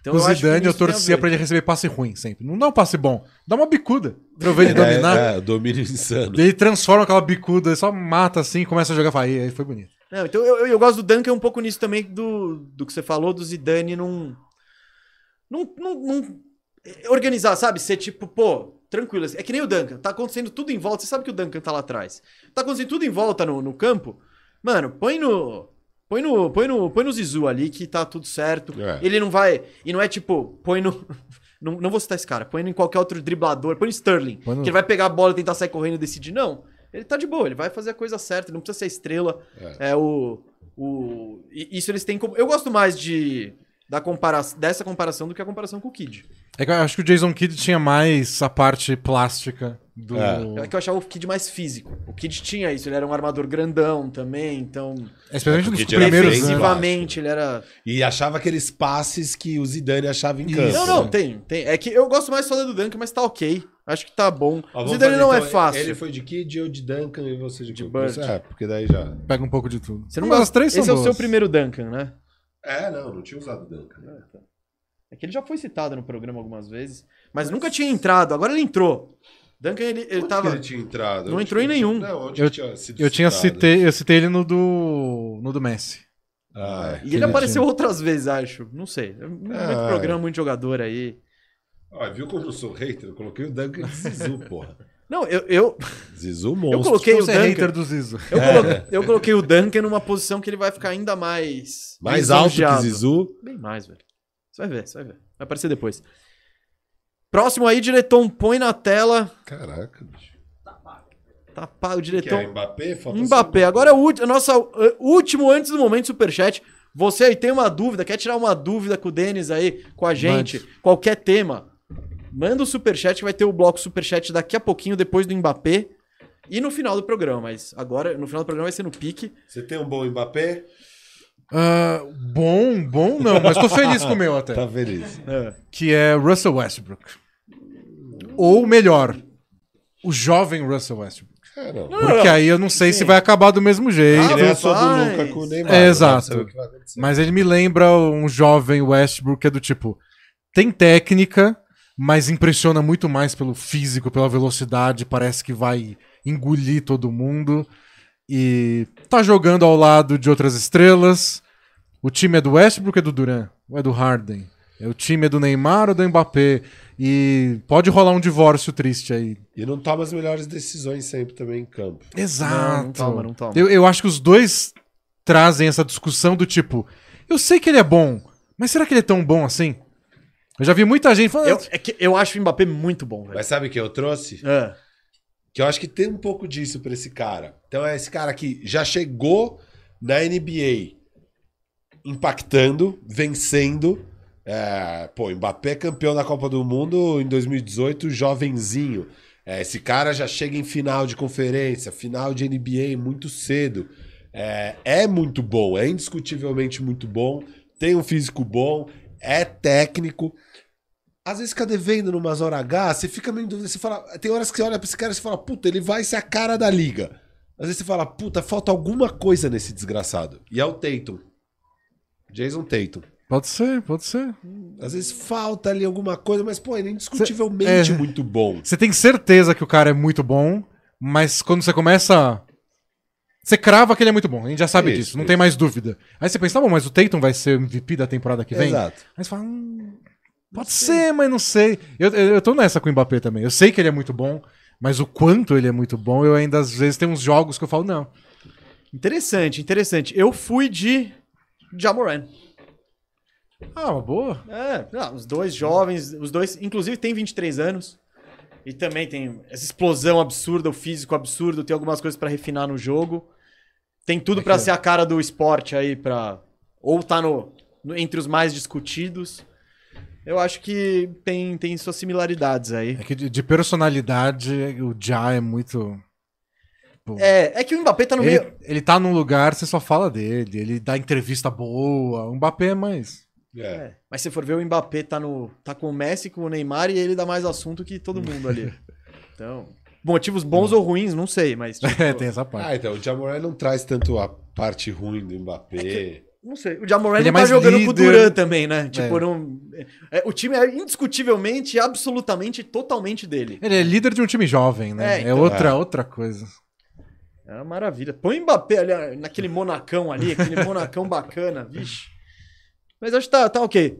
Então, o acho que Zidane, eu isso tem a torcia ver. pra ele receber passe ruim sempre. Não dá um passe bom. Dá uma bicuda. Pra eu ver ele É, dominar. é, o domínio insano. E ele transforma aquela bicuda, só mata assim, começa a jogar. Fala, aí, aí foi bonito. Não, então eu, eu, eu gosto do Duncan um pouco nisso também, do, do que você falou, do Zidane não. Não. não, não- organizar, sabe? Ser tipo, pô, tranquilo. assim. É que nem o Duncan. Tá acontecendo tudo em volta. Você sabe que o Duncan tá lá atrás. Tá acontecendo tudo em volta no, no campo. Mano, põe no. Põe no, põe, no, põe no Zizu ali que tá tudo certo. É. Ele não vai. E não é tipo, põe no. Não, não vou citar esse cara. Põe no em qualquer outro driblador. Põe no Sterling. Põe no- Que ele vai pegar a bola e tentar sair correndo e decidir. Não. Ele tá de boa. Ele vai fazer a coisa certa. Ele não precisa ser a estrela. É o, o e- isso eles têm como eu gosto mais de da compara dessa comparação do que a comparação com o Kid. É que eu acho que o Jason Kidd tinha mais a parte plástica do. É que eu achava o Kid mais físico. O Kid tinha isso, ele era um armador grandão também, então. Especialmente É nos né? porque Primeiros anos. defensivamente, ele era. E achava aqueles passes que o Zidane achava em Isso. campo. Não, não, tem, tem. É que eu gosto mais só da do Duncan, mas tá ok. Acho que tá bom. Ó, o vamos Zidane fazer, não então, é fácil. Ele foi de Kid, eu de Duncan e você de, De Kid. Bird. É, porque daí já. Pega um pouco de tudo. Você não Mas gosta... as três Esse são é o seu boas. primeiro Duncan, né? É, não, não tinha usado Duncan. né? É que ele já foi citado no programa algumas vezes, mas nunca tinha entrado. Agora ele entrou. Duncan, ele, ele Onde tava. que ele tinha entrado? Não Onde entrou que em ele tinha- nenhum. Não, onde Eu- que tinha sido Eu tinha citado? citei, eu citei ele no do. no do Messi. Ah, é. E ele Ele apareceu outras vezes, acho. Não sei. É Muito Ah, programa, muito jogador aí. Ó, viu como eu sou hater? Eu coloquei o Duncan de Zizu, porra. Não, eu, eu, Zizu eu monstro. coloquei o Você é Duncan. hater do Zizo. Eu, colo- eu coloquei o Duncan numa posição que ele vai ficar ainda mais. Mais alto que lisonjeado. Zizu. Bem mais, velho. Você vai ver, você vai ver. Vai aparecer depois. Próximo aí, diretor, põe na tela. Caraca, bicho. Tá pá, o Que é diretor. Mbappé? Falta só- um. Mbappé. Agora é o ulti- nossa, é, último antes do momento superchat. Você aí tem uma dúvida, quer tirar uma dúvida com o Denis aí, com a gente, qualquer tema, manda o superchat que vai ter o bloco superchat daqui a pouquinho, depois do Mbappé. E no final do programa, mas agora, no final do programa vai ser no pique. Você tem um bom Mbappé? Ah, bom, bom não, mas tô feliz com o meu até. Tá feliz. Que é Russell Westbrook. Ou melhor, o jovem Russell Westbrook. Cara, Porque aí eu não sei se vai acabar do mesmo jeito. Ah, que nem a sua é do rapaz. Luca com o Neymar. É, né? exato. Sabe o que vai acontecer. Mas ele me lembra um jovem Westbrook que é do tipo: tem técnica, mas impressiona muito mais pelo físico, pela velocidade, parece que vai engolir todo mundo. E tá jogando ao lado de outras estrelas. O time é do Westbrook ou é do Duran? Ou é do Harden? É o time é do Neymar ou do Mbappé? E pode rolar um divórcio triste aí. E não toma as melhores decisões sempre também em campo. Não, Exato. não toma, não toma. Eu, eu acho que os dois trazem essa discussão do tipo, eu sei que ele é bom, mas será que ele é tão bom assim? Eu já vi muita gente falando. "Ah, Eu, é que eu acho o Mbappé muito bom, velho. Mas sabe o que eu trouxe? É. Que eu acho que tem um pouco disso pra esse cara. Então é esse cara que já chegou na NBA impactando, vencendo. É, pô, Mbappé é campeão da Copa do Mundo em 2018, jovenzinho. É, esse cara já chega em final de conferência, final de NBA muito cedo. É, é muito bom, é indiscutivelmente muito bom. Tem um físico bom, é técnico. Às vezes fica devendo numas horas H, você fica meio em dúvida. Você fala, tem horas que você olha pra esse cara e você fala, puta, ele vai ser a cara da liga. Às vezes você fala, puta, falta alguma coisa nesse desgraçado. E é o Tatum. Jason Tatum. Pode ser, pode ser. Às vezes falta ali alguma coisa, mas, pô, ele é indiscutivelmente Cê- é. muito bom. Você tem certeza que o cara é muito bom, mas quando você começa. Você crava que ele é muito bom, a gente já sabe Isso, disso, não isso. tem mais dúvida. Aí você pensa, tá bom, mas o Tatum vai ser o MVP da temporada que vem? Exato. Aí você fala, hum, pode ser, mas não sei. Eu, eu, eu tô nessa com o Mbappé também. Eu sei que ele é muito bom, mas o quanto ele é muito bom, eu ainda às vezes tem uns jogos que eu falo, não. Interessante, interessante. Eu fui de Jamoran. Ah, uma boa. É, não, os dois jovens, os dois, inclusive tem 23 anos. E também tem essa explosão absurda, o físico absurdo, tem algumas coisas pra refinar no jogo. Tem tudo pra ser a cara do esporte aí para ou tá no, no- entre os mais discutidos. Eu acho que tem tem suas similaridades aí. É que de, de personalidade, o Ja é muito. É, é que o Mbappé tá no meio Ele, ele tá num lugar, você só fala dele, ele dá entrevista boa. O Mbappé é mais. É. É, mas se for ver, o Mbappé tá, no, tá com o Messi, com o Neymar e ele dá mais assunto que todo Hum. mundo ali. Então, motivos bons ou ruins, não sei, mas. tipo, É, tem essa parte. Ah, então, o Jamoran não traz tanto a parte ruim do Mbappé. Não sei. O Jamoran Ele não é tá mais jogando com o líder. Duran também, né? Tipo, não. é, o time é indiscutivelmente, absolutamente, totalmente dele. Ele é líder de um time jovem, né? É, É, então. outra, outra coisa. É uma maravilha. Põe o Mbappé ali, naquele monacão ali, aquele monacão bacana, vixe. Mas acho que tá, tá ok.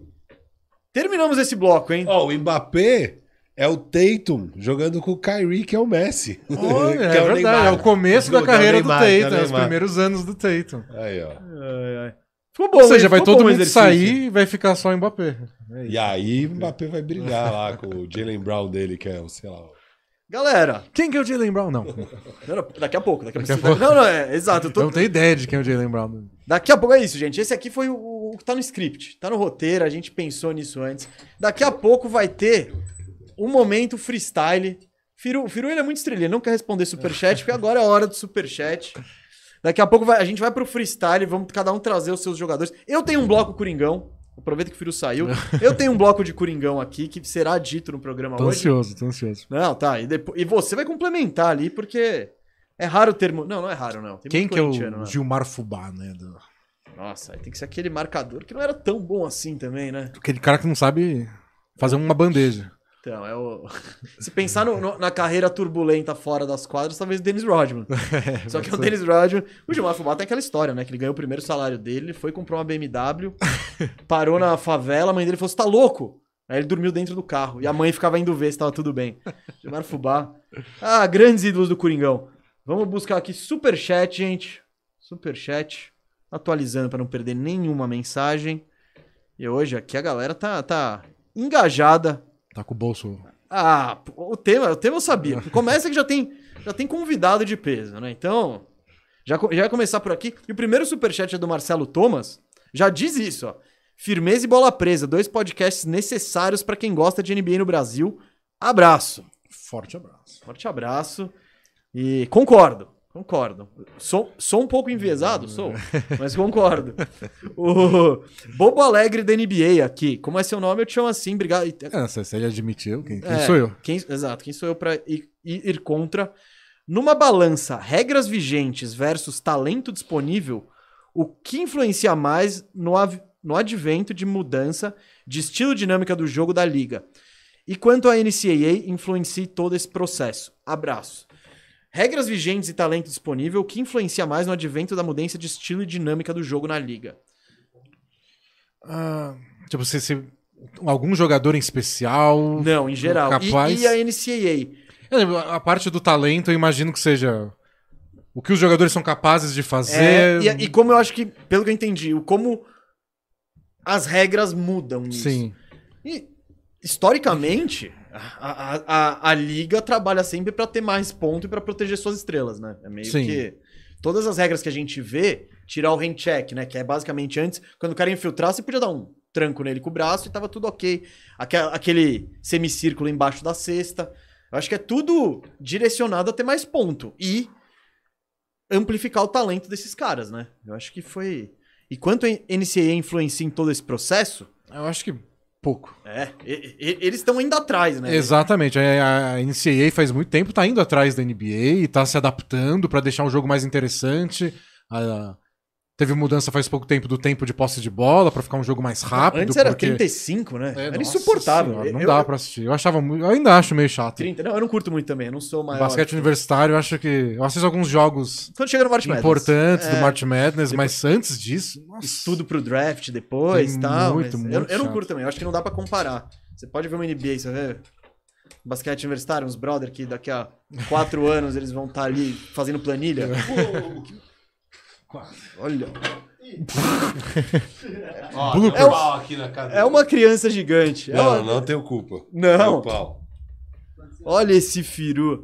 Terminamos esse bloco, hein? Ó, o Mbappé é o Tatum jogando com o Kyrie, que é o Messi. Olha, Que é, verdade. Neymar. É o começo da Do- carreira Neymar, do que é o Tatum, é os Neymar. primeiros anos do Tatum. Aí, ó. Ai, ai. Ficou bom, Ou seja, hein? vai Ficou todo bom o mundo exercício. sair e vai ficar só o Mbappé. É isso. E aí o Mbappé vai brigar lá com o Jalen Brown dele, que é o, sei lá, o- Galera, Quem que é o Jalen Brown? Não. Não, não, daqui a pouco, daqui a Daqui a pouco. Não, não, é, exato. eu tô- Eu não tenho ideia de quem é o Jalen Brown. Daqui a pouco é isso, gente. Esse aqui foi o, o que tá no script, tá no roteiro, a gente pensou nisso antes. Daqui a pouco vai ter um momento freestyle. Firu, o Firu ele é muito estrelinha, ele não quer responder superchat, porque agora é a hora do superchat. Daqui a pouco vai- a gente vai pro freestyle, vamos cada um trazer os seus jogadores. Eu tenho um bloco Coringão, aproveita que o Firu saiu. Eu tenho um bloco de Coringão aqui, que será dito no programa Tô hoje. ansioso, tô ansioso. Não, tá. E, depo- e você vai complementar ali, porque é raro ter. mo- Não, não é raro, não. Tem Quem muito que é corintiano, o né? Gilmar Fubá, né? Do- Nossa, aí tem que ser aquele marcador que não era tão bom assim também, né? Aquele cara que não sabe fazer uma bandeja. Então, é o. Se pensar no- no- na carreira turbulenta fora das quadras, talvez o Dennis Rodman. Só que o Dennis Rodman. O Gilmar Fubá tem aquela história, né? Que ele ganhou o primeiro salário dele, foi comprar uma BMW, parou na favela, a mãe dele falou: Você tá louco? Aí ele dormiu dentro do carro e a mãe ficava indo ver se tava tudo bem. Gilmar Fubá. Ah, grandes ídolos do Coringão. Vamos buscar aqui superchat, gente. Superchat. Atualizando para não perder nenhuma mensagem. E hoje aqui a galera tá, tá engajada. Tá com o bolso. Ah, pô, o tema, o tema eu sabia. Começa que já tem, já tem convidado de peso, né? Então, já, co- já vai começar por aqui. E o primeiro superchat é do Marcelo Thomas. Já diz isso, ó. Firmeza e bola presa, dois podcasts necessários pra quem gosta de NBA no Brasil. Abraço. Forte abraço. Forte abraço. E concordo, concordo. Sou, sou um pouco enviesado, sou, mas concordo. O Bobo Alegre da NBA aqui. Como é seu nome? Eu te chamo assim, obrigado. E- É, se se ele admitiu, quem, quem é, sou eu? quem- exato, quem sou eu para ir, ir contra? Numa balança, regras vigentes versus talento disponível, o que influencia mais no, av- no advento de mudança de estilo dinâmica do jogo da liga? E quanto a NCAA influencia todo esse processo? Abraço. Regras vigentes e talento disponível, o que influencia mais no advento da mudança de estilo e dinâmica do jogo na liga? Ah, tipo, se, se algum jogador em especial. Não, em geral. E- Capaz. e a NCAA? É, A parte do talento, eu imagino que seja o que os jogadores são capazes de É, fazer. e, e como eu acho que, pelo que eu entendi, o como as regras mudam nisso. Sim. E, historicamente, a, a- a- a liga trabalha sempre pra ter mais ponto e pra proteger suas estrelas, né? É meio Sim. que. Todas as regras que a gente vê, tirar o hand check, né? Que é basicamente antes, quando o cara infiltrar, você podia dar um tranco nele com o braço e tava tudo ok. Aque- Aquele semicírculo embaixo da cesta. Eu acho que é tudo direcionado a ter mais ponto. E amplificar o talento desses caras, né? Eu acho que foi. E quanto a NCAA influencia em todo esse processo, Eu acho que pouco. é, e- e- eles estão ainda atrás, né? Exatamente. É, A NCAA faz muito tempo tá indo atrás da NBA e tá se adaptando para deixar um jogo mais interessante. A- teve mudança faz pouco tempo do tempo de posse de bola para ficar um jogo mais rápido. Antes era porque- 35, né? É, era nossa insuportável. senhora, não Eu- dá eu- pra assistir. Eu achava muito. Eu ainda acho meio chato. 30, não, eu não curto muito também, eu não sou o maior. Basquete universitário, eu acho que. Eu assisto alguns jogos Quando chega no March Madness. importantes do É, March Madness, Depois- mas antes disso. Nossa. Estudo pro draft depois e Tem tal. muito, mas muito eu, eu não chato. curto também, eu acho que não dá pra comparar. Você pode ver um uma NBA, você vê basquete universitário, uns brother que daqui a quatro anos eles vão estar ali fazendo planilha. Olha. Ó, Blooper. tem um pau aqui na cadeira. É uma criança gigante. É uma- Não, não tenho culpa. Não. Tem um pau. Olha esse firu.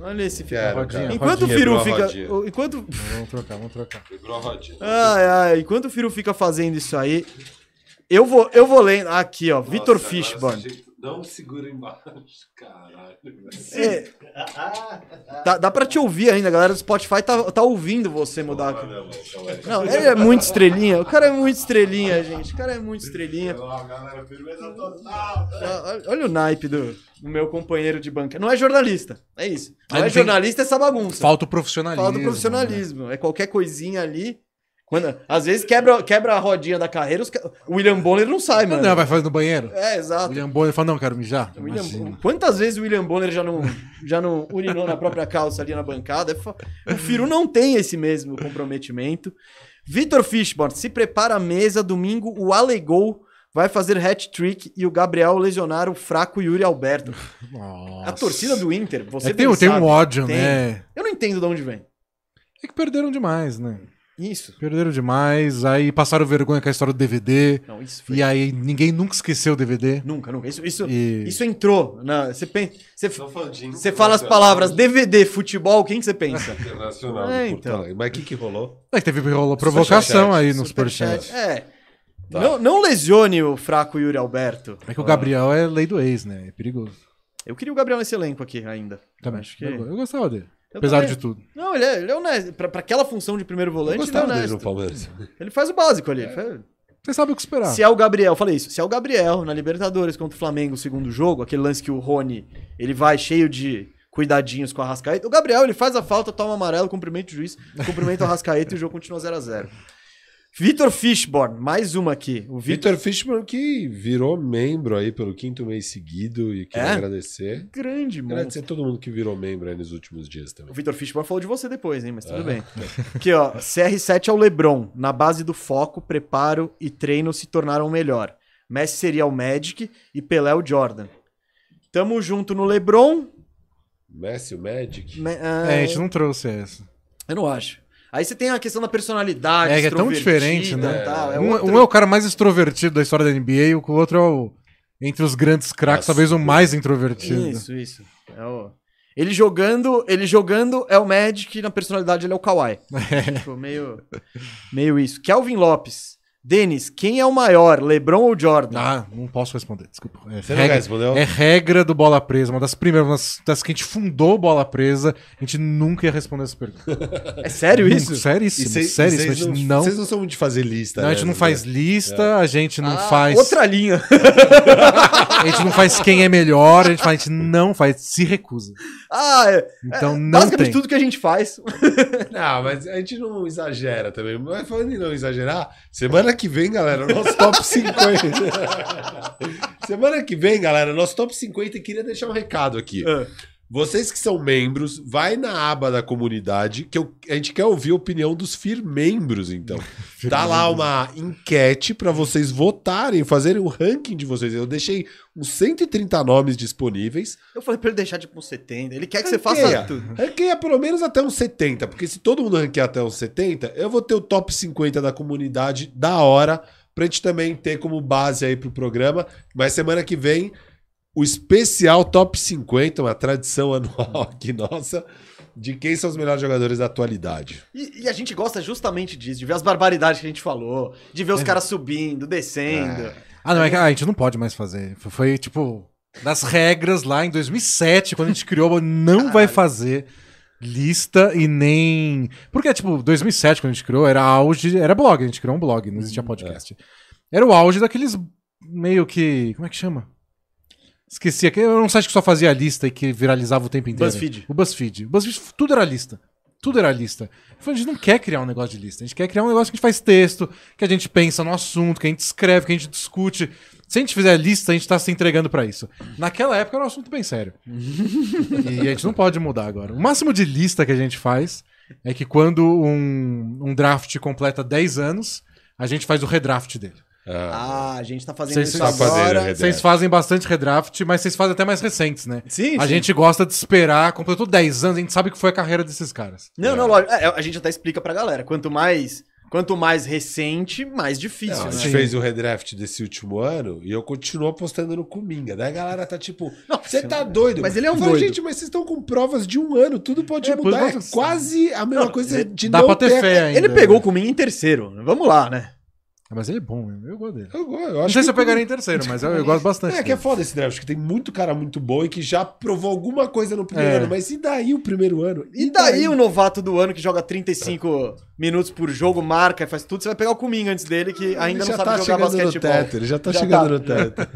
Olha esse firu. Quero, Rodinha, cara. Enquanto o Rodinha, Firu quebrou a fica. rodinha. o- Enquanto. Vamos trocar, vamos trocar. Quebrou a rodinha. Ai, ai, enquanto o Firu fica fazendo isso aí. Eu vou, eu vou lendo. Aqui, ó. Vitor Nossa, agora Fishborn. esse jeito- Não segura um embaixo, caralho. É, dá, dá pra te ouvir ainda, a galera do Spotify tá, tá ouvindo você mudar. Não, não, não, calma aí. Não, ele é muito estrelinha. O cara é muito estrelinha, gente. O cara é muito estrelinha. Ó, galera, firmeza total. Ó, Olha o naipe do, do meu companheiro de banca. Não é jornalista, é isso. Não Aí é não tem- né? jornalista, é essa bagunça. Falta o profissionalismo. Falta do profissionalismo. É qualquer coisinha ali. Quando, às vezes quebra, quebra a rodinha da carreira, os ca- o William Bonner não sai, Né? mano. Não, vai fazer no banheiro? É, exato. William Bonner fala, não, quero mijar. O William- Imagina. quantas vezes o William Bonner já não, já não urinou na própria calça ali na bancada? É fa- O Firu não tem esse mesmo comprometimento. Vitor Fishborn, se prepara a mesa, domingo o Alegou vai fazer hat-trick e o Gabriel lesionar o fraco Yuri Alberto. Nossa. A torcida do Inter, você É, bem tem, um- tem sabe. um ódio, Tem. né? Eu não entendo de onde vem. É que perderam demais, né? Isso. Perderam demais, aí passaram vergonha com a história do DVD, Não, isso foi... e aí ninguém nunca esqueceu o DVD. Nunca, nunca. Isso, isso, E... Isso entrou. Na, você, pen- você, Tô falando de você fala as palavras DVD, futebol, quem que você pensa? Internacional. É, do Porto então. Alegre. Mas o que, que rolou? É que teve rolou provocação Superchat, aí no Superchat. Superchat. É. Tá. Não, não lesione o fraco Yuri Alberto. É que o Gabriel é lei do ex, né? É perigoso. Eu queria o Gabriel nesse elenco aqui ainda. Também. Acho que- é. eu, eu gostava dele. Eu Apesar também- de tudo. Não, ele é, ele é honesto. Pra, pra aquela função de primeiro Eu volante, ele é gostava dele honesto. no Palmeiras. Ele faz o básico ali. ele faz- Você sabe o que esperar. Se é o Gabriel, eu falei isso. Se é o Gabriel na Libertadores contra o Flamengo, o segundo jogo, aquele lance que o Rony ele vai cheio de cuidadinhos com a Rascaeta. O Gabriel ele faz a falta, toma amarelo, cumprimenta o juiz, cumprimenta o Rascaeta e o jogo continua 0 a 0 Vitor Fishborn, mais uma aqui. O Vitor Vitor Fishman, que virou membro aí pelo quinto mês seguido e quero É? agradecer. grande, mano. Agradecer a todo mundo que virou membro aí nos últimos dias O também. Vitor Fishborn falou de você depois, hein? Mas É. tudo bem. Aqui, ó. CR7 ao é Lebron. Na base do foco, preparo e treino se tornaram o melhor. Messi seria o Magic e Pelé o Jordan. Tamo junto no Lebron. Messi, o Magic. Me- ah, É, a gente não trouxe essa. Eu não acho. Aí você tem a questão da personalidade. É, que é tão extrovertida diferente, né? e tal, é um, outra- um é o cara mais extrovertido da história da NBA e o outro é o. Entre os grandes craques, Nossa. talvez o mais introvertido. Isso, isso. É o- Ele jogando, ele jogando é o Magic e na personalidade ele é o Kawhi. Tipo, meio, meio isso. Kelvin Lopes. Denis, quem é o maior, LeBron ou Jordan? Ah, não posso responder, desculpa. É Você não regra- respondeu? É regra do Bola Presa, uma das primeiras das, das que a gente fundou o Bola Presa, a gente nunca ia responder essa pergunta. É sério Nunca, isso? Seríssimo, seríssimo. A Vocês gente não, não, vocês não são muito de fazer lista, não, a né? gente É, não faz lista, a gente não Ah, faz. Outra linha. A gente não faz quem é melhor, a gente, faz, a gente não faz, se recusa. Ah, é. Então é, não basicamente tem. tudo que a gente faz. Não, mas a gente não exagera também. Mas falando em não exagerar, semana que vem, galera, o nosso top 50. semana que vem, galera, nosso top 50. E queria deixar um recado aqui. Ah. Vocês que são membros, vai na aba da comunidade, que eu- a gente quer ouvir a opinião dos firmembros, então. Tá lá uma enquete para vocês votarem, fazerem o ranking de vocês. Eu deixei uns 130 nomes disponíveis. Eu falei pra ele deixar tipo uns 70. Ele quer que você Ranqueia. faça tudo. Ranqueia É pelo menos até uns 70, porque se todo mundo ranquear até uns 70, eu vou ter o top 50 da comunidade da hora, pra gente também ter como base aí pro programa. Mas semana que vem, o especial top 50, uma tradição anual aqui nossa, de quem são os melhores jogadores da atualidade. E, e a gente gosta justamente disso, de ver as barbaridades que a gente falou, de ver os É. caras subindo, descendo. Ah, não, é que ah, a gente não pode mais fazer. Foi, foi, tipo, das regras lá em 2007, quando a gente criou, não vai fazer lista e nem. Porque, tipo, 2007, quando a gente criou, era auge, era blog, a gente criou um blog, não Hum, é. existia podcast. Era o auge daqueles meio que. Como é que chama? Esqueci, aquele era um site que só fazia lista e que viralizava o tempo inteiro. BuzzFeed. O BuzzFeed. O BuzzFeed, tudo era lista. Tudo era lista. Eu falei, A gente não quer criar um negócio de lista. A gente quer criar um negócio que a gente faz texto, que a gente pensa no assunto, que a gente escreve, que a gente discute. Se a gente fizer lista, a gente tá se entregando pra isso. Naquela época era um assunto bem sério. e a gente não pode mudar agora. O máximo de lista que a gente faz é que quando um, um draft completa 10 anos, a gente faz o redraft dele. Ah, Ah, a gente tá fazendo Vocês- isso tá agora. fazendo, né? Vocês fazem bastante redraft, mas vocês fazem até mais recentes, né? Sim, A sim. gente gosta de esperar, completou 10 anos, a gente sabe que foi a carreira desses caras. Não, não, lógico. É, a gente até explica pra galera. Quanto mais, quanto mais recente, mais difícil, Não, a né? gente Sim. fez o redraft desse último ano e eu continuo apostando no Cominga. Daí a galera tá tipo, Não, você tá doido. Mas ele é um Eu falo, doido. gente, mas vocês estão com provas de um ano, tudo pode É, mudar. pode- É quase a mesma Não, é, coisa de Dá não pra ter fé ainda. né? Ele né? pegou comigo em terceiro. Vamos lá, né? Ah, Mas ele é bom, eu gosto dele. Eu, go- eu Não acho sei que se eu pegaria em terceiro, mas eu, eu gosto bastante. É que é dele. foda esse draft, que tem muito cara muito bom e que já provou alguma coisa no primeiro É. ano. Mas e daí o primeiro ano? E daí o novato do ano que joga 35 minutos por jogo, marca, faz tudo, você vai pegar o Cominga antes dele, que ainda Ele não já sabe tá jogar chegando no basquetebol. teto, ele já tá Já tá. chegando no teto.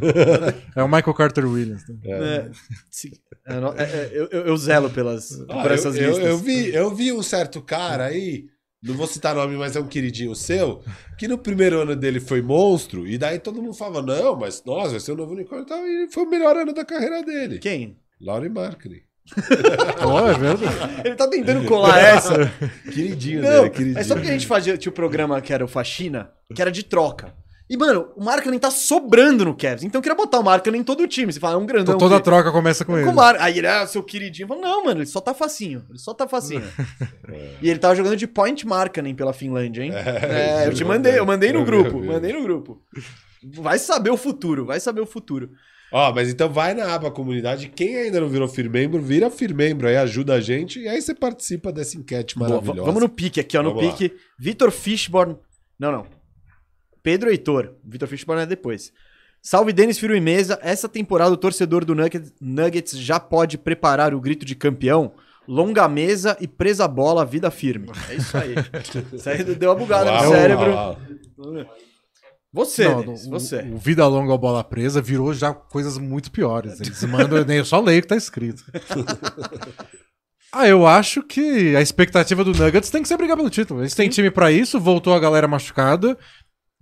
É o Michael Carter Williams. né? É, sim. É, não- é, é, eu, eu- eu zelo pelas, Ah, por eu- essas eu, listas. eu vi, eu vi um certo cara aí, não vou citar nome, mas é um queridinho seu, que no primeiro ano dele foi monstro, e daí todo mundo falava, não, mas nossa, vai ser o novo unicórnio e tal, e foi o melhor ano da carreira dele. Quem? Laurie Markkinen. Ó, é verdade. Ele tá tentando colar essa. Queridinho Não, Né, dele, queridinho. é só porque a gente fazia tinha o programa que era o Faxina, que era de troca. E, mano, o Markkinen tá sobrando no Cavs. Então eu queria botar o Markkinen em todo o time. Você fala, é um grandão. Então, toda a que- troca começa com ele. com o Mar... Aí ele, ah, seu queridinho. Eu falo, não, mano, ele só tá facinho. Ele só tá facinho. e ele tava jogando de Point Markkinen pela Finlândia, hein? É, eu te mandei, eu mandei no Eu vi, grupo. eu vi. Mandei no grupo. Vai saber o futuro, vai saber o futuro. Ó, mas então vai na aba comunidade. Quem ainda não virou firmembro, vira firmembro aí, ajuda a gente. E aí você participa dessa enquete Boa, maravilhosa. vamos no pique aqui, ó. No Vamos lá. pique, Vitor Fishborn. Não, não. Pedro Heitor. Vitor Fishborn é depois. Salve Denis Firo e Mesa. Essa temporada o torcedor do Nuggets, Nuggets já pode preparar o grito de campeão. Longa mesa e presa bola, vida firme. É isso aí. isso aí deu uma bugada Uau, no cérebro. uau, uau. Você, Não, Denis, o- você. O, Vida Longa ou Bola Presa virou já coisas muito piores. Eles mandam, eu só leio o que tá escrito. ah, eu acho que a expectativa do Nuggets tem que ser brigar pelo título. Eles têm time pra isso, voltou a galera machucada.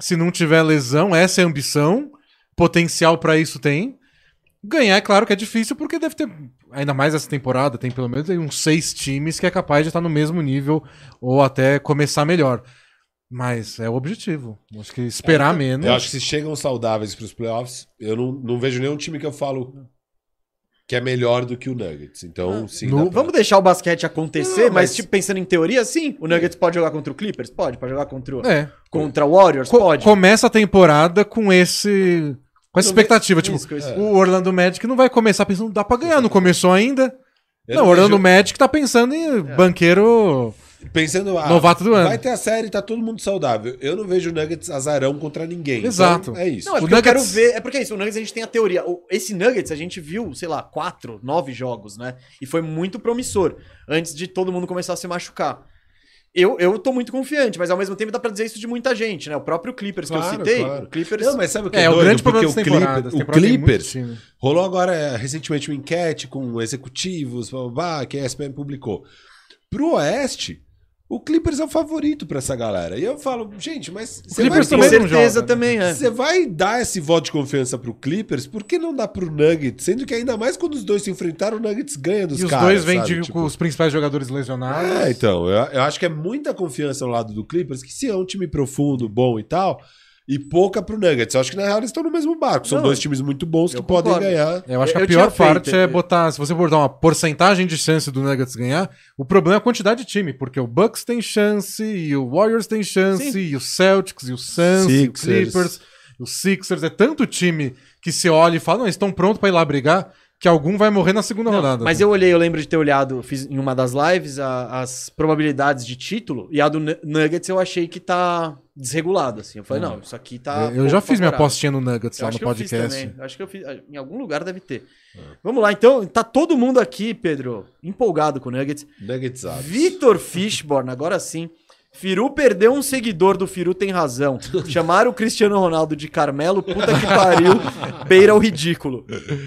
Se não tiver lesão, essa é a ambição. Potencial pra isso tem. Ganhar, é claro que é difícil, porque deve ter, ainda mais essa temporada, tem pelo menos aí uns seis times que é capaz de estar no mesmo nível ou até começar melhor. Mas é o objetivo. Acho que esperar menos. É, Eu acho que se chegam saudáveis para os playoffs, eu não, não vejo nenhum time que eu falo que é melhor do que o Nuggets. Então, sim. Ah, no- dá pra- Vamos deixar o basquete acontecer, Não, mas... mas- tipo, pensando em teoria, sim. O Nuggets pode jogar contra o Clippers? Pode. Pode jogar contra Tipo, o, É. contra o Warriors? Co- pode. Começa a temporada com esse. Com essa Não, mas- expectativa. é Tipo, Isso, isso. o Orlando Magic não vai começar pensando, dá pra ganhar, não começou ainda. Eu não, o não Orlando vejo- Magic tá pensando É. em banqueiro. Pensando. ah, Novato do ano. Vai ter a série, tá todo mundo saudável. Eu não vejo o Nuggets azarão contra ninguém. Então, Exato. é isso. Não, é O porque eu quero Nuggets- ver. É porque é isso, o Nuggets a gente tem a teoria. O- Esse Nuggets a gente viu, sei lá, quatro, nove jogos, né? E foi muito promissor antes de todo mundo começar a se machucar. Eu, eu tô muito confiante, mas ao mesmo tempo dá pra dizer isso de muita gente, né? O próprio Clippers que Claro, eu citei, claro. o Clippers. Não, mas sabe o que É, é, o doido? grande problema Porque o dessa temporada. Clipper- Essa temporada o tem muito Clippers time. Rolou agora é, recentemente uma enquete com executivos, blá, blá, blá, que a ESPN publicou. Pro Oeste, o Clippers é o favorito pra essa galera. E eu falo, gente, mas você vai, Clippers com também não certeza joga, né? também, é. você vai dar esse voto de confiança pro Clippers? Por que não dá pro Nuggets? Sendo que ainda mais quando os dois se enfrentaram, o Nuggets ganha dos E os caras. dois vêm sabe? de- Tipo, com os principais jogadores lesionados. É, então, eu, eu acho que é muita confiança ao lado do Clippers, que se é um time profundo, bom e tal, e pouca pro Nuggets. Eu acho que na real eles estão no mesmo barco. São Não, dois times muito bons eu que podem concordo. ganhar. Eu acho que Eu a pior tinha feito, parte é eu- botar. Se você botar uma porcentagem de chance do Nuggets ganhar, o problema é a quantidade de time, porque o Bucks tem chance, e o Warriors tem chance, Sim. e o Celtics, e o Suns, e o Sixers. Clippers, e o Sixers. É tanto time que se olha e fala, não, eles estão prontos pra ir lá brigar, que algum vai morrer na segunda rodada. Mas eu olhei, eu lembro de ter olhado, fiz em uma das lives, a- as probabilidades de título, e a do Nu- Nuggets eu achei que tá desregulado, assim. Eu falei, Uhum. não, isso aqui tá. Eu- eu já pouco fiz minha favorável. apostinha no Nuggets Eu lá acho no que eu fiz podcast. É. também. Eu acho que eu fiz. Em algum lugar deve ter. Vamos lá, então. Tá todo mundo aqui, Pedro, empolgado com o Nuggets. Nuggets Tá. out. Vitor Fishborn, agora sim. Firu perdeu um seguidor do Firu tem razão. Chamaram o Cristiano Ronaldo de Carmelo, puta que pariu, beira o ridículo.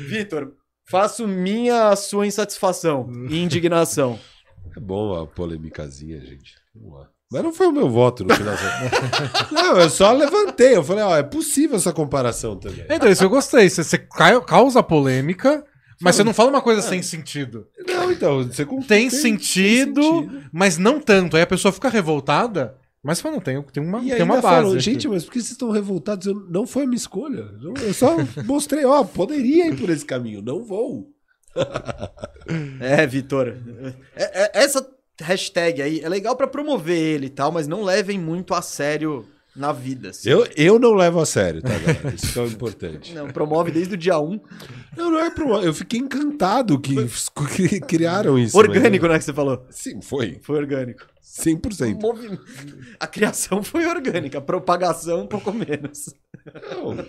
Vitor, faço minha a sua insatisfação e indignação. É bom a polêmicazinha, gente. Vamos lá. Mas não foi o meu voto no final. não, eu só levantei. Eu falei, ó, é possível essa comparação também. Então, isso eu gostei. Você, você cai- causa polêmica, mas você não fala uma coisa sem sentido. Não, então, você com- Tem sentido, mas não tanto. Aí a pessoa fica revoltada, mas fala, não, tem, tem uma, E tem ainda uma base. falou, aqui. gente, mas por que vocês estão revoltados? Eu, não foi a minha escolha. Eu eu só mostrei, ó, poderia ir por esse caminho, não vou. É, Vitor. é- é- essa hashtag aí é legal pra promover ele e tal, mas não levem muito a sério na vida. assim. Eu, eu não levo a sério, tá, galera? Isso que é o importante. Não, promove desde o dia 1. Não, não é pro. Eu fiquei encantado que, que criaram isso. é Orgânico, né, que você falou. mas- Sim, foi. Foi orgânico. 100%. Movi- A criação foi orgânica, a propagação um pouco menos. Não.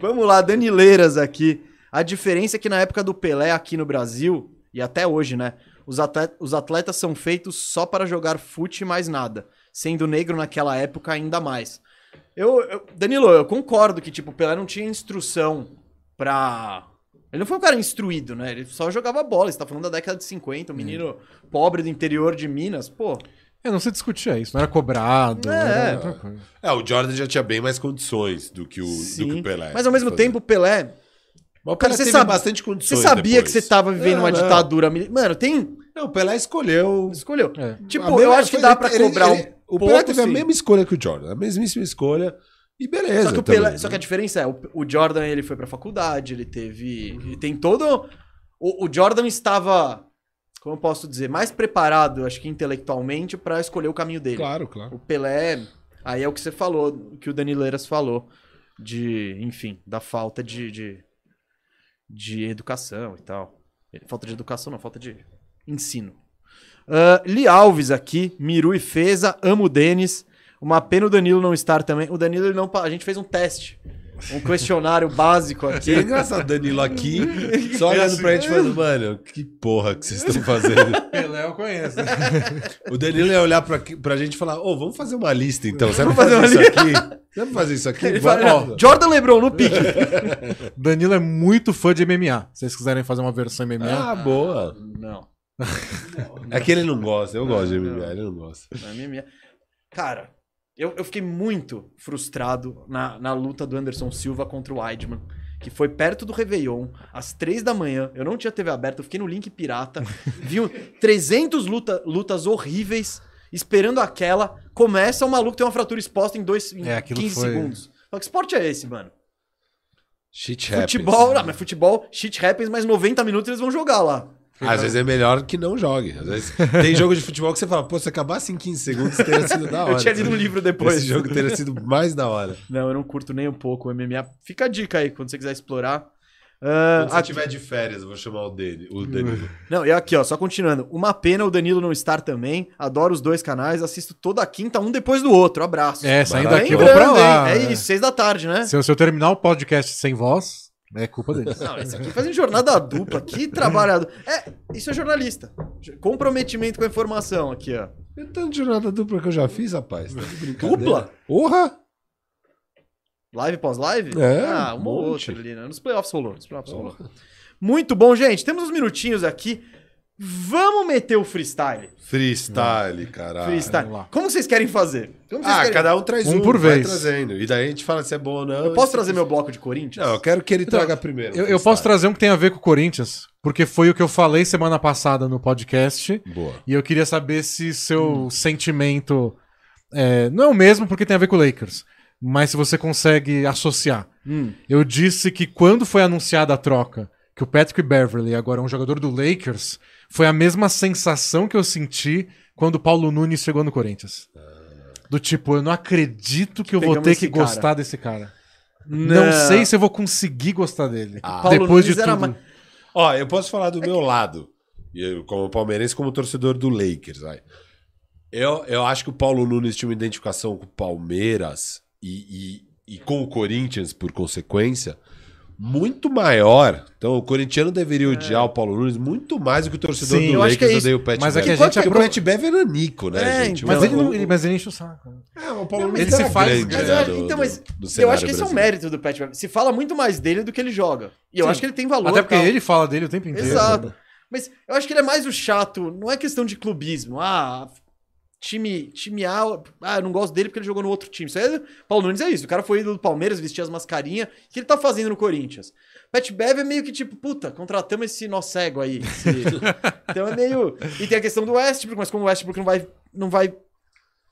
Vamos lá, Danileiras aqui. A diferença é que na época do Pelé aqui no Brasil, e até hoje, né? Os, atle- os atletas são feitos só para jogar fute e mais nada. Sendo negro naquela época ainda mais. Eu, eu- Danilo, eu concordo que, tipo, o Pelé não tinha instrução pra. Ele não foi um cara instruído, né? Ele só jogava bola. Você tá falando da década de 50, um menino pobre do interior de Minas. Pô, É, não se discutia isso, não era cobrado, É. era outra coisa. É, o Jordan já tinha bem mais condições do que o, do Sim, que o Pelé. Mas ao mesmo Fazer. tempo, o Pelé. Mas o cara, Pelé você teve sabe- bastante Você condições. sabia depois. que você tá- tava vivendo Não, uma É, não. ditadura militar. Mano, tem. Não, o Pelé escolheu. Escolheu. É. Tipo, A mesma- eu acho que Ah, foi- dá pra ele- cobrar ele- um. O pouco, Pelé teve a sim. mesma escolha que o Jordan, a mesmíssima escolha. E beleza. Só que, o também, Pelé- né? só que a diferença é, o, o Jordan ele foi pra faculdade, ele teve. Ele tem todo. O, o Jordan estava, como eu posso dizer, mais preparado, acho que intelectualmente, pra escolher o caminho dele. Claro, claro. O Pelé, aí é o que você falou, o que o Danileiras falou, de, enfim, da falta de, de, de educação e tal. Eh, Falta de educação, não, falta de ensino. Ah, Li Alves aqui, Miru e Feza, amo o Denis. Uma pena o Danilo não estar também. O Danilo, ele não. pa- A gente fez um teste um questionário básico aqui. Que é engraçado, Danilo aqui, só olhando pra gente e falando, mano, que porra que vocês estão fazendo. Pelé eu conheço. O Danilo ia olhar pra, aqui- pra gente e falar, ô, vamos fazer uma lista então, sabe fazer, fazer isso aqui? Sabe fazer isso aqui? Ele Bora. fala, Ó, "Não, Jordan Lebron no pique. Danilo é muito fã de MMA. Se vocês quiserem fazer uma versão MMA. Ah, boa. Não. É que ele não gosta, eu gosto de MMA, ele não gosta. Na minha- minha- Cara, eu, eu fiquei muito frustrado na, na luta do Anderson Silva contra o Weidman, que foi perto do Réveillon, às três da manhã. Eu não tinha TV aberta, eu fiquei no link pirata. Vi um- 300 luta, lutas horríveis, esperando aquela. Começa o maluco tem uma fratura exposta em, dois, em É, aquilo 15 foi- segundos. Fala, que esporte é esse, mano? Shit happens. Futebol, não, mas futebol, shit happens, mas 90 minutos eles vão jogar lá. Às vezes é melhor que não jogue. Às vezes tem jogo de futebol que você fala, pô, se acabasse em 15 segundos, teria sido da hora. né?" Eu tinha lido um livro depois. Esse jogo teria sido mais da hora. Não, eu não curto nem um pouco o MMA. Fica a dica aí quando você quiser explorar. Ah, Quando você aqui- tiver de férias, eu vou chamar o dele, o Danilo. Não, e aqui, ó, só continuando. Uma pena o Danilo não estar também. Adoro os dois canais, assisto toda quinta, um depois do outro. Abraço. É, saindo Barato. daqui eu vou pra Lembrando, hein? lá. É isso, seis da tarde, né? Se eu, se eu terminar o podcast sem voz, é culpa deles. Não, esse aqui fazendo jornada dupla, que trabalhador. É, isso é jornalista. Comprometimento com a informação aqui, ó. Eu tanto de jornada dupla que eu já fiz, rapaz. Tá de brincadeira. Dupla? Porra! Live pós live? É, ah, uma um ou monte. outra ali, né? Nos playoffs rolou. Nos playoffs rolou. Muito bom, gente. Temos uns minutinhos aqui. Vamos meter o freestyle. Freestyle, caralho. freestyle. Ah, vamos lá. Como vocês querem fazer? Como vocês Ah, querem- cada um traz um, Um por vai vez. trazendo. E daí a gente fala se é bom ou não. Eu posso trazer meu bloco de Corinthians? Não, eu quero que ele Então, traga primeiro. Eu, eu posso trazer um que tem a ver com o Corinthians, porque foi o que eu falei semana passada no podcast. Boa. E eu queria saber se Hum. seu sentimento é, não é o mesmo porque tem a ver com o Lakers, mas se você consegue associar. Hum. Eu disse que quando foi anunciada a troca, que o Patrick Beverly agora é um jogador do Lakers, foi a mesma sensação que eu senti quando o Paulo Nunes chegou no Corinthians. Do tipo, eu não acredito que eu vou Pegamos ter que esse cara. gostar desse cara. Não. sei se eu vou conseguir gostar dele. Ah. Paulo Depois Nunes de era tudo. mais- Ó, eu posso falar do meu lado. E eu, como palmeirense, como torcedor do Lakers, vai. Eu, eu acho que o Paulo Nunes tinha uma identificação com o Palmeiras e, e, e com o Corinthians, por consequência, muito maior. Então, o corintiano deveria odiar É. o Paulo Nunes muito mais do que o torcedor Sim, do eu acho que é Lakers isso. odeia o Pat Mas é que a Bev. gente Porque o apro- Pat Bev era Nico, né, É, gente? então. Mas O- ele, não, o- ele- mas ele enche o Tá saco. É, o Paulo Não, mas Nunes ele era faz- grande, Mas né, eu, do- então, do- mas do eu cenário acho que esse é um brasileiro. mérito do Pat Beverly. Se fala muito mais dele do que ele joga. E eu Sim. acho que ele tem valor. Até porque tal. ele fala dele o tempo inteiro. né? Exato. Mas eu acho que ele é mais o chato. Não é questão de clubismo. Ah, time, time A, ah, eu não gosto dele porque ele jogou no outro time. Isso aí, é- Paulo Nunes é isso. O cara foi ídolo do Palmeiras, vestia as mascarinhas. O que ele tá fazendo no Corinthians? Pat Bev é meio que tipo, puta, contratamos esse nó cego aí. esse- então é meio. E tem a questão do Westbrook, mas como o Westbrook não vai. Não vai...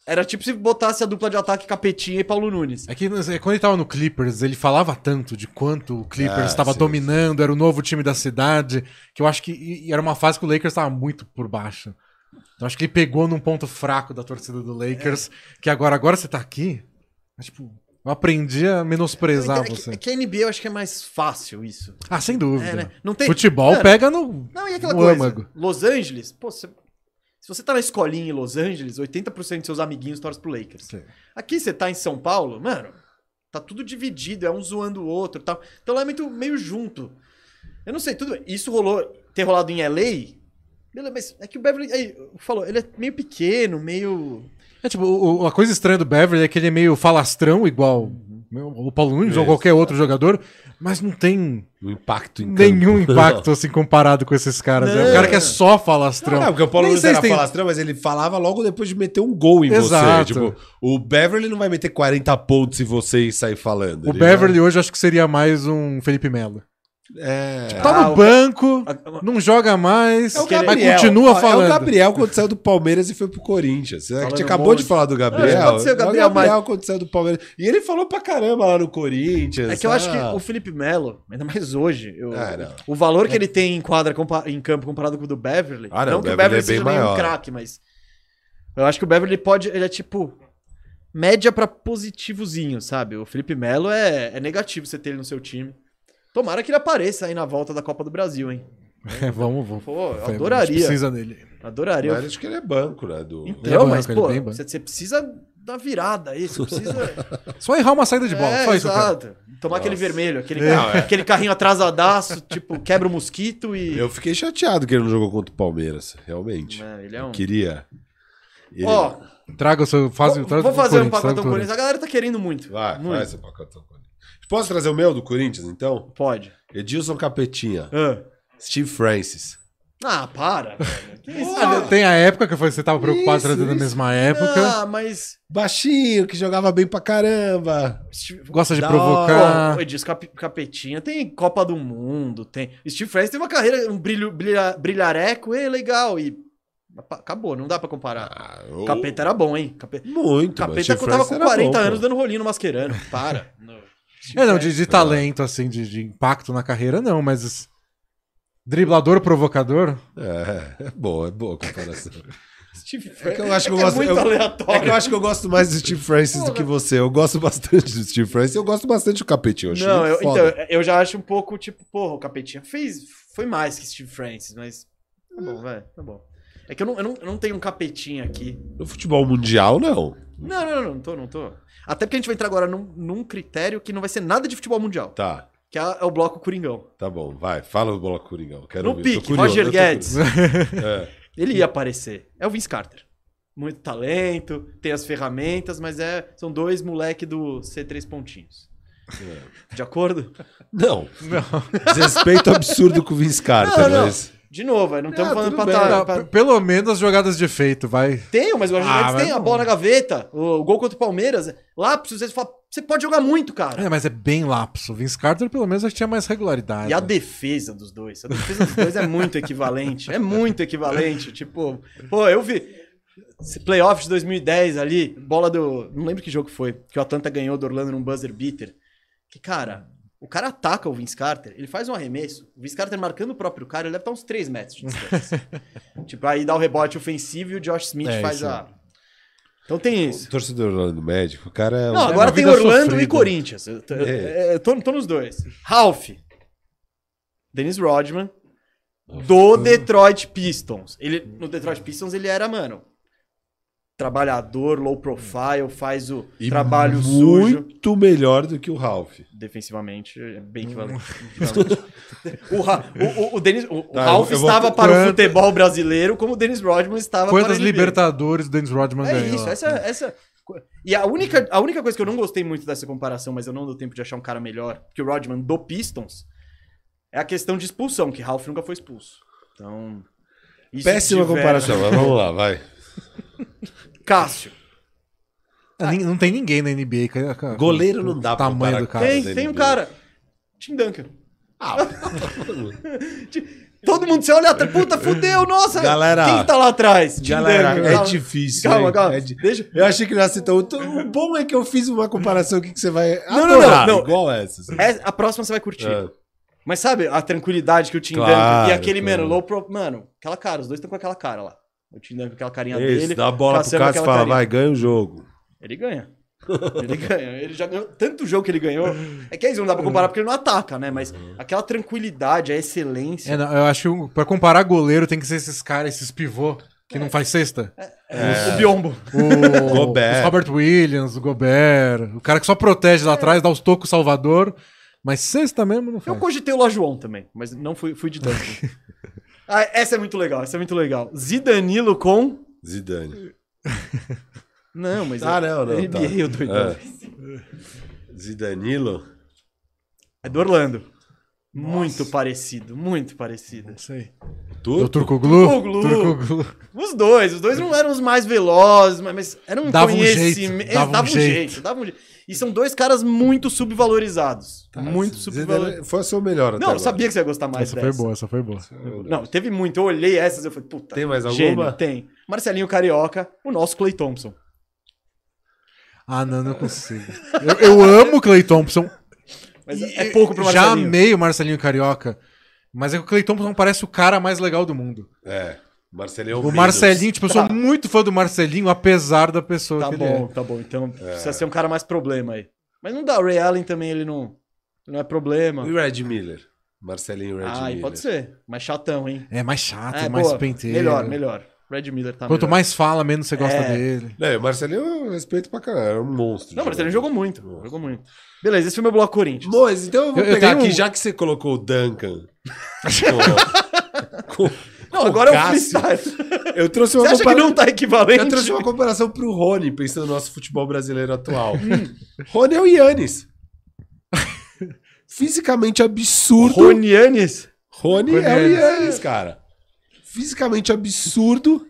Era tipo se botasse a dupla de ataque Capetinha e Paulo Nunes. É que não sei, quando ele tava no Clippers, ele falava tanto de quanto o Clippers Ah, estava sim. dominando, era o novo time da cidade, que eu acho que e- e era uma fase que o Lakers estava muito por baixo. Então acho que ele pegou num ponto fraco da torcida do Lakers, É. que agora agora você tá aqui, mas, tipo, eu aprendi a menosprezar é, que, você. é que a NBA eu acho que é mais fácil isso. Ah, sem dúvida. É, né? Não tem. Futebol Mano, pega no Não, e aquela No coisa? âmago. Los Angeles, pô, você- se você tá na escolinha em Los Angeles, 80% de seus amiguinhos torcem pro Lakers. Sim. Aqui você tá em São Paulo, mano, tá tudo dividido, é um zoando o outro e tal. Então lá é muito, meio junto. Eu não sei, tudo bem. Isso rolou, ter rolado em LA, beleza, mas é que o Beverly, aí, falou, ele é meio pequeno, meio... É tipo, o- o- a coisa estranha do Beverly é que ele é meio falastrão, igual Uhum. o Paulo Nunes ou Isso. qualquer outro jogador, mas não tem O Um impacto em campo. nenhum impacto assim comparado com esses caras. É um Não. cara que é só falastrão. Não, porque o Paulo Nem Nunes sei era se tem- falastrão, mas ele falava logo depois de meter um gol em você. Exato. Tipo, o Beverly não vai meter 40 pontos se você sair falando. né? O ele Beverly hoje acho que seria mais um Felipe Melo. vai- É. Tá Ah, no o- banco, a- não joga mais, É o mas Gabriel. continua Ó, falando. É o Gabriel quando saiu do Palmeiras e foi pro Corinthians. Você Falando que acabou um monte. de falar do Gabriel. É, pode ser o É Gabriel, mas- quando saiu do Palmeiras. E ele falou pra caramba lá no Corinthians. É que eu acho que Ah, o Felipe Melo, ainda mais hoje, eu- É. Ah, não. o valor que ele tem em quadra compa- em campo comparado com o do Beverly, Ah, não, não o que o Beverly Beverly é bem seja meio um maior. craque, mas eu acho que o Beverly pode, ele é tipo média pra positivozinho, sabe? O Felipe Melo é, é negativo você ter ele no seu time. Tomara que ele apareça aí na volta da Copa do Brasil, hein? É, vamos, vamos. Pô, eu Foi, a gente adoraria. Precisa dele. Adoraria. Mas acho que ele é banco, né? Do... Ele é Então, banco, mas, ele é pô, bem banco. você você precisa da virada aí, você precisa. Só errar uma saída de bola. é, só isso, cara. exato. Tomar aquele Nossa. vermelho, aquele, Não, é. aquele carrinho atrasadaço, tipo, quebra o mosquito e. Eu fiquei chateado que ele não jogou contra o Palmeiras, realmente. É, ele é Eu um. Queria. Ele- Ó, Traga o seu. Faz, vou, traz vou o fazer um Corinthians, traz pacotão o Corinthians. A galera tá querendo muito. Vai, muito. faz esse pacotão. Corinthians. Posso trazer o meu do Corinthians, então? Pode. Edilson Capetinha, Ah, Steve Francis. Ah, para. velho. Que isso, Ah, é tem a época que foi- você tava preocupado Isso, trazendo na isso. mesma época. Ah, mas. Baixinho, que jogava bem pra caramba. Gosta de Da provocar. Pô, o Edilson Cap- Capetinha tem Copa do Mundo, tem. Steve Francis tem uma carreira, um brilho, brilha- brilhareco, é legal. E. apa- Acabou, não dá pra comparar. Ah, eu- Capeta era bom, hein? Cape- Muito, mas Capeta Steve tava Francis com era 40 bom, pô. anos dando rolinho no Mascherano. Para. No- É, não, de, de talento, assim, de, de impacto na carreira, não, mas. es- Driblador, provocador. É, é boa, é boa a comparação. Steve Francis. É que eu acho que eu é gosto- muito eu- aleatório. É que eu acho que eu gosto mais do Steve Francis do que você. Eu gosto bastante do Steve Francis. Eu gosto bastante do Capetinho. Eu acho Não, eu, muito então, foda. eu já acho um pouco, tipo, porra, o Capetinha fez, foi mais que Steve Francis, mas tá bom, velho, tá bom. É que eu não, eu, não, eu não tenho um Capetinha aqui. No futebol mundial, não. Não, não, não, não tô, não tô. Até porque a gente vai entrar agora num, num critério que não vai ser nada de futebol mundial, Tá, que é, é o bloco Coringão. tá bom. Vai, fala do Bola Coringão. Quero No ouvir. Tô pique, curioso, Roger eu tô Guedes. curioso. É. Ele ia aparecer. É o Vince Carter. Muito talento, tem as ferramentas, mas é, são dois moleque do C3 pontinhos. É. De acordo? Não. Desrespeito absurdo com o Vince Carter, Não, não. mas... De novo, não estamos Ah, falando pra, tudo bem. tá, Tá, pra, p- Pelo menos as jogadas de efeito, vai. Tenho, mas o Roger Ah, Guedes mas tem a não. bola na gaveta, o, o gol contra o Palmeiras. Lápis, você fala, você pode jogar muito, cara. É, mas é bem lapso. Vince Carter, pelo menos, acho que tinha mais regularidade. né? E a defesa dos dois. A defesa dos dois é muito equivalente. É muito equivalente. Tipo, pô, eu vi. esse Playoff de 2010 ali, bola do. Não lembro que jogo foi, que o Atlanta ganhou do Orlando num buzzer beater. Que, cara, o cara ataca o Vince Carter, ele faz um arremesso. O Vince Carter marcando o próprio cara, ele deve estar uns 3 metros de distância. tipo, aí dá o rebote ofensivo e o Josh Smith É, faz isso a. Então tem isso. O torcedor do médico, o cara é um... Não, agora uma tem vida Orlando sofrida. e Corinthians. Eu tô, eu- É. eu tô- tô nos dois. Ralph. Dennis Rodman. Do Detroit Pistons. Ele, no Detroit Pistons ele era, mano, trabalhador, low profile, faz o E trabalho sujo. Muito melhor do que o Ralph. Defensivamente, é bem equivalente. equivalente. o, Ra- o- o- o Dennis, o- o Tá, eu- Ralph eu vou- estava para o Quantas- futebol brasileiro como o Dennis Rodman estava Quantas para a NBA. Libertadores o Dennis Rodman É ganhou? isso, essa, essa. E a única, a única coisa que eu não gostei muito dessa comparação, mas eu não dou tempo de achar um cara melhor que o Rodman do Pistons, é a questão de expulsão, que Ralph nunca foi expulso. Então. isso Péssima tiver- comparação, mas vamos lá, vai. Cássio. é Ah, nin- Não tem ninguém na NBA. que- que- Goleiro não dá pra Tamanho comparar do com cara. ele. Tem, da tem um NBA. cara. Tim Duncan. Ah, Todo mundo, você olha atrás. Puta, fudeu, nossa! Galera, Quem tá lá atrás? Tim galera, Duncan. é Calma, difícil. Calma, hein? calma. É di- Deixa. Eu achei que não aceitou. Então, o bom é que eu fiz uma comparação aqui que você vai Não, adorar, não, não, não. igual essa. assim. É, a próxima você vai curtir. É. Mas sabe a tranquilidade que o Tim Claro, Duncan e aquele, claro. mano, low pro... Mano, aquela cara, os dois estão com aquela cara lá. O Tim Duncan com aquela carinha Isso, dele. dá a bola pro Cassiano com Cássio e aquela fala, carinha. vai, ganha o jogo. Ele ganha. Ele ganha. Ele já ganhou tanto jogo que ele ganhou. É que aí não dá pra comparar porque ele não ataca, né? Mas Uhum. aquela tranquilidade, a excelência. É, não, eu acho que um- pra comparar goleiro tem que ser esses caras, esses pivô que É. não faz cesta. é. O biombo. O Gobert. os Robert Williams, o Gobert, o cara que só protege lá atrás, dá os tocos salvador, mas cesta mesmo não É. Eu faz. cogitei o Lajoão também, mas não fui, fui de Duncan. ah, essa é muito legal, essa é muito legal. Zidanilo com... Zidane. Não, mas... é Ah, não, não, NBA, tá. eu doidão. É. Zidanilo? É do Orlando. Muito parecido, muito parecido. Não sei. Tu? O Turcoglu? Turcoglu. Turcoglu. Os dois, os dois não eram os mais velozes, mas- mas eram Dava um conhecimento- jeito, dava Eles um davam um jeito. jeito, davam um jeito. E são dois caras muito subvalorizados. Tá, muito é subvalorizados. Tá, Zidane foi a sua melhor até Não, eu agora. sabia que você ia gostar mais Essa foi dessa. boa, essa foi boa. Não, teve muito. Eu olhei essas e eu falei, puta. Tem mais gênio, alguma? Tem. Marcelinho Carioca, o nosso Clay Thompson. Ah, não, não consigo. Eu, eu amo o Clay Thompson. Mas E é pouco pro Já Marcelinho. amei o Marcelinho Carioca. Mas é que o Clay Thompson parece o cara mais legal do mundo. É, Marcelinho é O menos. Marcelinho, tipo, eu sou Tá. muito fã do Marcelinho, apesar da pessoa Tá que ele é. bom, tá bom. É. Então precisa ser um cara mais problema aí. Mas não dá. O Ray Allen também, ele não, não é E problema. o Red Miller? Marcelinho e Red Ah, Miller. e pode ser. Mas chatão, hein? é. É mais chato, Ah, mais boa. penteiro. Melhor, melhor. Brad Miller tá Quanto melhor. mais fala, menos você gosta É. dele. Não, e o Marcelinho eu respeito pra caralho, era um monstro. Não, mas jogador. ele jogou muito. Jogou muito. Beleza, esse foi meu bloco Corinthians. Mois, então eu vou Eu- eu pegar tenho aqui, um- já que você colocou o Duncan. com- com- Não, com agora é o Cássio, freestyle. Eu trouxe uma Você acha que compara- não tá equivalente? Eu trouxe uma comparação pro Rony, pensando no nosso futebol brasileiro atual. Rony é o Yannis. Fisicamente absurdo. Rony, Ronianes? é o Rony Yannis. Yannis, cara. Fisicamente absurdo.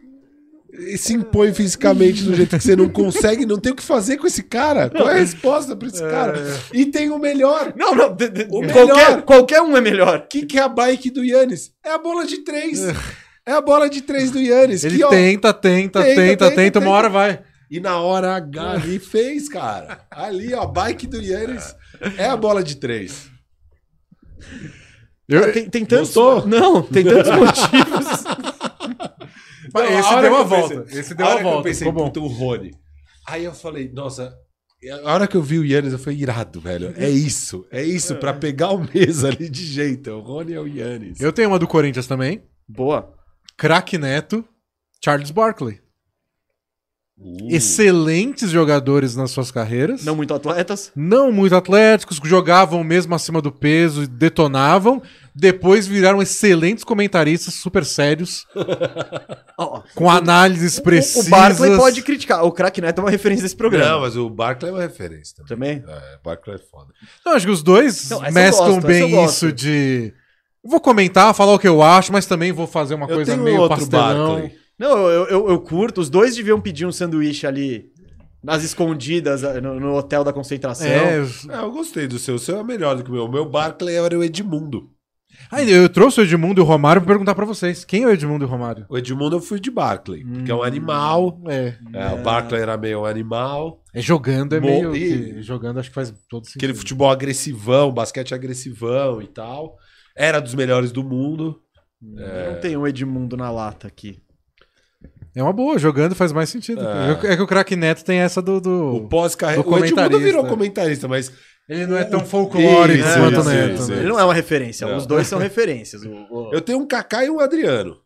E se impõe fisicamente do jeito que você não consegue, não tem o que fazer com esse cara. Qual é a resposta pra esse cara? E tem o melhor. Não, não. de- de- O qualquer, melhor. qualquer um é melhor. O que, que é a bike do Yannis? É a bola de três. É a bola de três do Yannis. Ele que, ó, tenta, tenta, Tenta, tenta, tenta, tenta, tenta. uma hora vai. E na hora H ali fez, cara. Ali, ó, bike do Yannis é a bola de três. Eu, Tem, tem tantos. Gostou? Não, tem tantos motivos. Mas Não, a esse hora deu que uma eu pensei- volta, esse deu a uma hora que volta, Eu pensei, ficou bom. puta, o Rony. Aí eu falei, nossa. A hora que eu vi o Yannis, eu falei, irado, velho. É isso. É isso, pra pegar o mesa ali de jeito. O Rony é o Yannis. eu tenho uma do Corinthians também. Boa. Craque Neto, Charles Barkley. Uh, Excelentes jogadores nas suas carreiras. Não muito atletas. não muito atléticos, que jogavam mesmo acima do peso, e detonavam, depois viraram excelentes comentaristas, super sérios, Ó, ó. com análises O, precisas. o Barclay pode criticar. O craque Neto é uma referência desse programa. Não, mas o Barclay é uma referência também. Também? É, o Barclay é foda. Não, acho que os dois Não, essa eu mesclam gosto, essa eu bem gosto. isso de vou comentar, falar o que eu acho, mas também vou fazer uma coisa meio pastelão. Não, eu, eu, eu curto. Os dois deviam pedir um sanduíche ali nas escondidas, ah, no, no hotel da concentração. É, É, eu gostei do seu. O seu é melhor do que o meu. O meu Barclay era o Edmundo. aí eu trouxe o Edmundo e o Romário pra perguntar pra vocês, quem é o Edmundo e o Romário? O Edmundo eu fui de Barclay, porque é um animal. É, É, o Barclay era meio um animal. é jogando é Bom, meio e- que- jogando acho que faz todo sentido. Aquele futebol agressivão, basquete agressivão e tal. Era dos melhores do mundo. Não tem um Edmundo na lata aqui. É uma boa, jogando faz mais sentido. É. É, que o craque Neto tem essa do. do- O pós-carreira. do O Edmundo comentarista. virou comentarista, mas Ele não é tão folclórico Isso, quanto o isso, Neto, isso, né? Ele não é uma referência. Não. Os dois são referências. O- o- eu tenho um Kaká e um Adriano.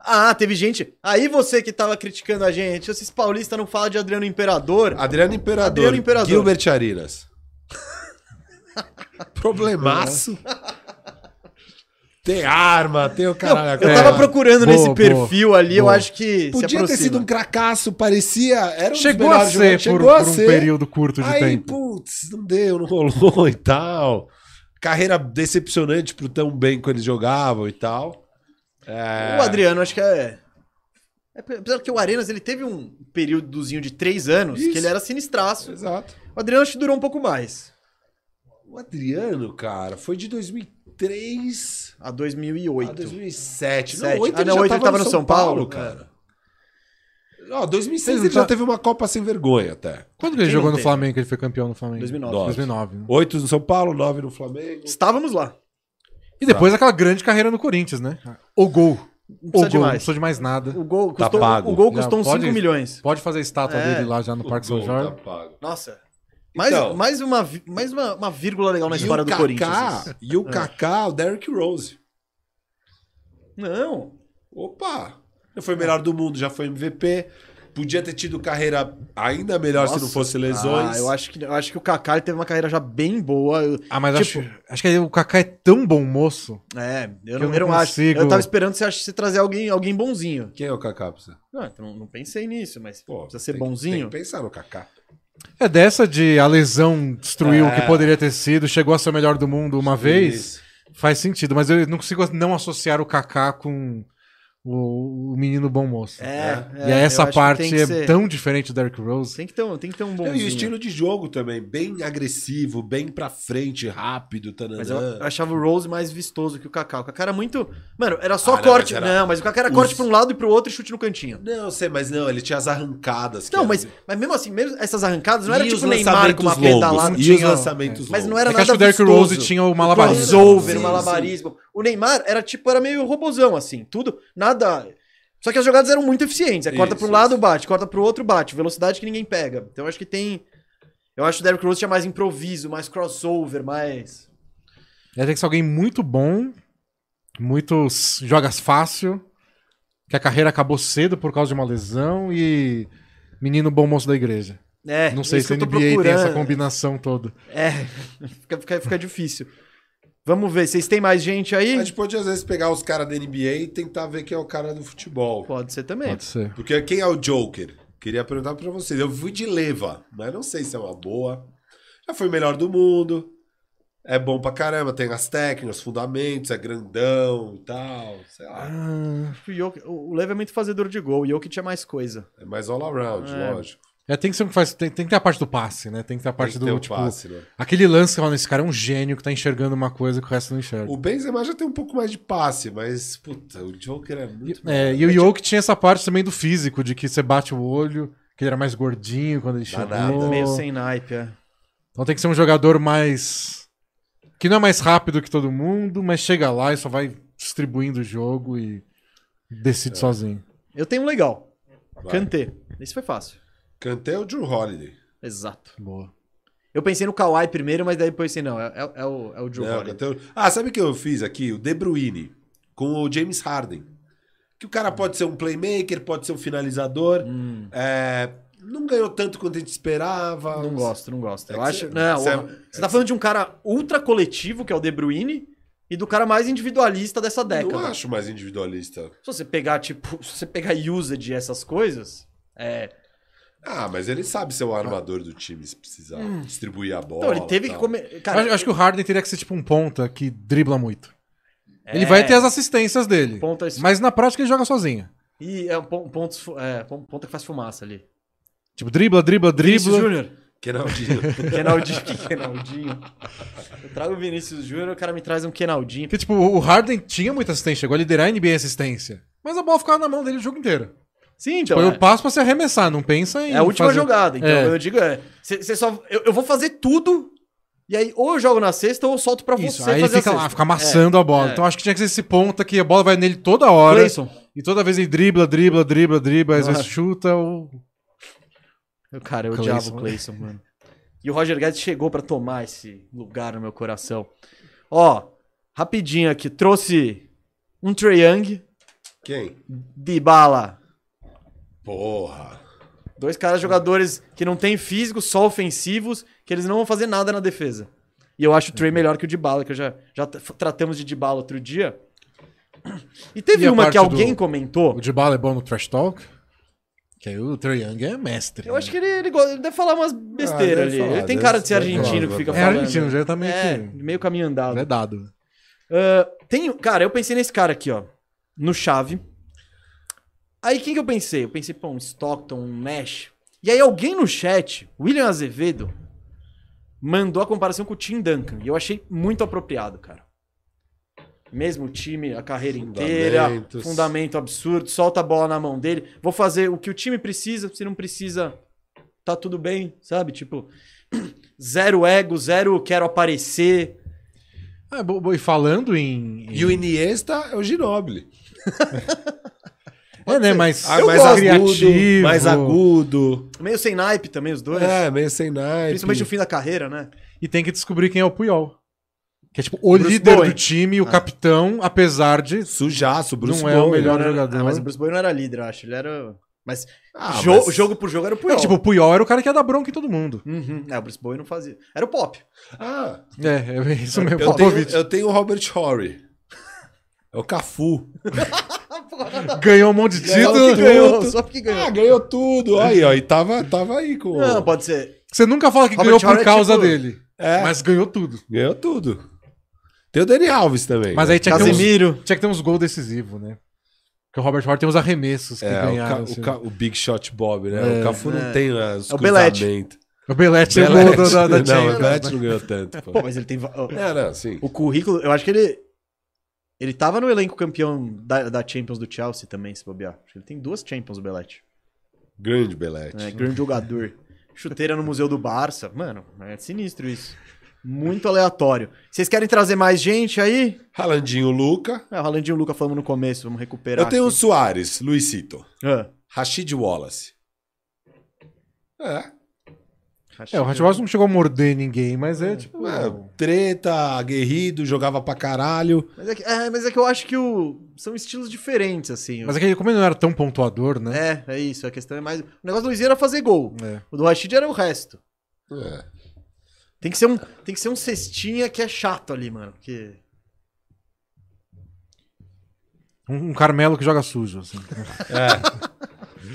Ah, teve gente. Aí você que tava criticando a gente, esses paulistas não falam de Adriano Imperador. Adriano Imperador. Adriano Imperador. Gilbert Arinas. Problemaço. tem arma, tem o caralho. eu tava a quatro. procurando Boa, nesse boa. perfil ali, eu Boa. acho que se Podia ter aproxima. sido um cracaço, parecia. Era um dos Chegou a melhores ser jogadores, por, chegou a por um ser. período curto de Aí, tempo. putz, não deu, não rolou e tal. Carreira decepcionante pro tão bem que eles jogavam e tal. O Adriano, acho que é... é. Apesar que o Arenas, ele teve um períodozinho de três anos Isso. que ele era sinistraço. Exato. O Adriano acho que durou um pouco mais. O Adriano, cara, foi de 2003 A 2008. a 2007. Sete. Ah, não, já oito ele tava no São Paulo, cara. Ó, 2006 Ele ele tá- já teve uma Copa sem vergonha até. Quando que ele Quem jogou não no teve? Flamengo, que ele foi campeão no Flamengo? 2009. 2009. né? Oito no São Paulo, nove no Flamengo. Estávamos lá. E depois aquela grande carreira no Corinthians, né? Ah. O gol. Não precisa O gol. de Não mais. precisa de mais nada. O gol Tá custou, pago. o gol Já custou uns 5 pode- milhões. Pode fazer a estátua É. dele lá já no Parque São Gol, Jorge. tá pago. Nossa. Mais, Então. mais, uma, vi- mais uma, uma vírgula legal na E história o do Kaká- Corinthians. É. E o Kaká, o Derrick Rose. Não. Opa! Já foi melhor do mundo, já foi MVP. Podia ter tido carreira ainda melhor se não Nossa. fosse lesões. Ah, eu acho que, eu acho que o Kaká ele teve uma carreira já bem boa. Eu- Ah, mas Tipo- acho, acho que o Kaká é tão bom moço. é, eu, Eu não, não eu não acho. consigo. Eu tava esperando você, ach- você trazer alguém, alguém bonzinho. Quem é o Kaká pra você? Não, então não, não pensei nisso, mas Pô, precisa ser tem que- bonzinho. tem que pensar no Kaká. É dessa de a lesão destruiu É. o que poderia ter sido, chegou a ser o melhor do mundo uma vez. Isso. Faz sentido, mas eu não consigo não associar o Kaká com o, o menino bom moço. É, e né? é, aí eu essa acho que parte tem que é ser- tão diferente do Derrick Rose. Tem que ter um, tem que ter um bonzinho. E o estilo de jogo também, bem agressivo, bem pra frente, rápido, tananã. Mas é eu eu achava o Rose mais vistoso que o Kaká. O Kaká era muito. Mano, era Ah, só não, corte. mas era- Não, mas o Kaká era os- corte pra um lado e pro outro e chute no cantinho. Não, sei, mas não, ele tinha as arrancadas. que Não, era- mas, mas mesmo assim, mesmo essas arrancadas não era E tipo os Neymar com uma lançamentos pedalada. longos, E tinha- os lançamentos Mas não longos. era É que nada acho que o Derrick vistoso. Rose tinha o O malabarismo. crossover, o Sim, um malabarismo. O Neymar era tipo, era meio robozão, assim, tudo, nada. Só que as jogadas eram muito eficientes. É corta Isso, pra um lado, isso. bate, corta pro outro, bate. Velocidade que ninguém pega. Então eu acho que tem. Eu acho que o Derrick Rose tinha mais improviso, mais crossover, mais. É, tem que ser alguém muito bom, muito s- jogas fácil, que a carreira acabou cedo por causa de uma lesão e menino bom moço da igreja. É, Não sei isso se que a eu tô NBA tem essa procurando. combinação toda. É, fica, fica- fica difícil. Vamos ver, vocês têm mais gente aí? A gente pode, às vezes, pegar os caras da NBA e tentar ver quem é o cara do futebol. Pode ser também. Pode ser. Porque quem é o Joker? Queria perguntar pra vocês. Eu fui de leva, mas não sei se é uma boa. Já foi o melhor do mundo. É bom pra caramba, tem as técnicas, fundamentos, é grandão e tal, sei lá. Ah, O, Jokic- o Leva é muito fazedor de gol, o Jokic é mais coisa. É mais all around, É. lógico. é, tem que ser um que faz. Tem, tem que ter a parte do passe, né? Tem que ter a parte Tem que do. ter um o tipo, passe, né? Aquele lance que fala, esse cara é um gênio que tá enxergando uma coisa que o resto não enxerga. O Benzema já tem um pouco mais de passe, mas, puta, o Joker é muito... É, e o Yoke tipo tinha essa parte também do físico, de que você bate o olho, que ele era mais gordinho quando ele chegou. Danado. Meio sem naipe, é. Então tem que ser um jogador mais. que não é mais rápido que todo mundo, mas chega lá e só vai distribuindo o jogo e decide É. sozinho. Eu tenho um legal. Vai. Kanté. Esse foi fácil. Kanté é o Drew Holiday. Exato. Boa. Eu pensei no Kawhi primeiro, mas daí depois assim, não, é, é- é o, é o Joe Não, Holiday. até o- Ah, sabe o que eu fiz aqui? O De Bruyne com o James Harden. Que o cara pode ser um playmaker, pode ser um finalizador. Hum, É, não ganhou tanto quanto a gente esperava. não gosto, não gosto. É Eu que acho. cê- não, cê- ó, você tá falando de um cara ultra coletivo, que é o De Bruyne, e do cara mais individualista dessa década. Não acho mais individualista. Se você pegar, tipo, se você pegar usage e essas coisas, é. Ah, mas ele sabe ser o armador do time se precisar. Distribuir a bola. Então, ele teve tal. que comer. Eu acho, Cara, acho que o Harden teria que ser tipo um ponta que dribla muito. é, Um Ele vai ter as assistências dele. Ponta, Mas na prática ele joga sozinho. E é um pon- pontos, fu- é, pon- ponta que faz fumaça ali. Tipo, dribla, dribla, Vinícius dribla. Júnior. Kenaldinho. Kenaldinho. Que Kenaldinho. Eu trago o Vinícius Júnior, o cara me traz um Kenaldinho. Porque, tipo, o Harden tinha muita assistência, chegou a liderar a NBA em assistência. Mas a bola ficava na mão dele o jogo inteiro. Sim, Então, então. eu é. passo pra se arremessar, não pensa em. É a última fazer- jogada. Então É. eu digo, é. cê- cê só, eu, eu vou fazer tudo. E aí, ou eu jogo na sexta, ou eu solto pra Isso, você aí fazer fica a lá, sexta. fica amassando a bola. é. Então acho que tinha que ser esse ponta que a bola vai nele toda hora. Clayson. E toda vez ele dribla, dribla, dribla, dribla, às Ah. vezes chuta ou. Cara, eu Clayson. odiava o Clayson, mano. E o Roger Guedes chegou pra tomar esse lugar no meu coração. Ó, rapidinho aqui. Trouxe um Trae Young, Quem? Dybala. Porra. Dois caras jogadores que não têm físico, só ofensivos, que eles não vão fazer nada na defesa. E eu acho o Uhum. Trey melhor que o Dybala, que eu já, já t- tratamos de Dybala outro dia. E teve E a uma parte que alguém do- comentou. O Dibala é bom no trash talk. Que aí o Trae Young é mestre. Eu acho que ele, ele go- ele deve falar umas Ah, besteiras deve ali. falar, ele tem deve- cara de ser deve argentino falar, que fica é falando. argentino, já tá meio É, que. meio caminho andado. É dado. Ah, tem, cara, eu pensei nesse cara aqui, ó. No Chave. Aí quem que eu pensei? Eu pensei, pô, um Stockton, um Nash. E aí alguém no chat, William Azevedo, mandou a comparação com o Tim Duncan. E eu achei muito apropriado, cara. Mesmo time, a carreira inteira, Fundamentos. fundamento absurdo, solta a bola na mão dele. Vou fazer o que o time precisa, se não precisa, tá tudo bem, sabe? Tipo, zero ego, zero quero aparecer. Ah, bo- bo- e falando em. E o Iniesta é o Ginobili. Ah, É, né? Mas, Eu mais gosto. agudo. Mais agudo. Meio sem naipe também, os dois. É, meio sem naipe. Principalmente no fim da carreira, né? E tem que descobrir quem é o Puyol. Que é tipo o Bruce líder Bowen. do time, o Ah. capitão, apesar de. Sujaço, Bruce Não é o Bowen. melhor Não era- jogador. Ah, mas o Bruce Boy não era líder, eu acho. Ele era. Mas, Ah, jo- mas- jogo por jogo era o É, Puyol. tipo, o Puyol era o cara que ia dar bronca em todo mundo. Uhum. É, o Bruce Boy não fazia. Era o Pop. Ah, É, é isso mesmo. eu, tenho, Popovich. eu tenho o Robert Horry. É o Cafu. Ah, Ganhou um monte de Ganhou título. que ganhou. tá. É, só porque ganhou. É. Ah, ganhou tudo. Aí, ó, e tava, tava aí com. Não, pode ser. Você nunca fala que Robert ganhou por Horry é causa tipo- dele. É, Mas ganhou tudo. ganhou tudo. Tem o Dani Alves também. né? Mas aí tinha que ter um uns Casemiro. Tinha que ter uns gols decisivos, né? Porque o Robert Howard tem uns arremessos que é, o, ganharam. Ca- assim. o, Ca- o Big Shot Bob, né? o Cafu é. não tem né, os É o Belete. cruzamentos. O Belete tem o gol Belete. da, da, da não, o Champions. Belete não ganhou tanto. Pô. Pô, mas ele tem. va- ó, É, não, sim. O currículo, eu acho que ele. Ele tava no elenco campeão da, da Champions do Chelsea também, se bobear. Acho que ele tem duas Champions, o Belete. Grande Belete. É, grande jogador. Chuteira no Museu do Barça. Mano, é sinistro isso. Muito aleatório. Vocês querem trazer mais gente aí? Ralandinho Luca. É, o Ralandinho e o Luca falamos no começo, vamos recuperar. assim. Eu tenho o aqui. Soares, Luizito. Ah, Rashid Wallace. É. É, o Hatchwatch não chegou a morder ninguém, mas é tipo. é, treta, aguerrido, jogava pra caralho. Mas é, que, é, mas é que eu acho que o são estilos diferentes, assim. Mas é que como ele não era tão pontuador, né? É, é isso. A questão é mais. O negócio do Luizinho era fazer gol. É. O do Rashid era o resto. É. Tem que ser um, tem que ser um cestinha que é chato ali, mano. Porque. Um, um Carmelo que joga sujo, assim.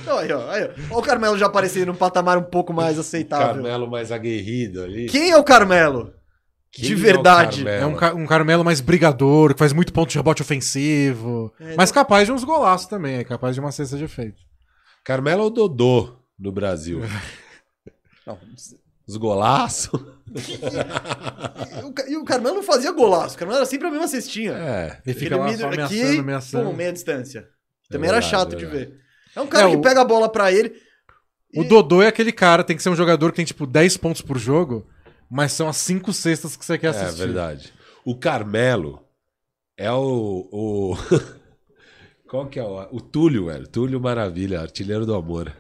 Então, aí, ó, aí, ó. Ó o Carmelo já aparecendo num patamar um pouco mais aceitável. Carmelo mais aguerrido ali. Quem é o Carmelo? Quem de é o verdade. Carmelo? É um, ca- um Carmelo mais brigador, que faz muito ponto de rebote ofensivo. É, então mas capaz de uns golaços também, é capaz de uma cesta de efeito. Carmelo é o Dodô do Brasil. Não, Os golaços. e, o, Ca- e o Carmelo não fazia golaço. O Carmelo era sempre a mesma cestinha. É. Ele fica lá só ameaçando, ameaçando. Pô, meia distância. É Também verdade, era chato é de verdade. ver. É um cara É, que o- pega a bola pra ele. O Dodô é aquele cara, tem que ser um jogador que tem tipo 10 pontos por jogo, mas são as 5 cestas que você quer É assistir. verdade. O Carmelo é o. o- Qual que é o. O Túlio, velho. Túlio Maravilha, artilheiro do amor.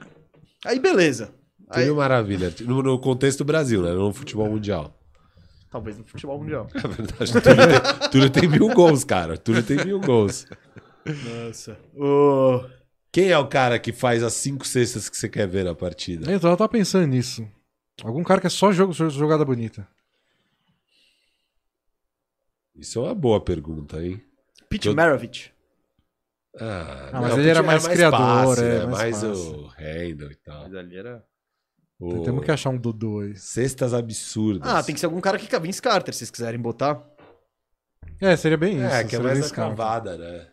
Aí beleza. Aí, Túlio Maravilha. arti- No, no contexto do Brasil, né? No futebol mundial. talvez no futebol mundial. É verdade. Túlio tem, Túlio tem mil gols, cara. Túlio tem mil gols. Nossa. O... Quem é o cara que faz as cinco cestas que você quer ver na partida? Então eu tava pensando nisso. Algum cara que é só jogo, só jogada bonita. Isso é uma boa pergunta, hein? Pete Eu- Maravich. Ah, mas ele era mais criador, é, né? mais mais, fácil. o Handel e tal. Mas ali era. O- Temos que achar um Dodô aí. Cestas absurdas. Ah, tem que ser algum cara que cabe em Carter, se vocês quiserem botar. É, seria bem isso. É, que é seria bem mais escravo. acabada, né?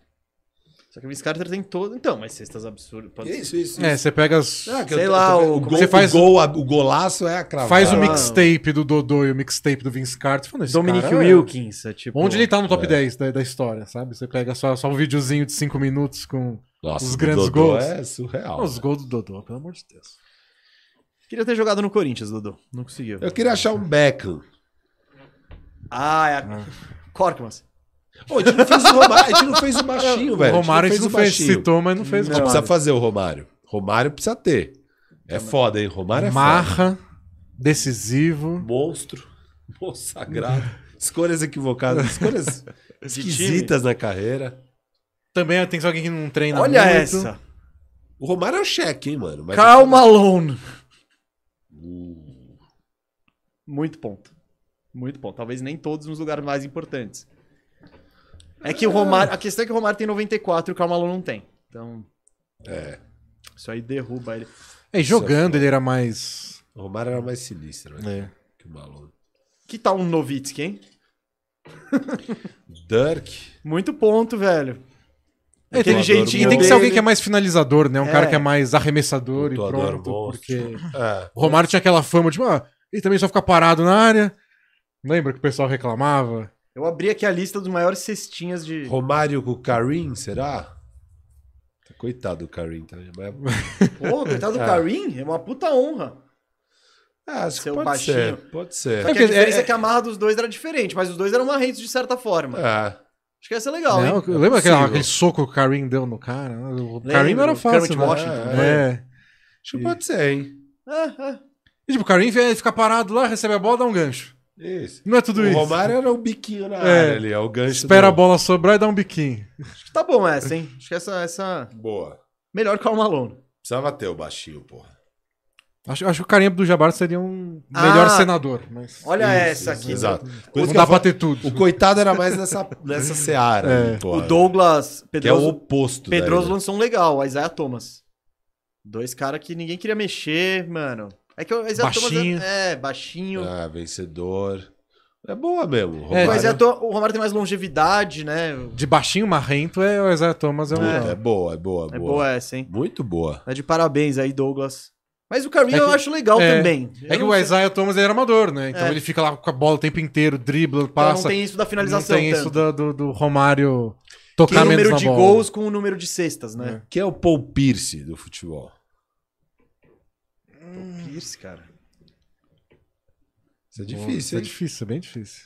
Só que Vince Carter tem todo. Então, mas cestas absurdas. Pode ser. Isso, isso. É, isso. você pega as. Ah, que sei lá, vendo- o- gol, você faz- o, gol, a- o golaço é a cravada. Faz o Ah. mixtape do Dodô e o mixtape do Vince Carter. Falando, esse Dominic cara é- Wilkins, é tipo. Onde ele tá no top 10 da, da história, sabe? Você pega só, só um videozinho de 5 minutos com Nossa, Os o grandes Dodô gols. É surreal. os gols do Dodô, pelo amor de Deus. Queria ter jogado no Corinthians, Dudu. Não conseguiu. Eu queria achar um Beckham. Ah, é. a- Korkmaz. Pô, a gente não fez o Romário, a gente não fez o baixinho, velho. o Romário a gente fez não o fez, baixinho. citou, mas não fez. Não, Não, Romário. precisa fazer o Romário. Romário precisa ter. É foda, hein? Romário é foda. Marra, decisivo. Monstro. Monstro sagrado. Escolhas equivocadas, escolhas esquisitas na carreira. Também ah, tem alguém que não treina Olha muito. essa. O Romário é o cheque, hein, mano? Mas- Karl Malone. Uh. Muito ponto. Muito ponto. Talvez nem todos nos lugares mais importantes. É que o Romário. A questão é que o Romário tem 94 e o Karl Malone não tem. Então. É. Isso aí derruba ele. É, jogando ele era mais. O Romário era mais sinistro, né? É. Que o maluco. Que tal um Novitsky, hein? Dirk. Muito ponto, velho. É, Aquele tem- jeitinho E tem que ser dele. alguém que é mais finalizador, né? Um É. cara que é mais arremessador e Pontuador, pronto. monstro. Porque É. o Romário tinha aquela fama de, ah, ele também só fica parado na área. Lembra que o pessoal reclamava? Eu abri aqui a lista dos maiores cestinhas de. Romário com o Karim, será? Coitado do Karim também. Mas... Pô, coitado do É. Karim, é uma puta honra. Ah, acho que Seu pode baixinho. ser. Pode Só que ser. É, a porque- diferença é- é, que a marra dos dois era diferente, mas os dois eram marrentos de certa forma. É. Acho que ia ser legal, Não, hein? eu lembro aquela- possível. aquele soco que o Karim deu no cara? O Karim não era o fácil, Kermit né? Washington, É. Acho que pode ser, hein? É, é. E, tipo, o Karim vem- fica parado lá, recebe a bola, dá um gancho. Isso. Não é tudo o isso. Romário era o biquinho na É. área ali, é o gancho. Espera a do- bola sobrar e dá um biquinho. Acho que tá bom essa, hein? Acho que essa. essa... Boa. Melhor que o Malone. Precisava ter o baixinho, porra. Acho, acho que o Karim do Jabbar seria um melhor Ah! senador. Mas... Olha Isso, essa aqui. né? Exato. Por Não isso que dá eu pra falo- ter tudo. O coitado era mais nessa, nessa seara. É. né, O porra. Douglas Que é o Pedroso, oposto. daí, Pedroso né? lançou um legal, o Isaiah Thomas. Dois caras que ninguém queria mexer, mano. É que o Isaiah Baixinho. Thomas é, é baixinho. Ah, vencedor. É boa mesmo. É, o, Romário. mas Isaiah Tho- o Romário tem mais longevidade, né? De baixinho, marrento, é o Isaiah Thomas. É, um... Puta, é boa, é boa, É boa. boa essa, hein? Muito boa. Tá de parabéns aí, Douglas. Mas o Carminho É que- eu acho legal é. também. É Eu que não o sei- Isaiah Thomas ele era amador, né? Então É. ele fica lá com a bola o tempo inteiro, dribla, Então passa. não tem isso da finalização Não tem isso tanto. da- do, do Romário Que é tocar o menos número na de bola. gols com o número de cestas, né? Que é o Paul Pierce do futebol. Pierce, cara. Isso é Isso difícil, é hein? difícil, é bem difícil.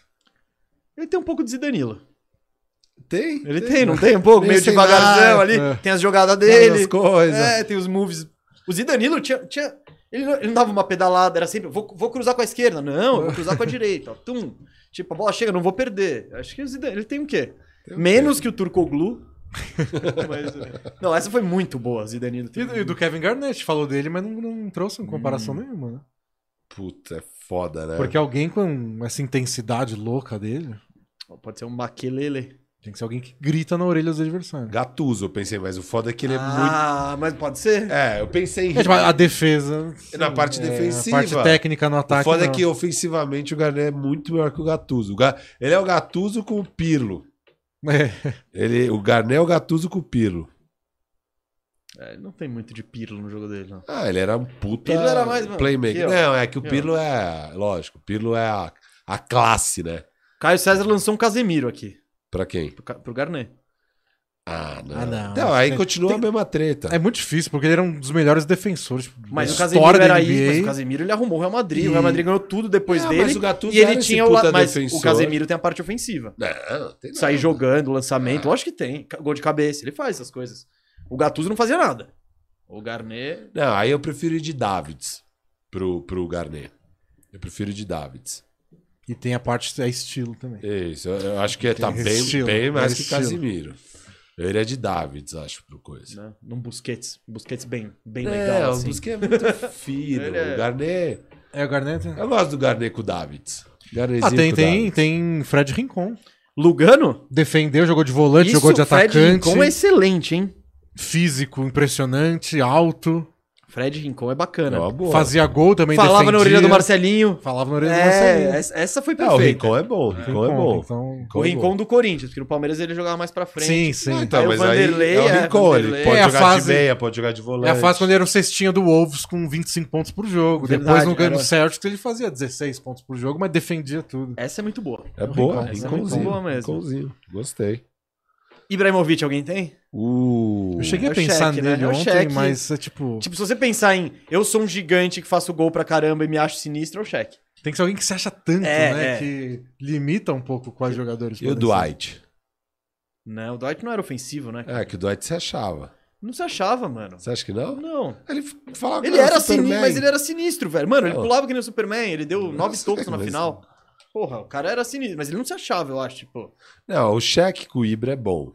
Ele tem um pouco de Zidanilo. Tem? Ele tem, não tem? Um pouco, Meio meio sem devagarzão nada, ali. é. Tem as jogadas Ele... dele. coisas. É, tem os moves. O Zidanilo tinha... tinha ele, não, ele não dava uma pedalada, era sempre... Vou, vou cruzar com a esquerda. Não, eu vou cruzar com a direita. Ó, tum. Tipo, a bola chega, não vou perder. Acho que o Zidanilo ele tem o quê? Tem o Menos que o Turcoglu. Mas, eh, não, essa foi muito boa, Zidanilo. E, do- e do Kevin Garnett, falou dele, mas não, não trouxe uma comparação nenhuma, né? Puta, é foda, né? Porque alguém com essa intensidade louca dele, Pode ser um maquelele. tem que ser alguém que grita na orelha dos adversários. Gatuso, eu pensei, mas o foda é que ele é muito. ah, mas pode ser? É, eu pensei em. É, tipo, a defesa. Na parte é, defensiva. A parte técnica no O ataque. foda é não. que ofensivamente o Garnett é muito melhor que o Gatuso. O Ga- Ele é o Gatuso com o Pirlo. É, Ele... O Garnett é o Gatuso com o Pirlo. É, não tem muito de pirlo no jogo dele, não. Ah, ele era um puta Pirlo era mais, mano, aqui, playmaker. ó. Não, é que o Aqui, ó. Pirlo é. Lógico, o Pirlo é a, a classe, né? Caio César lançou um Casemiro aqui, Pra quem? pro, Ca- pro Garnet. Ah, não. Ah, não. Então, aí Tem- continua tem- a mesma treta. é muito difícil, porque ele era um dos melhores defensores. tipo, Mas da o Casemiro história da era NBA. isso, mas o Casemiro ele arrumou o Real Madrid, o Real E- Madrid ganhou tudo depois Ah, dele. mas o Gattuso e ele era esse tinha o, la- puta mas defensor. o Casemiro tem a parte ofensiva. Não, tem nada. Sair jogando, lançamento, Ah. lógico que tem. Ca- Gol de cabeça, ele faz essas coisas. O Gattuso não fazia nada. O Garnet... Não, aí eu prefiro ir de Davids pro, pro Garnet. Eu prefiro ir de Davids. E tem a parte é estilo também. Isso, eu, eu acho que tá Tem bem, estilo, bem mais mais que estilo. Casimiro. Eu iria de Davids, acho, pro coisa. Né? Num Busquets. Busquets bem, bem é, legal, o assim. Busquets é muito fino. Ele é- O Garnet. É o Garnett? né? Eu gosto do Garnet com o Davids. Garnetzinho Ah, tem, com o tem, Davids. tem Fred Rincon. Lugano? Defendeu, jogou de volante, jogou de Fred atacante. Rincon é excelente, hein? Físico, impressionante, alto. Fred Rincon é bacana. É uma boa. né? Fazia gol também. Falava na defendia. orelha do Marcelinho. Falava na orelha do Marcelinho. É, essa, essa foi Ah, o perfeita. Rincon é bom, o Rincon é bom. Então, o Rincon do Corinthians, porque no Palmeiras ele jogava mais pra frente. sim, sim. Ah, então, Aí o mas aí Vanderlei, é é, o Rincon, ele Vanderlei. pode É a jogar fase- de meia, pode jogar de volante. É a fase quando ele era o cestinha do Wolves com 25 pontos por jogo. Verdade, Depois no ganho era. do Celtics ele fazia 16 pontos por jogo, mas defendia tudo. Essa é muito boa. É O boa, Rincon, essa é muito Rinconzinho. boa mesmo. Rinconzinho, gostei. Ibrahimovic, alguém tem? Uh, Eu cheguei é a o pensar cheque, né? nele É o ontem, cheque. mas é tipo, Tipo, se você pensar em eu sou um gigante que faço gol pra caramba e me acho sinistro, é o cheque. Tem que ser alguém que se acha tanto, É, né? é. Que limita um pouco quais jogadores. E o podem ser. Dwight? Não, o Dwight não era ofensivo, né? É, que o Dwight se achava. Não se achava, mano. Você acha que não? Não. Ele falava Ele era sinistro, mas ele era sinistro, velho. Mano, ele Não. pulava que nem o Superman, ele deu nove sei, tocos na mas- final. Porra, o cara era sinistro, mas ele não se achava, eu acho, tipo. Não, o cheque com o Ibra é bom.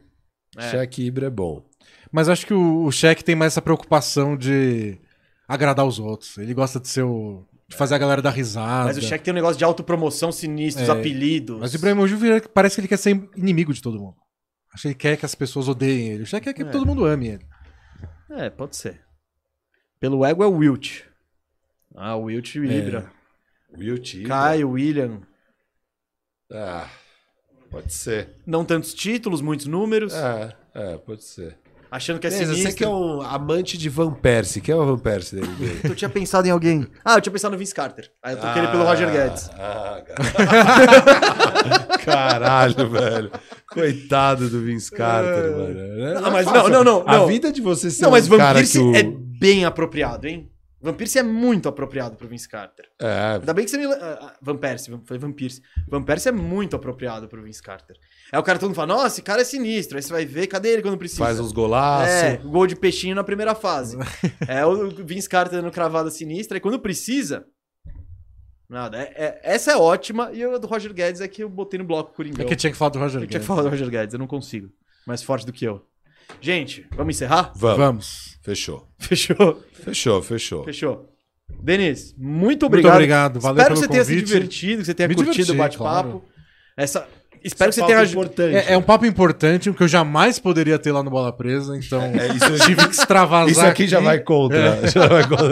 É. Cheque e Ibra é bom. Mas acho que o, o Shaq tem mais essa preocupação de agradar os outros. Ele gosta de ser o. de fazer a galera dar risada. Mas o cheque tem um negócio de autopromoção sinistros, É. apelidos. Mas o Ibrahimovic parece que ele quer ser inimigo de todo mundo. Acho que ele quer que as pessoas odeiem ele. O Shaq quer que É. todo mundo ame ele. É, pode ser. Pelo ego é o Wilt. Ah, o Wilt É. e o Ibra. Wilt Ibra. Caio, William. Ah, pode ser. Não tantos títulos, muitos números. É, é, pode ser. Achando que é Beleza, sinistro. você que é um amante de Van Persie. Quem é o Van Persie dele? dele? Então Eu tinha pensado em alguém. Ah, eu tinha pensado no Vince Carter. Aí eu toquei ele pelo Ah, Roger Guedes. ah, Caralho, velho. Coitado do Vince Carter, mano. É. É, Não, mas não, fácil. não, não, A não. vida de você ser Não, mas um Van cara Pierce que o... é bem apropriado, hein? Van Pierce é muito apropriado pro Vince Carter. É, Ainda bem que você me. le- ah, ah, Van Persie, Van- falei Van Pierce. Van Persie é muito apropriado pro Vince Carter. Aí o cara todo mundo fala: nossa, esse cara é sinistro. Aí você vai ver, cadê ele quando precisa? faz uns golaços. É, gol de peixinho na primeira fase. é o Vince Carter dando cravada sinistra. E quando precisa. Nada. É- é- essa é ótima. E a do Roger Guedes é que eu botei no bloco Coringão. É que eu tinha que falar do Roger eu tinha Guedes. que falar do Roger Guedes, eu não consigo. Mais forte do que eu. Gente, vamos encerrar? Vamos. Vamos. Fechou. Fechou. Fechou, fechou. Fechou. Denis, muito obrigado. Muito obrigado. Valeu Espero que pelo você tenha se convite. divertido, que você tenha Me curtido diverti, o bate-papo. claro. Essa... Espero que você Essa tenha pauta ajudado. importante. É, é um papo importante, um que eu jamais poderia ter lá no Bola Presa, então É, isso, tive que extravasar. isso aqui já vai contra. Já vai contra.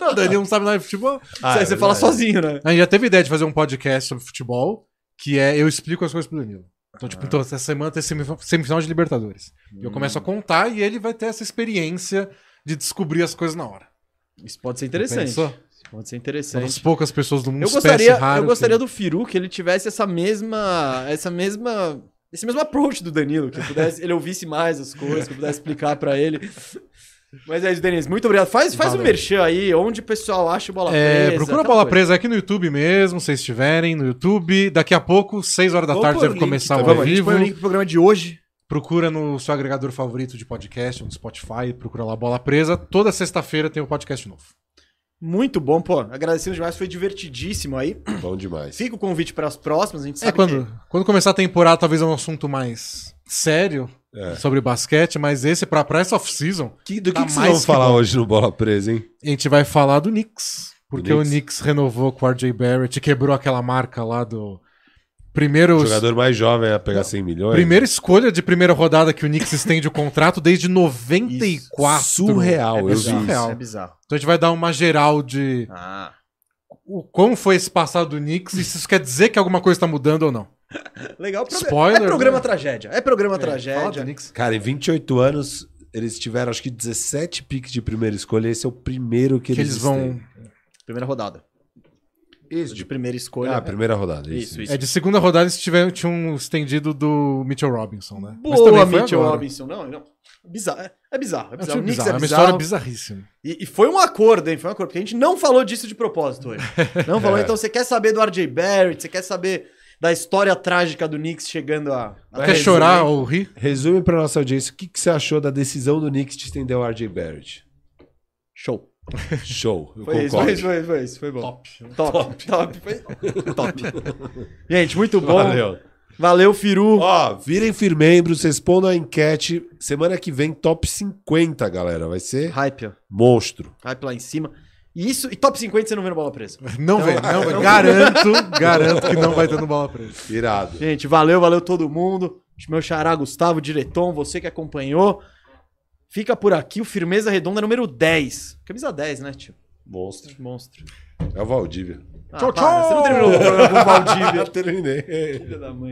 Não, o Danilo não sabe nada de futebol. Ah, é você fala verdade. sozinho, né? A gente já teve ideia de fazer um podcast sobre futebol, que é eu explico as coisas pro Danilo. Então, Ah. tipo, então, essa semana tem semif- semifinal de Libertadores. Eu Hum. começo a contar e ele vai ter essa experiência de descobrir as coisas na hora. Isso pode ser interessante. Pensou? Isso pode ser Uma das interessante. poucas pessoas do mundo Eu espécie gostaria, rara eu que- gostaria do Firu que ele tivesse essa mesma, essa mesma, esse mesmo approach do Danilo, que eu pudesse, ele ouvisse mais as coisas, que eu pudesse explicar pra ele. Mas é isso, Denis. Muito obrigado. Faz, faz um Valeu. merchan aí, onde o pessoal acha o bola É, presa. procura aquela Bola coisa. Presa aqui no YouTube mesmo, se vocês estiverem no YouTube. Daqui a pouco, 6 horas da Ou tarde, põe o deve link começar o também. ao Vamos, tá a gente vivo. põe o link pro programa de hoje. Procura no seu agregador favorito de podcast, no Spotify, procura lá Bola Presa. Toda sexta-feira tem um podcast novo. Muito bom, pô. Agradecendo demais, foi divertidíssimo aí. é Bom demais. Fica o convite para as próximas, a gente É sabe quando, que quando começar a temporada, talvez é um assunto mais sério. É. sobre basquete, mas esse pra, pra essa off-season, Que, do que, Tá que vocês mais vão que falar bom. hoje no Bola Presa, hein? a gente vai falar do Knicks. Porque Knicks. o Knicks renovou com o RJ Barrett, quebrou aquela marca lá do. Primeiro, O jogador mais jovem a pegar 100 milhões. primeira escolha de primeira rodada que o Knicks estende o contrato desde 94. Surreal, eu vi bizarro. isso. É bizarro. Então a gente vai dar uma geral de Ah, o, como foi esse passado do Knicks e se isso quer dizer que alguma coisa está mudando ou não. legal. Pro... Spoiler, é programa né? tragédia. É programa Fala do tragédia. Knicks. Cara, em 28 anos, eles tiveram acho que 17 piques de primeira escolha. Esse é o primeiro que, Que eles vão. Primeira rodada. Esse De de... primeira escolha. Ah, primeira rodada. Isso, Isso, isso. É de segunda rodada eles tiveram, tinham estendido do Mitchell Robinson, né? Mas Boa, também foi Mitchell agora. Robinson. Não, não. Bizarro. É, é bizarro. É É um bizarro. time O Knicks bizarro, é é uma bizarro. história bizarríssima. E, e foi um acordo, hein? Foi um acordo. Porque a gente não falou disso de propósito hoje. Não falou. É. Então você quer saber do RJ Barrett, você quer saber da história trágica do Knicks chegando a. a Quer resolver- chorar ou rir? Resume pra nossa audiência o que, que você achou da decisão do Knicks de estender o RJ Barrett. Show. Show, eu Foi isso, concordo. foi isso, foi isso, foi isso. Foi bom. Top. Top, top. Foi top. Gente, muito bom. Valeu, Valeu. Firu. Ó, virem firmembros, respondam a enquete. Semana que vem, top 50, galera. Vai ser Hype, ó. monstro. Hype lá em cima. E isso, e top 50 você não vê no Bola Presa. Não vem, não vem. Garanto, garanto que não vai ter no bola presa. Irado. Gente, valeu, valeu todo mundo. Meu xará Gustavo, Direton, você que acompanhou. Fica por aqui o Firmeza Redonda número 10. Camisa 10, né, tio? Monstro. Monstro. É o Valdívia. Ah, Tchau, para, tchau! Você não terminou o programa com o Valdívia. Terminei. Filha da mãe.